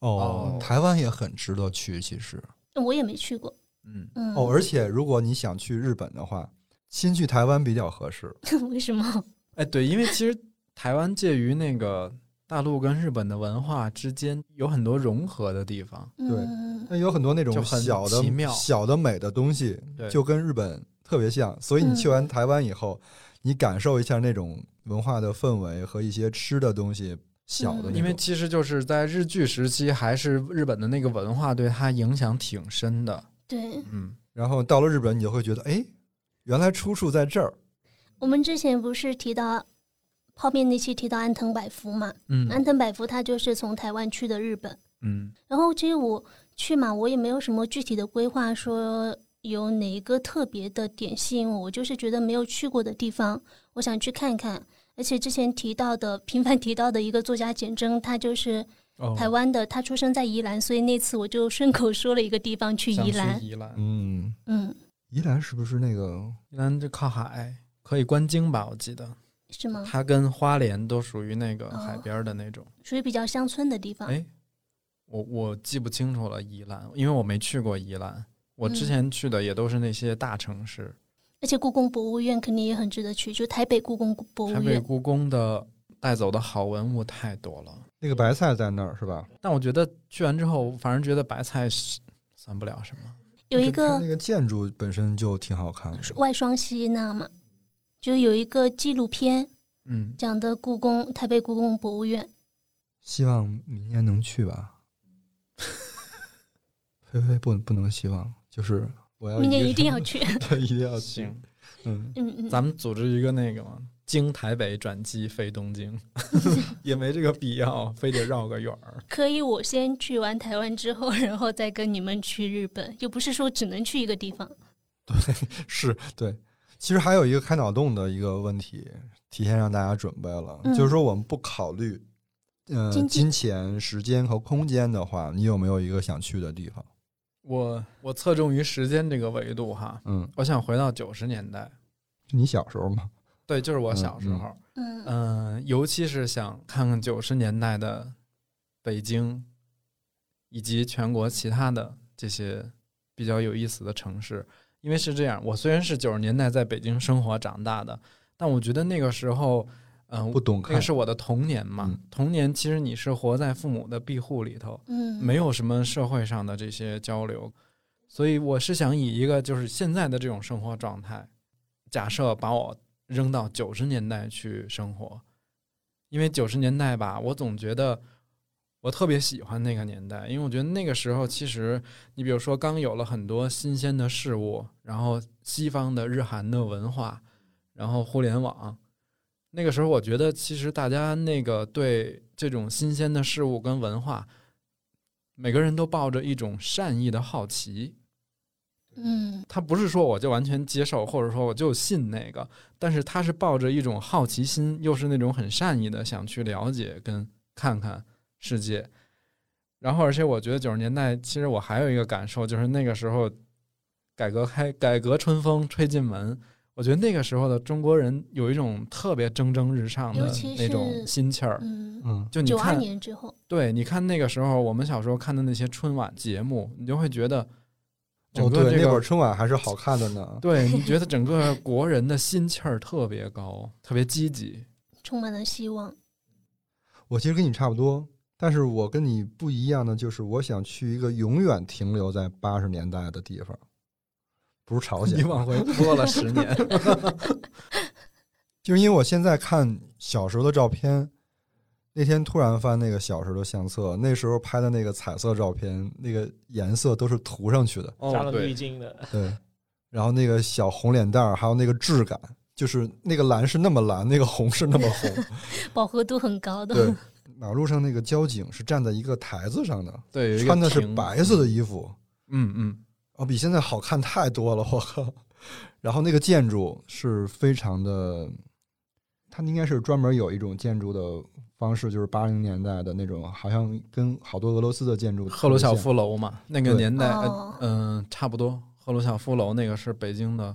Speaker 1: 哦
Speaker 2: 台湾也很值得去，其实
Speaker 3: 我也没去过，
Speaker 1: 嗯，
Speaker 3: 嗯，
Speaker 2: 哦，而且如果你想去日本的话，先去台湾比较合适。
Speaker 3: 为什么？
Speaker 1: 哎，对，因为其实台湾介于那个大陆跟日本的文化之间有很多融合的地方。
Speaker 2: 对
Speaker 3: 嗯，
Speaker 2: 那有很多那
Speaker 1: 就
Speaker 2: 种
Speaker 1: 很
Speaker 2: 小
Speaker 1: 奇
Speaker 2: 的
Speaker 1: 妙
Speaker 2: 小的美的东西，
Speaker 1: 对，
Speaker 2: 就跟日本特别像。所以你去完台湾以后，你感受一下那种文化的氛围和一些吃的东西，小的那
Speaker 3: 嗯
Speaker 2: 种。
Speaker 1: 因为其实就是在日剧时期，还是日本的那个文化对他影响挺深的。
Speaker 3: 对，
Speaker 1: 嗯，
Speaker 2: 然后到了日本，你就会觉得，哎，原来出处在这儿。
Speaker 3: 我们之前不是提到泡面那期提到安藤百福嘛？安
Speaker 1: 嗯
Speaker 3: 藤百福他就是从台湾去的日本，
Speaker 1: 嗯，
Speaker 3: 然后其实我去嘛，我也没有什么具体的规划，说有哪一个特别的点吸引我，我就是觉得没有去过的地方，我想去看看。而且之前提到的频繁提到的一个作家简真，他就是
Speaker 1: 哦
Speaker 3: 台湾的，他出生在宜兰，所以那次我就顺口说了一个地方去
Speaker 1: 想
Speaker 3: 宜兰。
Speaker 1: 宜兰，
Speaker 2: 嗯，
Speaker 3: 嗯，
Speaker 2: 宜兰是不是那个？
Speaker 1: 宜兰就靠海，可以观鲸吧？我记得
Speaker 3: 是吗？
Speaker 1: 它跟花莲都属于那个
Speaker 3: 嗯哦
Speaker 1: 海边的那种。
Speaker 3: 属于比较乡村的地方。
Speaker 1: 哎，我我记不清楚了，宜兰，因为我没去过宜兰，我之
Speaker 3: 嗯
Speaker 1: 前去的也都是那些大城市，
Speaker 3: 而且故宫博物院肯定也很值得去，就台北故宫博物
Speaker 1: 台北
Speaker 3: 院。
Speaker 1: 故宫的带走的好文物太多了。
Speaker 2: 那个白菜在那儿是吧？
Speaker 1: 但我觉得去完之后，反正觉得白菜是算不了什么。
Speaker 3: 有一
Speaker 2: 它
Speaker 3: 个
Speaker 2: 那个建筑本身就挺好看的。
Speaker 3: 外双溪那嘛，就有一个纪录片
Speaker 1: 嗯，
Speaker 3: 讲的故宫台北故宫博物院。
Speaker 2: 希望明年能去吧。菲菲不不能希望，就是我要
Speaker 3: 明年一定要
Speaker 2: 去，
Speaker 3: 去。
Speaker 2: 对，一定要去。
Speaker 1: 行，
Speaker 2: 嗯，
Speaker 3: 嗯嗯，
Speaker 1: 咱们组织一个那个嘛，经台北转机飞东京，也没这个必要，非得绕个远儿。
Speaker 3: 可以，我先去完台湾之后，然后再跟你们去日本，又不是说只能去一个地方。
Speaker 2: 是对。其实还有一个开脑洞的一个问题，提前让大家准备了，
Speaker 3: 嗯
Speaker 2: 就是说我们不考虑，呃，
Speaker 3: 经济
Speaker 2: 金钱、时间和空间的话，你有没有一个想去的地方？
Speaker 1: 我我侧重于时间这个维度哈，
Speaker 2: 嗯，
Speaker 1: 我想回到九十年代，
Speaker 2: 就你小时候嘛，
Speaker 1: 对，就是我小时
Speaker 2: 嗯嗯
Speaker 1: 候，
Speaker 3: 嗯，
Speaker 1: 嗯、尤其是想看看九十年代的北京，以及全国其他的这些比较有意思的城市。因为是这样，我虽然是九十年代在北京生活长大的，但我觉得那个时候，嗯、
Speaker 2: 不懂
Speaker 1: 那个
Speaker 2: 看，
Speaker 1: 是我的童年嘛。
Speaker 2: 嗯
Speaker 1: 童年其实你是活在父母的庇护里头，
Speaker 3: 嗯，
Speaker 1: 没有什么社会上的这些交流，所以我是想以一个就是现在的这种生活状态，假设把我扔到九十年代去生活，因为九十年代吧，我总觉得我特别喜欢那个年代，因为我觉得那个时候其实，你比如说刚有了很多新鲜的事物，然后西方的、日韩的文化，然后互联网，那个时候我觉得其实大家那个对这种新鲜的事物跟文化，每个人都抱着一种善意的好奇。
Speaker 3: 嗯
Speaker 1: 他不是说我就完全接受，或者说我就信那个，但是他是抱着一种好奇心，又是那种很善意的想去了解跟看看世界。然后，而且我觉得九十年代，其实我还有一个感受，就是那个时候改革开改革春风吹进门，我觉得那个时候的中国人有一种特别蒸蒸日上
Speaker 3: 尤
Speaker 1: 的
Speaker 3: 其
Speaker 1: 那种
Speaker 3: 是
Speaker 1: 心气儿。
Speaker 3: 嗯，
Speaker 2: 嗯，
Speaker 1: 就你
Speaker 3: 九二
Speaker 1: 看，
Speaker 3: 年之后，
Speaker 1: 对，你看那个时候我们小时候看的那些春晚节目，你就会觉得整
Speaker 2: 哦，
Speaker 1: 个
Speaker 2: 对，
Speaker 1: 这
Speaker 2: 那会
Speaker 1: 个
Speaker 2: 儿春晚还是好看的呢。
Speaker 1: 对，你觉得整个国人的心气儿特别高，特别积极。
Speaker 3: 充满了希望。
Speaker 2: 我其实跟你差不多，但是我跟你不一样的就是，我想去一个永远停留在八十年代的地方，不是朝鲜。
Speaker 1: 你往回拖了十 年，
Speaker 2: 就是因为我现在看小时候的照片，那天突然翻那个小时候的相册，那时候拍的那个彩色照片，那个颜色都是涂上去的，
Speaker 4: 加
Speaker 1: 哦，
Speaker 4: 了滤
Speaker 1: 对，
Speaker 4: 镜的，
Speaker 2: 对。然后那个小红脸蛋儿，还有那个质感，就是那个蓝是那么蓝，那个红是那么红。
Speaker 3: 饱和度很高的，
Speaker 2: 对，马路上那个交警是站在一个台子上的，
Speaker 1: 对，有一个
Speaker 2: 穿的是
Speaker 1: 亭
Speaker 2: 白色的，衣服，
Speaker 1: 嗯嗯，
Speaker 2: 哦，比现在好看太多了，我靠！然后那个建筑是非常的，它应该是专门有一种建筑的方式，就是八零年代的那种，好像跟好多俄罗斯的建筑
Speaker 1: 赫鲁晓
Speaker 2: 特别像
Speaker 1: 夫楼嘛，那个
Speaker 2: 对
Speaker 1: 年代，
Speaker 3: 哦
Speaker 1: 呃嗯、差不多。赫鲁晓夫楼那个是北京的，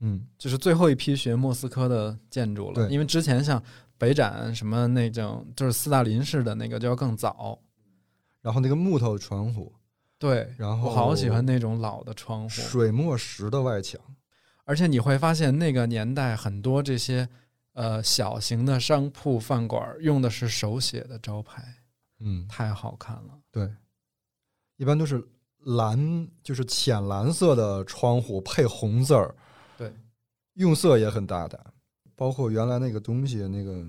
Speaker 2: 嗯，
Speaker 1: 就是最后一批学莫斯科的建筑了。
Speaker 2: 对
Speaker 1: 因为之前像北展什么那种，就是斯大林式的那个就要更早。
Speaker 2: 然后那个木头窗户，
Speaker 1: 对，
Speaker 2: 然后
Speaker 1: 我好喜欢那种老的窗户，
Speaker 2: 水墨石的外墙，
Speaker 1: 而且你会发现，那个年代很多这些呃小型的商铺、饭馆儿用的是手写的招牌，
Speaker 2: 嗯，
Speaker 1: 太好看了。
Speaker 2: 对，一般都是蓝，就是浅蓝色的窗户配红字儿，
Speaker 1: 对，
Speaker 2: 用色也很大胆，包括原来那个东西，那个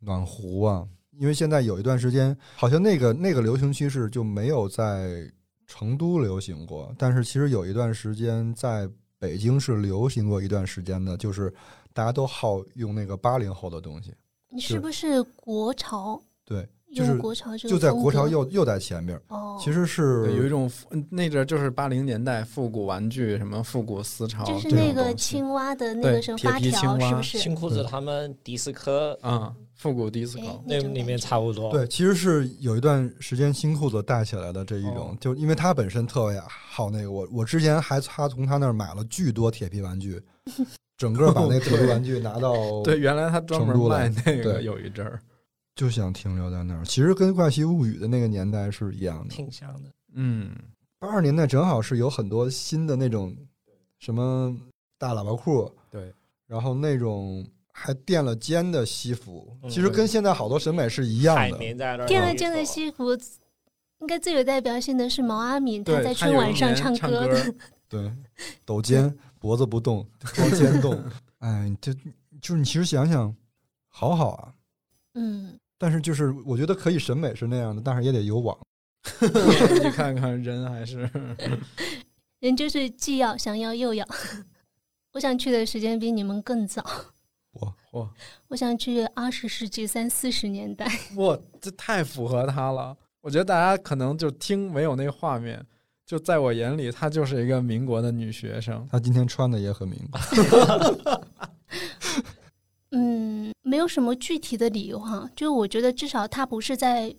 Speaker 2: 暖壶啊，因为现在有一段时间，好像那个那个流行趋势就没有在成都流行过，但是其实有一段时间在北京是流行过一段时间的，就是大家都好用那个八零后的东西，
Speaker 3: 你
Speaker 2: 是
Speaker 3: 是不是国潮？
Speaker 2: 对，就是
Speaker 3: 用国潮这个
Speaker 2: 就在
Speaker 3: 风
Speaker 2: 国潮
Speaker 3: 格
Speaker 2: 又又在前面儿，
Speaker 3: 哦，
Speaker 2: 其实是
Speaker 1: 对，有一种复嗯那阵儿就是八零年代复古玩具、什么复古思潮，
Speaker 3: 就是
Speaker 1: 哦这种
Speaker 3: 那个
Speaker 1: 东西
Speaker 3: 青蛙的那
Speaker 1: 对
Speaker 3: 个什么
Speaker 1: 铁
Speaker 3: 发
Speaker 1: 皮青
Speaker 3: 条，是
Speaker 1: 蛙
Speaker 3: 不是？
Speaker 4: 新裤子他们迪斯科
Speaker 1: 啊、复古迪斯
Speaker 3: 哎
Speaker 1: 科。
Speaker 3: 那
Speaker 4: 那
Speaker 3: 种
Speaker 4: 里
Speaker 3: 感觉
Speaker 4: 面差不
Speaker 1: 哦
Speaker 4: 多。
Speaker 2: 对，其实是有一段时间新裤子带起来的这一种，
Speaker 1: 哦
Speaker 2: 就因为他本身特别好那个，我我之前还他从他那儿买了巨多铁皮 玩具，整个把那铁皮玩具拿到，
Speaker 1: 对，，原来他专门
Speaker 2: 成都的
Speaker 1: 卖那个
Speaker 2: 对
Speaker 1: 有一阵儿，
Speaker 2: 就想停留在那儿。其实跟《怪奇物语》的那个年代是一样的，
Speaker 4: 挺像的，
Speaker 1: 嗯，
Speaker 2: 八十年代正好是有很多新的那种什么大喇叭裤，
Speaker 1: 对，
Speaker 2: 然后那种还垫了肩的西服，
Speaker 4: 嗯
Speaker 2: 其实
Speaker 1: 对
Speaker 2: 跟现在好多审美是一样
Speaker 4: 海
Speaker 2: 的。
Speaker 4: 绵在那儿。
Speaker 1: 哦
Speaker 3: 第二件的西服，应该最有代表性的是毛阿敏，
Speaker 1: 对，
Speaker 3: 在
Speaker 1: 他
Speaker 3: 春
Speaker 1: 有
Speaker 3: 晚
Speaker 1: 一
Speaker 3: 上
Speaker 1: 年唱
Speaker 3: 歌
Speaker 1: 歌
Speaker 3: 的。
Speaker 1: 儿
Speaker 2: 对，抖肩，脖子不动，光肩动。哎，这就是你其实想想，好好啊。
Speaker 3: 嗯，
Speaker 2: 但是就是我觉得可以审美是那样的，但是也得有网。
Speaker 1: 你看看人还是
Speaker 3: 人就是既要想要又要。我想去的时间比你们更早，
Speaker 1: 哇
Speaker 3: 我想去二十世纪三四十年代。
Speaker 1: 哇，这太符合他了。我觉得大家可能就听没有那画面，就在我眼里，她就是一个民国的女学生。
Speaker 2: 他今天穿的也很明白，
Speaker 3: 嗯，没有什么具体的理由哈，就我觉得至少他不是在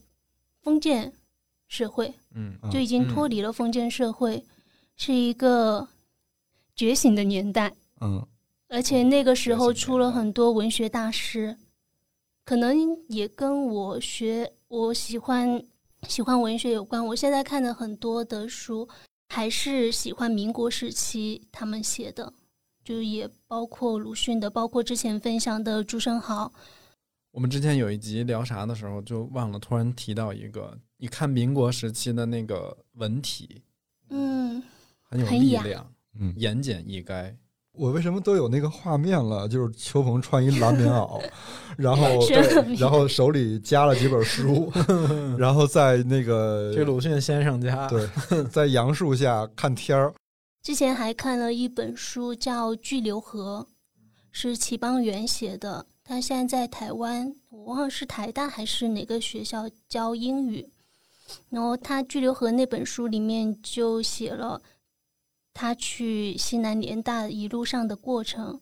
Speaker 3: 封建社会，
Speaker 1: 嗯
Speaker 2: 啊
Speaker 3: 就已经脱离了封建社会，是一个觉醒的年代。
Speaker 2: 嗯，
Speaker 3: 而且那个时候
Speaker 1: 嗯觉醒年代
Speaker 3: 出了很多文学大师，可能也跟我学我喜欢喜欢文学有关。我现在看的很多的书，还是喜欢民国时期他们写的，就也包括鲁迅的，包括之前分享的朱生豪。
Speaker 1: 我们之前有一集聊啥的时候，就忘了突然提到一个，你看民国时期的那个文体
Speaker 3: 嗯，
Speaker 1: 很有
Speaker 3: 很
Speaker 1: 力
Speaker 3: 雅
Speaker 1: 量，
Speaker 2: 嗯
Speaker 1: 言简意赅，
Speaker 2: 我为什么都有那个画面了？就是邱鹏穿一蓝棉袄，然后
Speaker 3: 是
Speaker 2: 然后手里夹了几本书，然后在那 个
Speaker 1: 去鲁迅先生家，
Speaker 2: 对，在杨树下看天儿。
Speaker 3: 之前还看了一本书叫《巨流河》，是齐邦媛写的。他现在在台湾，我忘了是台大还是哪个学校教英语。然后他《巨流河》那本书里面就写了他去西南联大一路上的过程。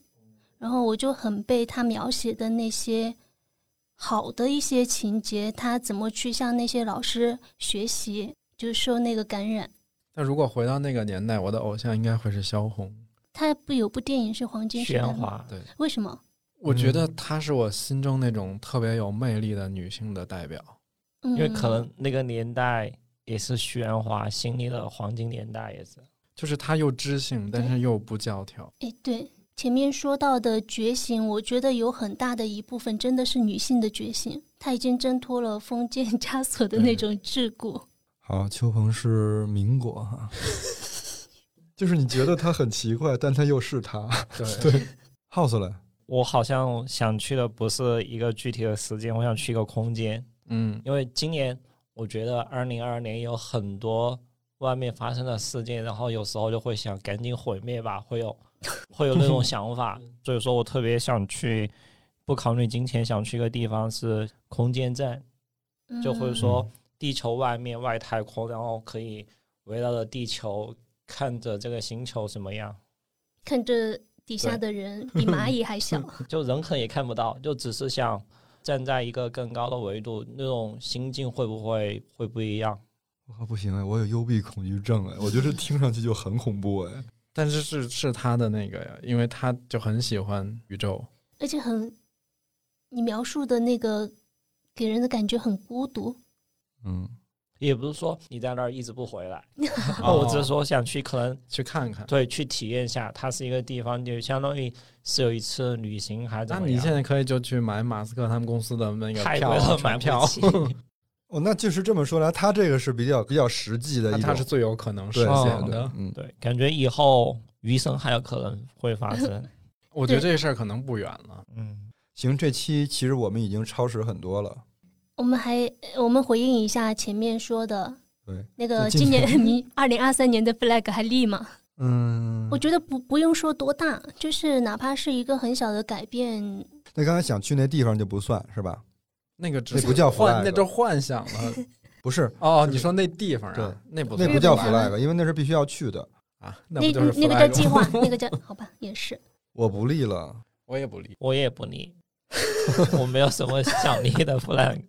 Speaker 3: 然后我就很被他描写的那些好的一些情节，他怎么去向那些老师学习，就受那个感染。
Speaker 1: 但如果回到那个年代，我的偶像应该会是萧红。
Speaker 3: 他不有部电影是黄金时代
Speaker 4: 喧
Speaker 3: 吗？
Speaker 4: 哗，
Speaker 1: 对，
Speaker 3: 为什么？
Speaker 1: 我觉得她是我心中那种特别有魅力的女性的代表。
Speaker 3: 嗯、
Speaker 4: 因为可能那个年代也是喧哗、心里的黄金年代，也是。
Speaker 1: 就是她又知性，但是又不教条。
Speaker 3: 哎，对，前面说到的觉醒，我觉得有很大的一部分真的是女性的觉醒，她已经挣脱了封建枷锁的那种桎梏。
Speaker 2: 好，邱鹏是民国哈，就是你觉得他很奇怪，但他又是他。
Speaker 1: 对，
Speaker 2: House 嘞，
Speaker 4: 我好像想去的不是一个具体的时间，我想去一个空间，
Speaker 1: 嗯，
Speaker 4: 因为今年我觉得二零二二年有很多外面发生的事件，然后有时候就会想赶紧毁灭吧，会有会有那种想法，所以说我特别想去，不考虑金钱，想去一个地方是空间站，
Speaker 3: 嗯
Speaker 4: 就会说地球外面外太空，然后可以围绕着地球看着这个星球什么样，
Speaker 3: 看着底下的人比蚂蚁还 小，
Speaker 4: 就人可能也看不到，就只是想站在一个更高的维度，那种心境会不会会不一样？
Speaker 2: 我靠不行哎，我有幽闭恐惧症哎，我觉得听上去就很恐怖哎。
Speaker 1: 但是是是她的那个呀，因为她就很喜欢宇 宙。
Speaker 3: 而且很，你描述的那个给人的感觉很孤独。
Speaker 2: 嗯，
Speaker 4: 也不是说你在那儿一直不 回来，
Speaker 1: 哦
Speaker 4: 我只是说想去，可能
Speaker 1: 去看看。
Speaker 4: 对去体验一下，它是一个地方，就相当于是有一次旅行还是
Speaker 1: 那
Speaker 4: 怎么
Speaker 1: 你现
Speaker 4: 样？
Speaker 1: 在可以就去买马斯克他们公司的那个
Speaker 4: 太贵
Speaker 1: 票啊，
Speaker 4: 了，
Speaker 1: 船
Speaker 4: 买
Speaker 1: 票
Speaker 4: 不， 起。
Speaker 2: 哦，那就是这么说来，他这个是比较比较实际的
Speaker 1: 那
Speaker 2: 一
Speaker 1: 他
Speaker 2: 种，
Speaker 1: 是最有可能实
Speaker 2: 对
Speaker 1: 现
Speaker 2: 对
Speaker 1: 的。
Speaker 2: 嗯，
Speaker 4: 对，感觉以后余生还有可能会发生。
Speaker 1: 我觉得这事儿可能不远了。
Speaker 4: 嗯，
Speaker 2: 行，这期其实我们已经超时很多了。
Speaker 3: 我们还我们回应一下前面说的
Speaker 2: 对，
Speaker 3: 那个，
Speaker 2: 今
Speaker 3: 今
Speaker 2: 年
Speaker 3: 年 你二零二三年的 flag 还立吗？
Speaker 2: 嗯
Speaker 3: 我，觉得不不用说多大，就是哪怕是一个很小的改变，
Speaker 2: 那刚才想去那地方就不算是吧？
Speaker 1: 那个只
Speaker 2: 那
Speaker 1: 是
Speaker 2: 不叫
Speaker 1: 幻，
Speaker 2: flag
Speaker 1: 那都幻想 了。
Speaker 2: 不是，
Speaker 1: 哦，你说那地方
Speaker 2: 对
Speaker 1: 啊，那不
Speaker 2: 那
Speaker 1: 算
Speaker 2: 不叫
Speaker 3: 日本
Speaker 2: flag，因为那是必须要去的。
Speaker 1: 啊，那
Speaker 3: 那
Speaker 1: 不就是
Speaker 3: 那个
Speaker 1: flag
Speaker 3: 叫计
Speaker 1: 吗
Speaker 3: 划，那个叫好吧，也是。
Speaker 2: 我不立了，
Speaker 1: 我也不理。
Speaker 4: 我也不腻，我没有什么想立的 flag，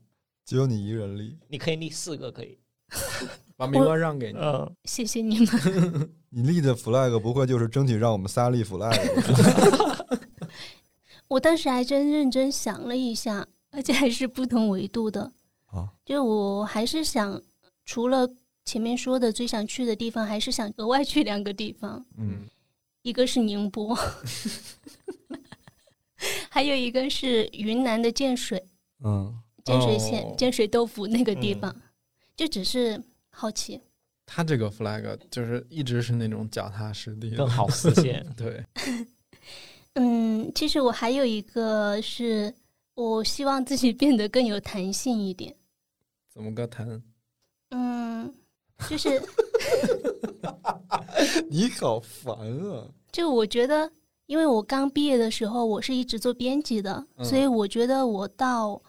Speaker 2: 只有你一人立。
Speaker 4: 你可以立四个，可以。
Speaker 1: 把名额让 给你，
Speaker 4: 嗯，
Speaker 3: 谢谢你们，
Speaker 2: 你立的 flag 不会就是争取让我们仨立 flag？吧
Speaker 3: 我当时还真认真想了一下，而且还是不同维度的。
Speaker 2: 啊，
Speaker 3: 就我还是想，除了前面说的最想去的地方，还是想额外去两个地方，
Speaker 2: 嗯，
Speaker 3: 一个是宁波， 还有一个是云南的建水。
Speaker 2: 嗯，
Speaker 3: 碱水县、
Speaker 1: 哦
Speaker 3: 碱水豆腐那个地
Speaker 4: 嗯
Speaker 3: 方，就只是好奇。
Speaker 1: 他这个 flag 就是一直是那种脚踏实地
Speaker 4: 嗯更
Speaker 1: 的。
Speaker 4: 好实现。
Speaker 1: 对，
Speaker 3: 嗯，其实我还有一个是，我希望自己变得更有弹性一点。
Speaker 1: 怎么个谈？
Speaker 3: 嗯，就是
Speaker 2: 你好烦啊！
Speaker 3: 就我觉得，因为我刚毕业的时候，我是一直做编辑的，
Speaker 1: 嗯
Speaker 3: 所以我觉得我到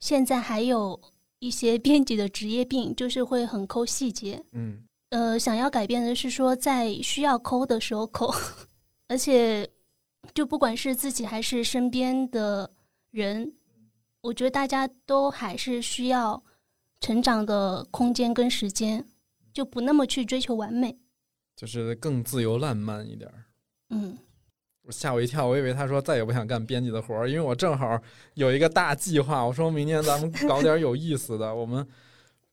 Speaker 3: 现在还有一些编辑的职业病，就是会很抠细节。
Speaker 1: 嗯，
Speaker 3: 呃，想要改变的是说，在需要抠的时候抠， 而且就不管是自己还是身边的人，我觉得大家都还是需要成长的空间跟时间，就不那么去追求完美。
Speaker 1: 就是更自由烂漫一点儿。
Speaker 3: 嗯，
Speaker 1: 我吓我一跳，我以为他说再也不想干编辑的活儿，因为我正好有一个大计划。我说明年咱们搞点有意思的，我们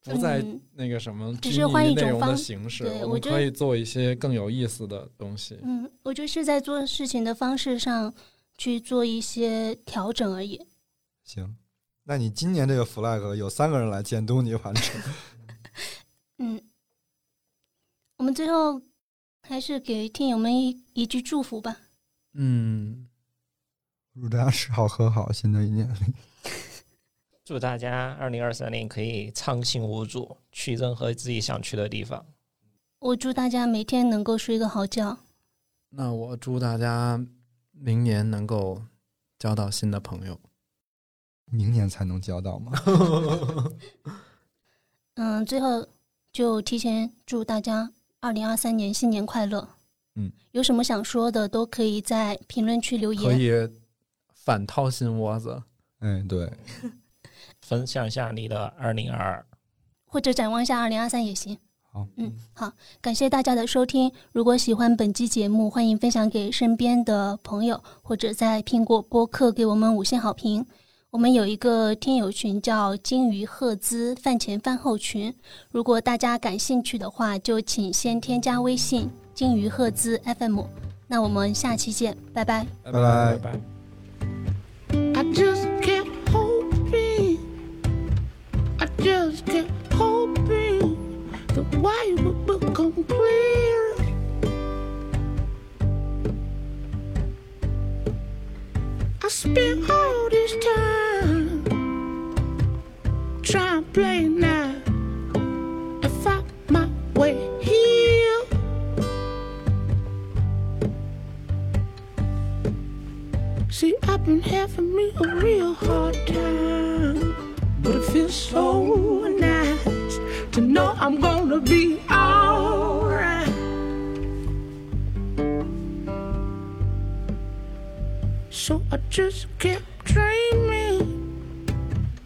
Speaker 1: 不再
Speaker 3: 嗯
Speaker 1: 那个什么
Speaker 3: 只
Speaker 1: 拘泥
Speaker 3: 是换一
Speaker 1: 于内
Speaker 3: 种
Speaker 1: 容的
Speaker 3: 方
Speaker 1: 形式，
Speaker 3: 对
Speaker 1: 我
Speaker 3: 我
Speaker 1: 们
Speaker 3: 觉
Speaker 1: 可
Speaker 3: 得
Speaker 1: 以做一些更有意思的东西。
Speaker 3: 嗯，我就是在做事情的方式上去做一些调整而已。
Speaker 2: 行，那你今年这个 flag 有三个人来监督你完成。
Speaker 3: 嗯，我们最后还是给听友们一一句祝福吧。
Speaker 1: 嗯，
Speaker 2: 祝大家吃好喝好，新的一年里。
Speaker 4: 祝大家二零二三年可以畅行无阻，去任何自己想去的地方。
Speaker 3: 我祝大家每天能够睡个好觉。
Speaker 1: 那我祝大家明年能够交到新的朋 友。
Speaker 2: 明年才能交到吗？
Speaker 3: 嗯，最后就提前祝大家二零二三年新年快乐。
Speaker 2: 嗯，
Speaker 3: 有什么想说的都可以在评论区留
Speaker 1: 可
Speaker 3: 言。
Speaker 1: 以反掏心窝子，
Speaker 2: 哎，对，
Speaker 4: 分享一下你的二零二二。
Speaker 3: 或者展望一下二零二三也行。
Speaker 2: 好，
Speaker 3: 嗯，好，感谢大家的收听。如果喜欢本期节目，欢迎分享给身边的朋友，或者在苹果播客给我们五星好评。我们有一个听友群叫“金鱼赫兹饭前饭后群”，如果大家感兴趣的话，就请先添加微信“金鱼赫兹 FM”。那我们下期见，拜拜。
Speaker 1: 拜
Speaker 2: 拜拜
Speaker 4: 拜拜。
Speaker 5: I just kept hoping, I just kept hoping the way would become clear. I spent all this time trying to play now. If I my way here. See, I've been having me a real hard time. But it feels so nice to know I'm gonna be alright. So I just kept dreaming.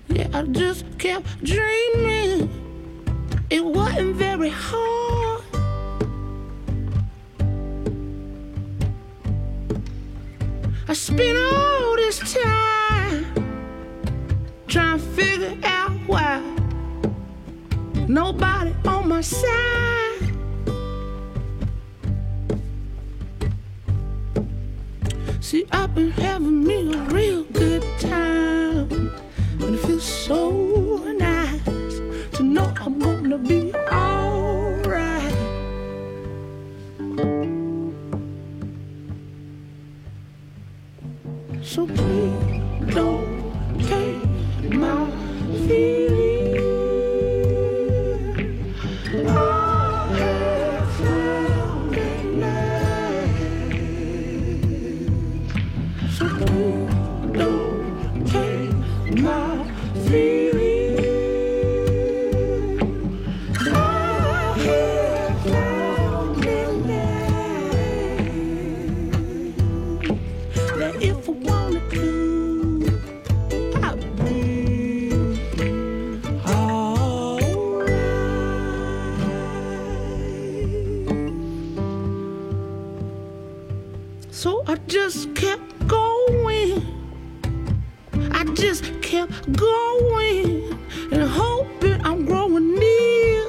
Speaker 5: Yeah, I just kept dreaming. It wasn't very hard. I spent all this time trying to figure out why nobody on my side. See, I've been having me a real good time, and it feels so nice to know I'm gonna be alright. So please don't take my feelings. I have found a man. So please don't take my feelings. I have found a man that if I wanted to, I would. Alright. So I just kept going. I just kept going and hoping I'm growing near.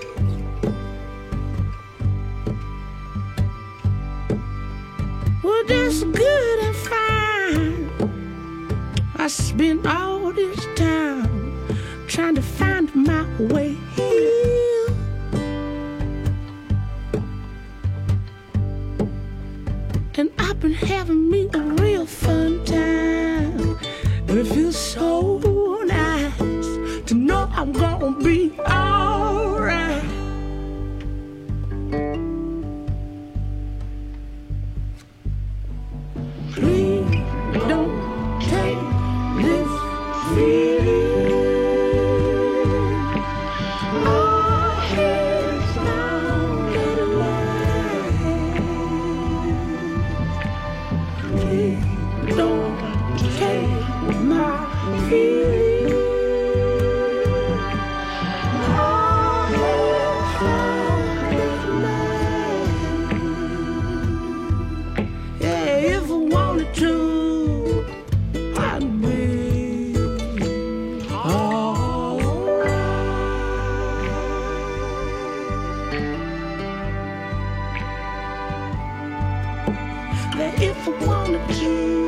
Speaker 5: Well, that's good and fine. I spent all this time trying to find my way here. And I've been having me a real fun time. And it feels so nice to know I'm gonna be alright. Please don't take this feeling. I have found a man. Please don't take my feeling. I have found a man. Yeah, if I wanted to, I'd be alright. Yeah, if I wanted to.